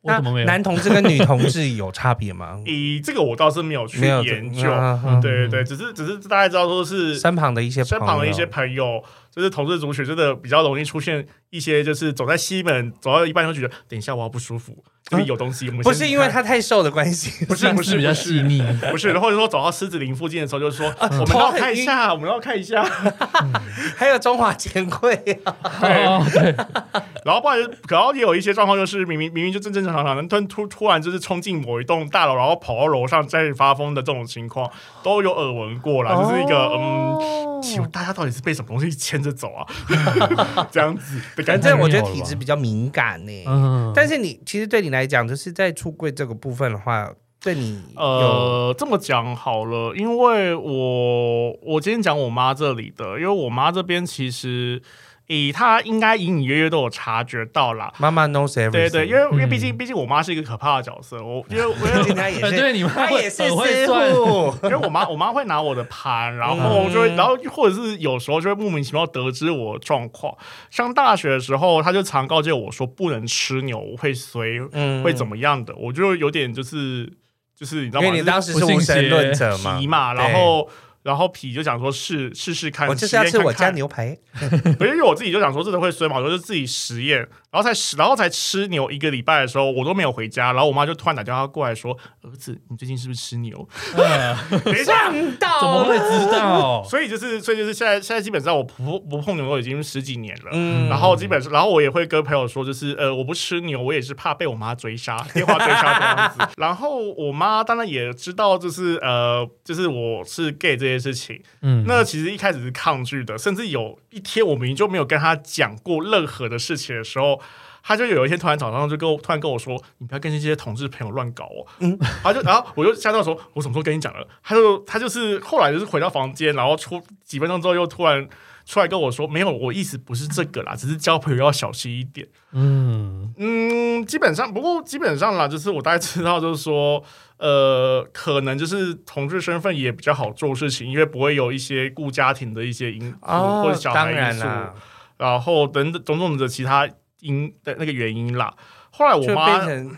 Speaker 1: 我
Speaker 2: 那
Speaker 1: 怎么没有？
Speaker 2: 男同志跟女同志有差别吗
Speaker 3: [laughs] 以这个我倒是没有去
Speaker 2: 没有
Speaker 3: 研究，
Speaker 2: 啊
Speaker 1: 嗯
Speaker 3: 对对对，只是只是大家知道说是
Speaker 2: 身旁的一些
Speaker 3: 身
Speaker 2: 朋
Speaker 3: 旁的一
Speaker 2: 友
Speaker 3: 些朋友，就是同志族群，真的比较容易出现一些就是走在西门走到一半就觉得等一下我要不舒服，这里有东西，我们
Speaker 2: 嗯不
Speaker 3: 先
Speaker 2: 是
Speaker 3: 离
Speaker 2: 因为
Speaker 3: 开
Speaker 2: 他太瘦的关系， [laughs]
Speaker 3: 不是不是
Speaker 1: 比较
Speaker 3: 不
Speaker 1: 细
Speaker 3: 是
Speaker 1: 腻，
Speaker 3: 不是，或者说走到狮子林附近的时候，就说哦我们
Speaker 2: 啊头
Speaker 3: 绕
Speaker 2: 很
Speaker 3: 开一
Speaker 2: 晕
Speaker 3: 下，我们绕开一下，
Speaker 2: 还有中华钱柜
Speaker 1: [laughs]
Speaker 2: 啊，
Speaker 3: 对
Speaker 1: 哦 [laughs] 对，
Speaker 3: 然后不然，然后也有一些状况，就是明明明明就正正常常的，突然突突然就是冲进某一栋大楼，然后跑到楼上再发疯的这种情况，都有耳闻过啦，就是一个、嗯，请问大家到底是被什么东西牵着走啊？ [laughs] 这样子的
Speaker 2: 反
Speaker 3: 感觉。
Speaker 2: 正我觉得体质比较敏感欸呢、
Speaker 1: 嗯，
Speaker 2: 但是你其实对你来讲，就是在出柜这个部分的话，对你有、
Speaker 3: 呃，这么讲好了，因为我我今天讲我妈这里的，因为我妈这边其实，以她应该隐隐约约都有察觉到啦。
Speaker 2: 妈妈 knows everything，
Speaker 3: 对对，因为因为毕
Speaker 1: 嗯
Speaker 3: 竟毕竟我妈是一个可怕的角色，我因为我因为
Speaker 2: 毕 [laughs] 竟他也
Speaker 1: 呃
Speaker 3: [laughs]
Speaker 2: 是，
Speaker 1: 对你们
Speaker 2: 他
Speaker 1: 会
Speaker 2: 也是
Speaker 1: 很会
Speaker 2: 师
Speaker 1: 算
Speaker 2: 傅，
Speaker 3: 因为我妈我妈会拿我的盘，然后就
Speaker 2: [laughs]
Speaker 3: 会，
Speaker 2: 嗯
Speaker 3: 然后或者是有时候就会莫名其妙得知我的状况。上大学的时候，她就常告诫我说不能吃牛，我会随
Speaker 2: 嗯
Speaker 3: 会怎
Speaker 2: 么？
Speaker 3: 么样的。我就有点就是就是你知道
Speaker 2: 因
Speaker 3: 吗？
Speaker 2: 为你当时是
Speaker 1: 不信
Speaker 2: 无
Speaker 1: 邪
Speaker 2: 神论者
Speaker 3: 就是
Speaker 2: 嘛，
Speaker 3: 皮嘛，
Speaker 2: 对
Speaker 3: 然后。然后皮就想说试试试看，
Speaker 2: 我就是要
Speaker 3: 实验
Speaker 2: 吃
Speaker 3: 看
Speaker 2: 我家
Speaker 3: 看
Speaker 2: 牛排，
Speaker 3: 可是因为我自己就想说，真的会衰嘛，我就自己实验，然后才然后才吃牛一个礼拜的时候，我都没有回家，然后我妈就突然打电话过来说：“儿子，你最近是不是吃牛？”
Speaker 1: 嗯
Speaker 3: [laughs] 等一下，
Speaker 1: 怎么会知道？
Speaker 3: 所以就是，所以就是现在，现在基本上我不不碰牛肉已经十几年了。
Speaker 2: 嗯
Speaker 3: 然后基本上，然后我也会跟朋友说，就是呃，我不吃牛，我也是怕被我妈追杀，电话追杀这样子。 [laughs] 然后我妈当然也知道，就是呃，就是我是 gay 这件事情。
Speaker 1: 嗯，
Speaker 3: 那其实一开始是抗拒的，甚至有一天我明明就没有跟她讲过任何的事情的时候，他就有一天突然早上就跟我突然跟我说：“你不要跟这些同志朋友乱搞哦。”
Speaker 2: 嗯
Speaker 3: 嗯，他就然后我就吓到说：“我什么时候跟你讲了？”他就他就是后来就是回到房间，然后出几分钟之后又突然出来跟我说：“没有，我意思不是这个啦，只是交朋友要小心一点。”
Speaker 1: 嗯，
Speaker 3: 嗯，基本上，不过基本上啦，就是我大概知道，就是说，呃，可能就是同志身份也比较好做事情，因为不会有一些顾家庭的一些因素、
Speaker 2: 哦，
Speaker 3: 或者小孩
Speaker 2: 当
Speaker 3: 因
Speaker 2: 然
Speaker 3: 素，
Speaker 2: 啦，
Speaker 3: 然后等等种种的其他因的那个原因啦。后来我
Speaker 2: 就变
Speaker 3: 妈
Speaker 2: 成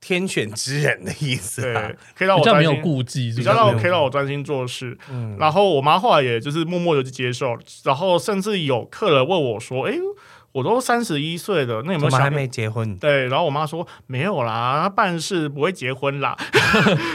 Speaker 2: 天选之人的意思啊
Speaker 3: 对。可以让
Speaker 1: 比
Speaker 3: 我
Speaker 1: 较
Speaker 3: 专
Speaker 1: 没有
Speaker 3: 心，
Speaker 1: 顾忌，是
Speaker 3: 比
Speaker 1: 不
Speaker 3: 较
Speaker 1: 是
Speaker 3: 让我
Speaker 2: 没有
Speaker 3: 可以让我专心做事。
Speaker 2: 嗯，
Speaker 3: 然后我妈后来也就是默默的去接受，然后甚至有客人问我说：“哎，我都三十一岁了，那有没
Speaker 2: 怎
Speaker 3: 有
Speaker 2: 么还
Speaker 3: 想
Speaker 2: 没结婚？
Speaker 3: 对，然后我妈说没有啦，她办事不会结婚啦，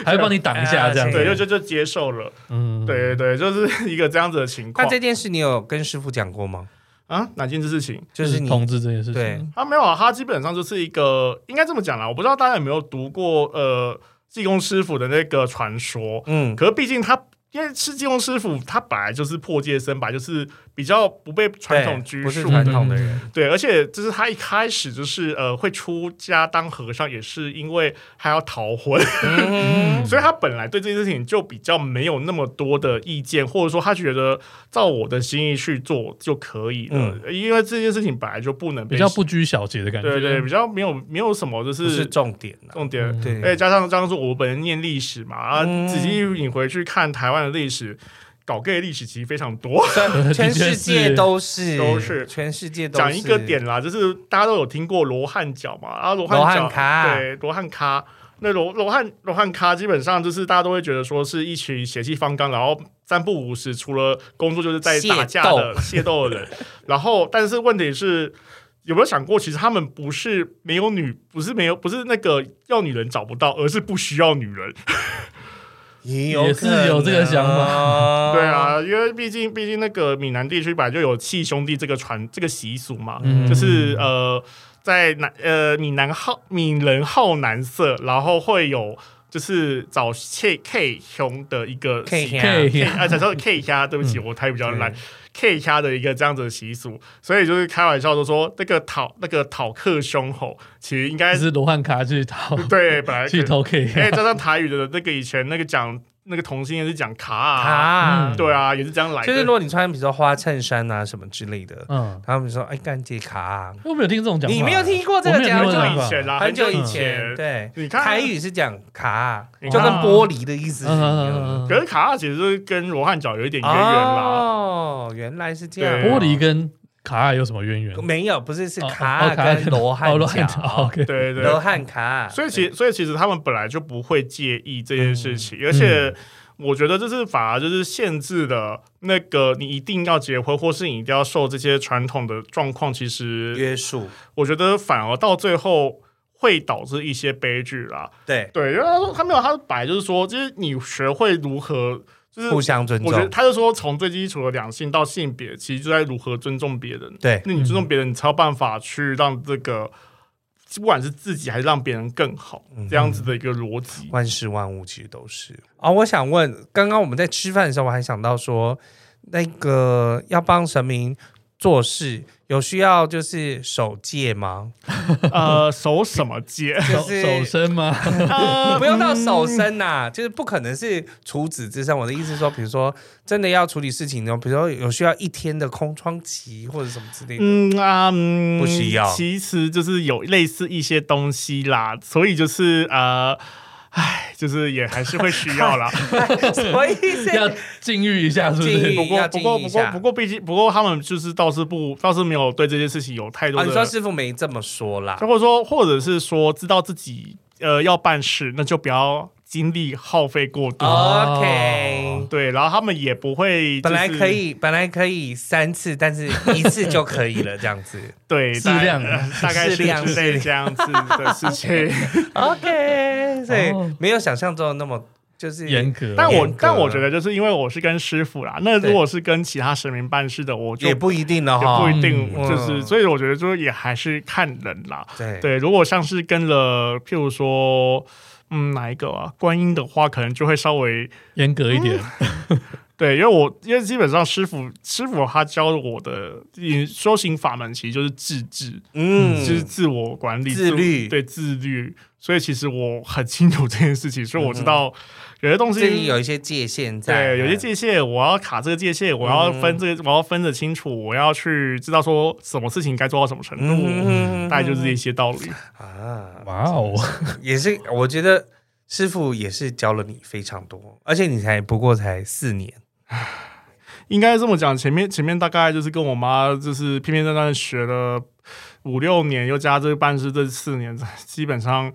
Speaker 1: 还会帮你挡一下这样
Speaker 2: 嗯
Speaker 1: 子，
Speaker 3: 对，就就就接受了，
Speaker 1: 嗯，
Speaker 3: 对对，就是 [laughs] 一个这样子的情况
Speaker 2: 那这件事你有跟师傅讲过吗？
Speaker 3: 啊。哪件事情？
Speaker 2: 就
Speaker 1: 就是是
Speaker 2: 你
Speaker 1: 同志这件事情，嗯
Speaker 2: 对，
Speaker 3: 啊，没有啊，他基本上就是一个，应该这么讲啦，我不知道大家有没有读过呃济公师傅的那个传说，
Speaker 2: 嗯，
Speaker 3: 可是毕竟他。因为是济公师傅，他本来就是破戒身，本来就是比较不被传统
Speaker 2: 对
Speaker 3: 拘
Speaker 2: 不是
Speaker 3: 束，
Speaker 2: 传
Speaker 1: 嗯
Speaker 2: 统的人，
Speaker 3: 对，而且就是他一开始就是呃会出家当和尚，也是因为他要逃婚，
Speaker 2: 嗯，
Speaker 3: [laughs] 所以他本来对这件事情就比较没有那么多的意见，或者说他觉得照我的心意去做就可以了，因为这件事情本来就不能
Speaker 1: 嗯
Speaker 3: 被
Speaker 1: 比较不拘小节的感觉，
Speaker 3: 对对，比较没有没有什么就
Speaker 2: 不是
Speaker 3: 是
Speaker 2: 重点啊。
Speaker 3: 重点。
Speaker 1: 嗯
Speaker 3: 而且
Speaker 2: 对，
Speaker 3: 加上当时我本人念历史嘛，啊，
Speaker 2: 嗯
Speaker 3: 仔细你回去看台湾的历史，搞 gay 的历史其实非常多。
Speaker 2: [laughs] 全全世界都是
Speaker 3: 都是
Speaker 2: 全世界都是
Speaker 3: 讲一个点啦，就是大家都有听过罗汉脚嘛，啊，罗
Speaker 2: 罗
Speaker 3: 汉
Speaker 2: 汉
Speaker 3: 脚，
Speaker 2: 咖
Speaker 3: 对，罗汉咖。那罗罗汉罗汉咖基本上就是大家都会觉得说是一群血气方刚，然后三不五时，除了工作就是在打架的 [laughs] 械斗的人。然后，但是问题是，有没有想过，其实他们不是没有女，不是没有，不是那个要女人找不到，而是不需要女人。
Speaker 2: 也
Speaker 1: 也是有这个想
Speaker 2: 法
Speaker 3: 对，啊，因为毕竟毕竟那个闽南地区本来就有弃兄弟这个传这个习俗嘛，
Speaker 1: 嗯
Speaker 3: 就是呃，在南呃闽南好闽人好男色，然后会有就是找 K K 兄的一个
Speaker 2: K
Speaker 3: 习
Speaker 1: K
Speaker 3: K 啊，假设 K 虾，对不
Speaker 2: 嗯
Speaker 3: 起，我台语比较烂。K 虾的一个这样子的习俗，所以就是开玩笑都说那个讨那个讨客兄吼，其实应该
Speaker 1: 还是罗汉卡去逃
Speaker 3: 呃对本来
Speaker 1: 去
Speaker 3: 可
Speaker 1: 偷 K，
Speaker 3: 哎，加上台语的那个以前那个讲那个同性恋是讲卡啊，
Speaker 2: 啊，
Speaker 1: 嗯
Speaker 3: 对啊，也是这样来的，
Speaker 2: 就是如果你穿比如说花衬衫啊什么之类的，
Speaker 1: 嗯，
Speaker 2: 他们说哎干杰卡啊，
Speaker 1: 我没有听这种讲法，
Speaker 2: 你没有听过这
Speaker 1: 我
Speaker 2: 个
Speaker 1: 没有
Speaker 2: 讲
Speaker 1: 听过
Speaker 2: 法
Speaker 1: 这
Speaker 3: 啊很
Speaker 1: 种
Speaker 3: 久
Speaker 2: 很久
Speaker 1: 讲
Speaker 3: 以前啦，
Speaker 2: 以
Speaker 3: 以
Speaker 2: 前，。对，
Speaker 3: 你看
Speaker 2: 台，语是讲卡啊，
Speaker 3: 你
Speaker 2: 就
Speaker 3: 看
Speaker 2: 跟玻璃的意思是一样的。
Speaker 1: 嗯
Speaker 3: 可是卡卡其实就是跟罗汉脚有一点渊源啦。
Speaker 2: 哦，原来是这样。
Speaker 3: 对
Speaker 1: 玻璃跟卡尔有什么渊源？
Speaker 2: 没有，不是是
Speaker 1: 哦
Speaker 2: 卡
Speaker 1: 哦卡
Speaker 2: 跟罗汉
Speaker 1: 哦，罗汉脚
Speaker 2: 脚，
Speaker 1: ，OK，
Speaker 3: 对对
Speaker 2: 罗
Speaker 3: 对，
Speaker 2: 汉卡。
Speaker 3: 所以其所以其实他们本来就不会介意这件事情，而
Speaker 2: 嗯
Speaker 3: 且我觉得这是反而就是限制的那个你一定要结婚，或是你一定要受这些传统的状况，其实
Speaker 2: 约束，
Speaker 3: 我觉得反而到最后会导致一些悲剧啦。
Speaker 2: 对，
Speaker 3: 对，因为他说他没有，他本来就是说，就是你学会如何。就是
Speaker 2: 互相尊
Speaker 3: 我觉得
Speaker 2: 重，
Speaker 3: 他就说，从最基础的两性到性别，其实就在如何尊重别人。
Speaker 2: 对，
Speaker 3: 那你尊重别人，你才有办法去让这个，不管是自己还是让别人更好，这样子的一个逻辑。 [laughs]
Speaker 2: 万事万物其实都是。啊、我想问，刚刚我们在吃饭的时候，我还想到说，那个要帮神明做事，有需要就是守戒吗？
Speaker 3: 呃，守什么戒？
Speaker 2: 就
Speaker 1: 手
Speaker 2: 是
Speaker 1: 手身吗？
Speaker 3: 呃
Speaker 2: 不用到手身呐、就是不可能是处子之身。我的意思是说，比如说真的要处理事情呢，比如说有需要一天的空窗期或者什么之类的。
Speaker 3: [laughs] 嗯啊，嗯
Speaker 2: 不需要
Speaker 3: 其实就是有类似一些东西啦，所以就是呃，唉，就是也还是会需
Speaker 2: [laughs]
Speaker 3: 要啦。
Speaker 2: [laughs] 什么意思？
Speaker 3: [laughs]
Speaker 1: 要禁欲一下，是不
Speaker 2: 禁欲
Speaker 1: 是？
Speaker 3: 不过
Speaker 2: 要
Speaker 3: 不
Speaker 2: 注意
Speaker 3: 过
Speaker 2: 一
Speaker 3: 不过
Speaker 2: 下
Speaker 3: 不过，毕竟不过他们就是倒是不倒是没有对这件事情有太多
Speaker 2: 啊，
Speaker 3: 的
Speaker 2: 你说师傅没这么说啦
Speaker 3: 就。或者说，或者是说知道自己呃要办事，那就不要精力耗费过多。
Speaker 1: 哦
Speaker 2: OK，
Speaker 3: 对，然后他们也不会、
Speaker 2: 本来可，以，本来可以三次，但是一次就可以了，这样子。
Speaker 3: 对，
Speaker 1: 适
Speaker 3: 大概
Speaker 1: 量
Speaker 3: 呃大概
Speaker 2: 适
Speaker 3: 是
Speaker 2: 量
Speaker 3: 之类这样
Speaker 2: [laughs]
Speaker 3: 子的事情。
Speaker 2: OK，所 [laughs] 以
Speaker 1: 哦
Speaker 2: 没有想象中的那么就是
Speaker 1: 严格，
Speaker 3: 但我
Speaker 2: 严格
Speaker 3: 但我觉得，就是因为我是跟师傅啦，那
Speaker 2: 对
Speaker 3: 如果是跟其他神明办事的，我就
Speaker 2: 也不一定了
Speaker 3: 也
Speaker 2: 哈
Speaker 3: 不。一定，
Speaker 2: 嗯
Speaker 3: 就是、
Speaker 2: 嗯
Speaker 3: 所以我觉得就是也还是看人啦。
Speaker 2: 对
Speaker 3: 对，如果像是跟了，譬如说，嗯，哪一个啊，观音的话，可能就会稍微
Speaker 1: 严格一点，
Speaker 3: 对，因为我因为基本上师傅师傅他教我的修行法门，其实就是自治，
Speaker 2: 嗯，
Speaker 3: 就是自我管理、
Speaker 2: 自律
Speaker 3: 对自律。所以其实我很清楚这件事情，所以我知道有些东
Speaker 2: 自己嗯
Speaker 3: 西。
Speaker 2: 有一些界限在，嗯
Speaker 3: 对，有些界限，我要卡这个界限，我要分这个，我要分得清楚，我要去知道说什么事情该做到什么程度，
Speaker 2: 嗯
Speaker 3: 大概就是这些道理。
Speaker 2: 啊，
Speaker 1: 哇哦，
Speaker 2: 也是，我觉得师傅也是教了你非常多，而且你才不过才四年，
Speaker 3: 应该这么讲，前面前面大概就是跟我妈就是偏偏在那学了五六年，又加这半师这四年，基本上，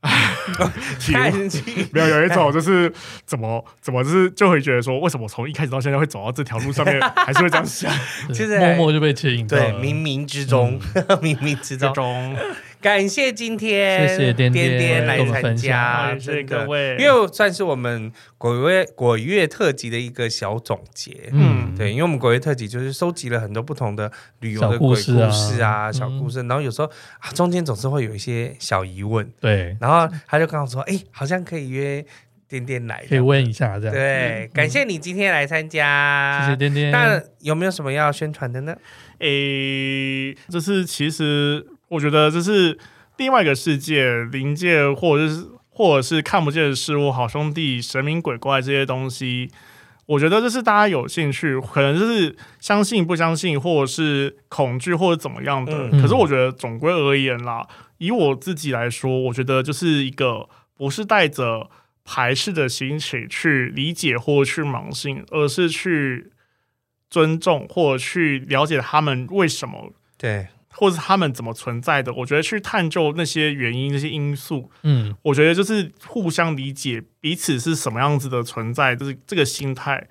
Speaker 3: 哎
Speaker 2: [laughs]
Speaker 3: 唉，体
Speaker 2: 太
Speaker 3: 悟
Speaker 2: 神奇。
Speaker 3: 没有有一种就是怎么怎么就是就会觉得说，为什么从一开始到现在会走到这条路上 [laughs] 面，还是会这样想？
Speaker 2: 其实
Speaker 1: 默默就被牵引到
Speaker 2: [laughs] 对，
Speaker 1: 了。
Speaker 2: 冥冥之中， [laughs] 冥冥之
Speaker 3: 这
Speaker 2: 中，
Speaker 3: 种
Speaker 2: 感谢今天
Speaker 1: 谢谢
Speaker 2: 颠
Speaker 1: 颠颠
Speaker 2: 来
Speaker 1: 跟我
Speaker 2: 参
Speaker 1: 们分
Speaker 2: 加，
Speaker 1: 享
Speaker 3: 谢谢
Speaker 2: 真
Speaker 3: 各
Speaker 2: 的，
Speaker 3: 位，
Speaker 2: 因为算是我们鬼月鬼月特辑的一个小总结。
Speaker 3: 嗯
Speaker 2: 对，因为我们鬼月特辑就是收集了很多不同的旅游的
Speaker 1: 小
Speaker 2: 鬼故
Speaker 1: 故
Speaker 2: 事
Speaker 1: 事啊
Speaker 2: 啊、小故事，然后有时候啊中间总是会有一些小疑问，
Speaker 1: 对，
Speaker 2: 然后他就跟我说：“哎、好像可以约点点来。”
Speaker 1: 可以问一下这样。
Speaker 2: 对，感谢你今天来参
Speaker 3: 啊
Speaker 2: 加，
Speaker 1: 谢谢颠颠。
Speaker 2: 那有没有什么要宣传的呢？
Speaker 3: 诶、就是其实我觉得这是另外一个世界，灵界或者是或者是看不见的事物，好兄弟、神明、鬼怪这些东西。我觉得这是大家有兴趣，可能就是相信不相信，或者是恐惧或者怎么样的。
Speaker 2: 嗯
Speaker 3: 可是我觉得总归而言啦，以我自己来说，我觉得就是一个不是带着排斥的心情去理解或去盲信，而是去尊重或者去了解他们为什么，
Speaker 2: 对，
Speaker 3: 或是他们怎么存在的。我觉得去探究那些原因、那些因素，
Speaker 1: 嗯，
Speaker 3: 我觉得就是互相理解彼此是什么样子的存在，就是这个心态。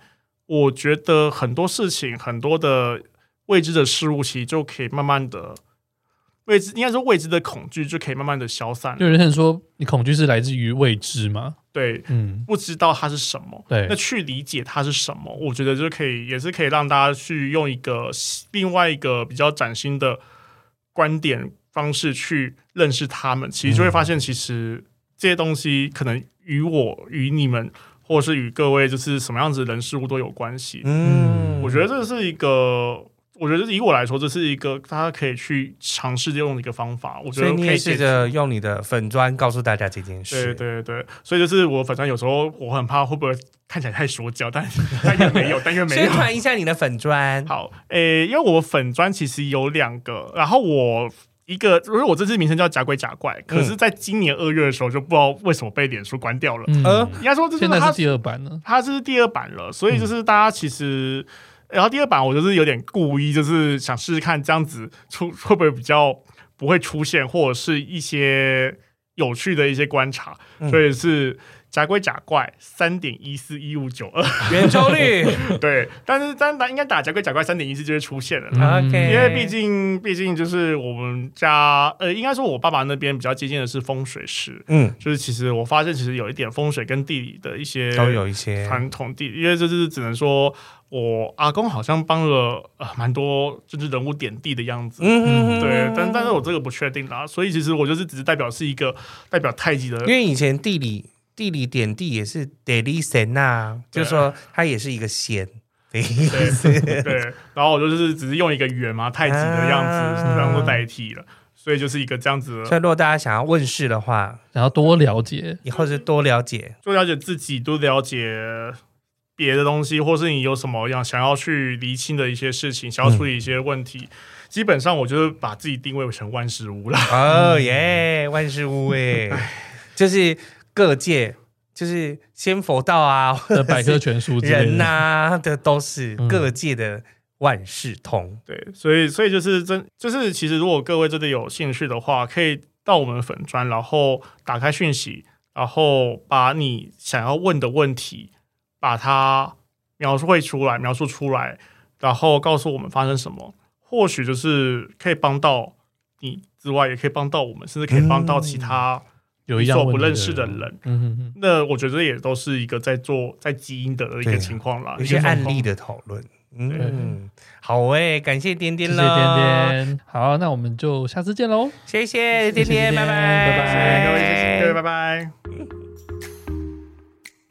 Speaker 3: 我觉得很多事情，很多的未知的事物，其实就可以慢慢的未知，应该说未知的恐惧就可以慢慢的消散
Speaker 1: 就。有人说你恐惧是来自于未知嘛？
Speaker 3: 对，
Speaker 1: 嗯，
Speaker 3: 不知道它是什么，
Speaker 1: 对
Speaker 3: 那去理解它是什么，我觉得就可以，也是可以让大家去用一个另外一个比较崭新的观点方式去认识他们，其实就会
Speaker 2: 嗯
Speaker 3: 发现，其实这些东西可能与我、与你们，或是与各位，就是什么样子的人事物都有关系。
Speaker 2: 嗯，
Speaker 3: 我觉得这是一个。我觉得以我来说，这是一个大家可以去尝试用的一个方法。我觉
Speaker 2: 所
Speaker 3: 得
Speaker 2: 以你
Speaker 3: 可
Speaker 2: 也
Speaker 3: 以
Speaker 2: 试
Speaker 3: 解决
Speaker 2: 着用你的粉砖告诉大家这件事。
Speaker 3: 对对对，所以就是我反正有时候我很怕会不会看起来太说教，但但又没有，但又没
Speaker 2: 宣
Speaker 3: 有。
Speaker 2: 传一下你的粉砖。
Speaker 3: 好，诶、因为我粉砖其实有两个，然后我。一个，因为我这次名称叫假鬼假怪，可是在今年二月的时候就不知道为什么被脸书关掉了。
Speaker 1: 嗯
Speaker 2: 呃
Speaker 3: 应该说，就是
Speaker 1: 现在
Speaker 3: 它
Speaker 1: 是第二版了。
Speaker 3: 它这是第二版了，所以
Speaker 2: 嗯
Speaker 3: 就是大家其实，然后第二版我就是有点故意，就是想试试看这样子出会不会比较不会出现，或者是一些有趣的一些观察，
Speaker 2: 嗯
Speaker 3: 所以是。假鬼假怪三点一四一五九
Speaker 2: [laughs]
Speaker 3: 二，
Speaker 2: 圆周率
Speaker 3: 对，但是但打应该打假鬼假怪三点一四就会出现了啦，
Speaker 1: 嗯
Speaker 2: ，OK，
Speaker 3: 因为毕竟毕竟就是我们家呃，应该说我爸爸那边比较接近的是风水师，
Speaker 2: 嗯
Speaker 3: 就是其实我发现其实有一点风水跟地理的一些
Speaker 2: 都哦有一些，
Speaker 3: 传统地，因为这就是只能说我阿公好像帮了呃蛮多政治人物点地的样子。
Speaker 2: 嗯
Speaker 3: 对，但但是我这个不确定啦，所以其实我就是只是代表是一个代表太极的
Speaker 2: 因，为以前地理地理点地也是 d 理神呐，就
Speaker 3: 对
Speaker 2: 是说它也是一个仙。对
Speaker 3: [laughs] 对对，然后我就是只是用一个圆嘛太极的样子
Speaker 2: 啊
Speaker 3: 然后代替了，所以就是一个这样子
Speaker 2: [laughs]
Speaker 3: 的，
Speaker 2: 所以如果大家想要问世的话，
Speaker 1: 想要多了解，
Speaker 2: 以后是多了解。
Speaker 3: [laughs] 多了解自己，多了解别的东西，或是你有什么样想要去厘清的一些事情，想要处理一些问题，
Speaker 2: 嗯
Speaker 3: 基本上我就是把自己定位成万事屋啦。
Speaker 2: 哦耶，万事屋哎，就是各界，就是仙佛道啊，或者
Speaker 1: 的呃百科全书之
Speaker 3: [laughs]
Speaker 1: 类的
Speaker 2: 人呐、的都是
Speaker 1: 嗯
Speaker 2: 各界的万事通。
Speaker 3: 对，所以所以就是真就是其实如果各位真的有兴趣的话，可以到我们粉专，然后打开讯息，然后把你想要问的问题，把它描绘出来，描述出来，然后告诉我们发生什么，或许就是可以帮到你之外，也可以帮到我们，甚至可以帮到
Speaker 2: 嗯
Speaker 3: 其他。
Speaker 1: 有一样
Speaker 3: 你所
Speaker 1: 问
Speaker 3: 不
Speaker 1: 题
Speaker 3: 认识的人，
Speaker 1: 嗯哼哼，
Speaker 3: 那我觉得也都是一个在做在基因的一
Speaker 2: 对
Speaker 3: 个
Speaker 2: 啊
Speaker 3: 情况啦，
Speaker 2: 有
Speaker 3: 一
Speaker 2: 些
Speaker 3: 个状
Speaker 2: 案
Speaker 3: 况
Speaker 2: 例的讨论，嗯，好哎、感谢颠
Speaker 1: 谢
Speaker 2: 颠
Speaker 1: 谢
Speaker 2: 了，
Speaker 1: 点点，好，那我们就下次见喽。
Speaker 2: 谢谢颠颠，
Speaker 1: 谢
Speaker 2: 拜
Speaker 1: 谢颠颠
Speaker 2: 拜，
Speaker 1: 拜拜
Speaker 3: 谢谢各位，谢谢各位，拜拜。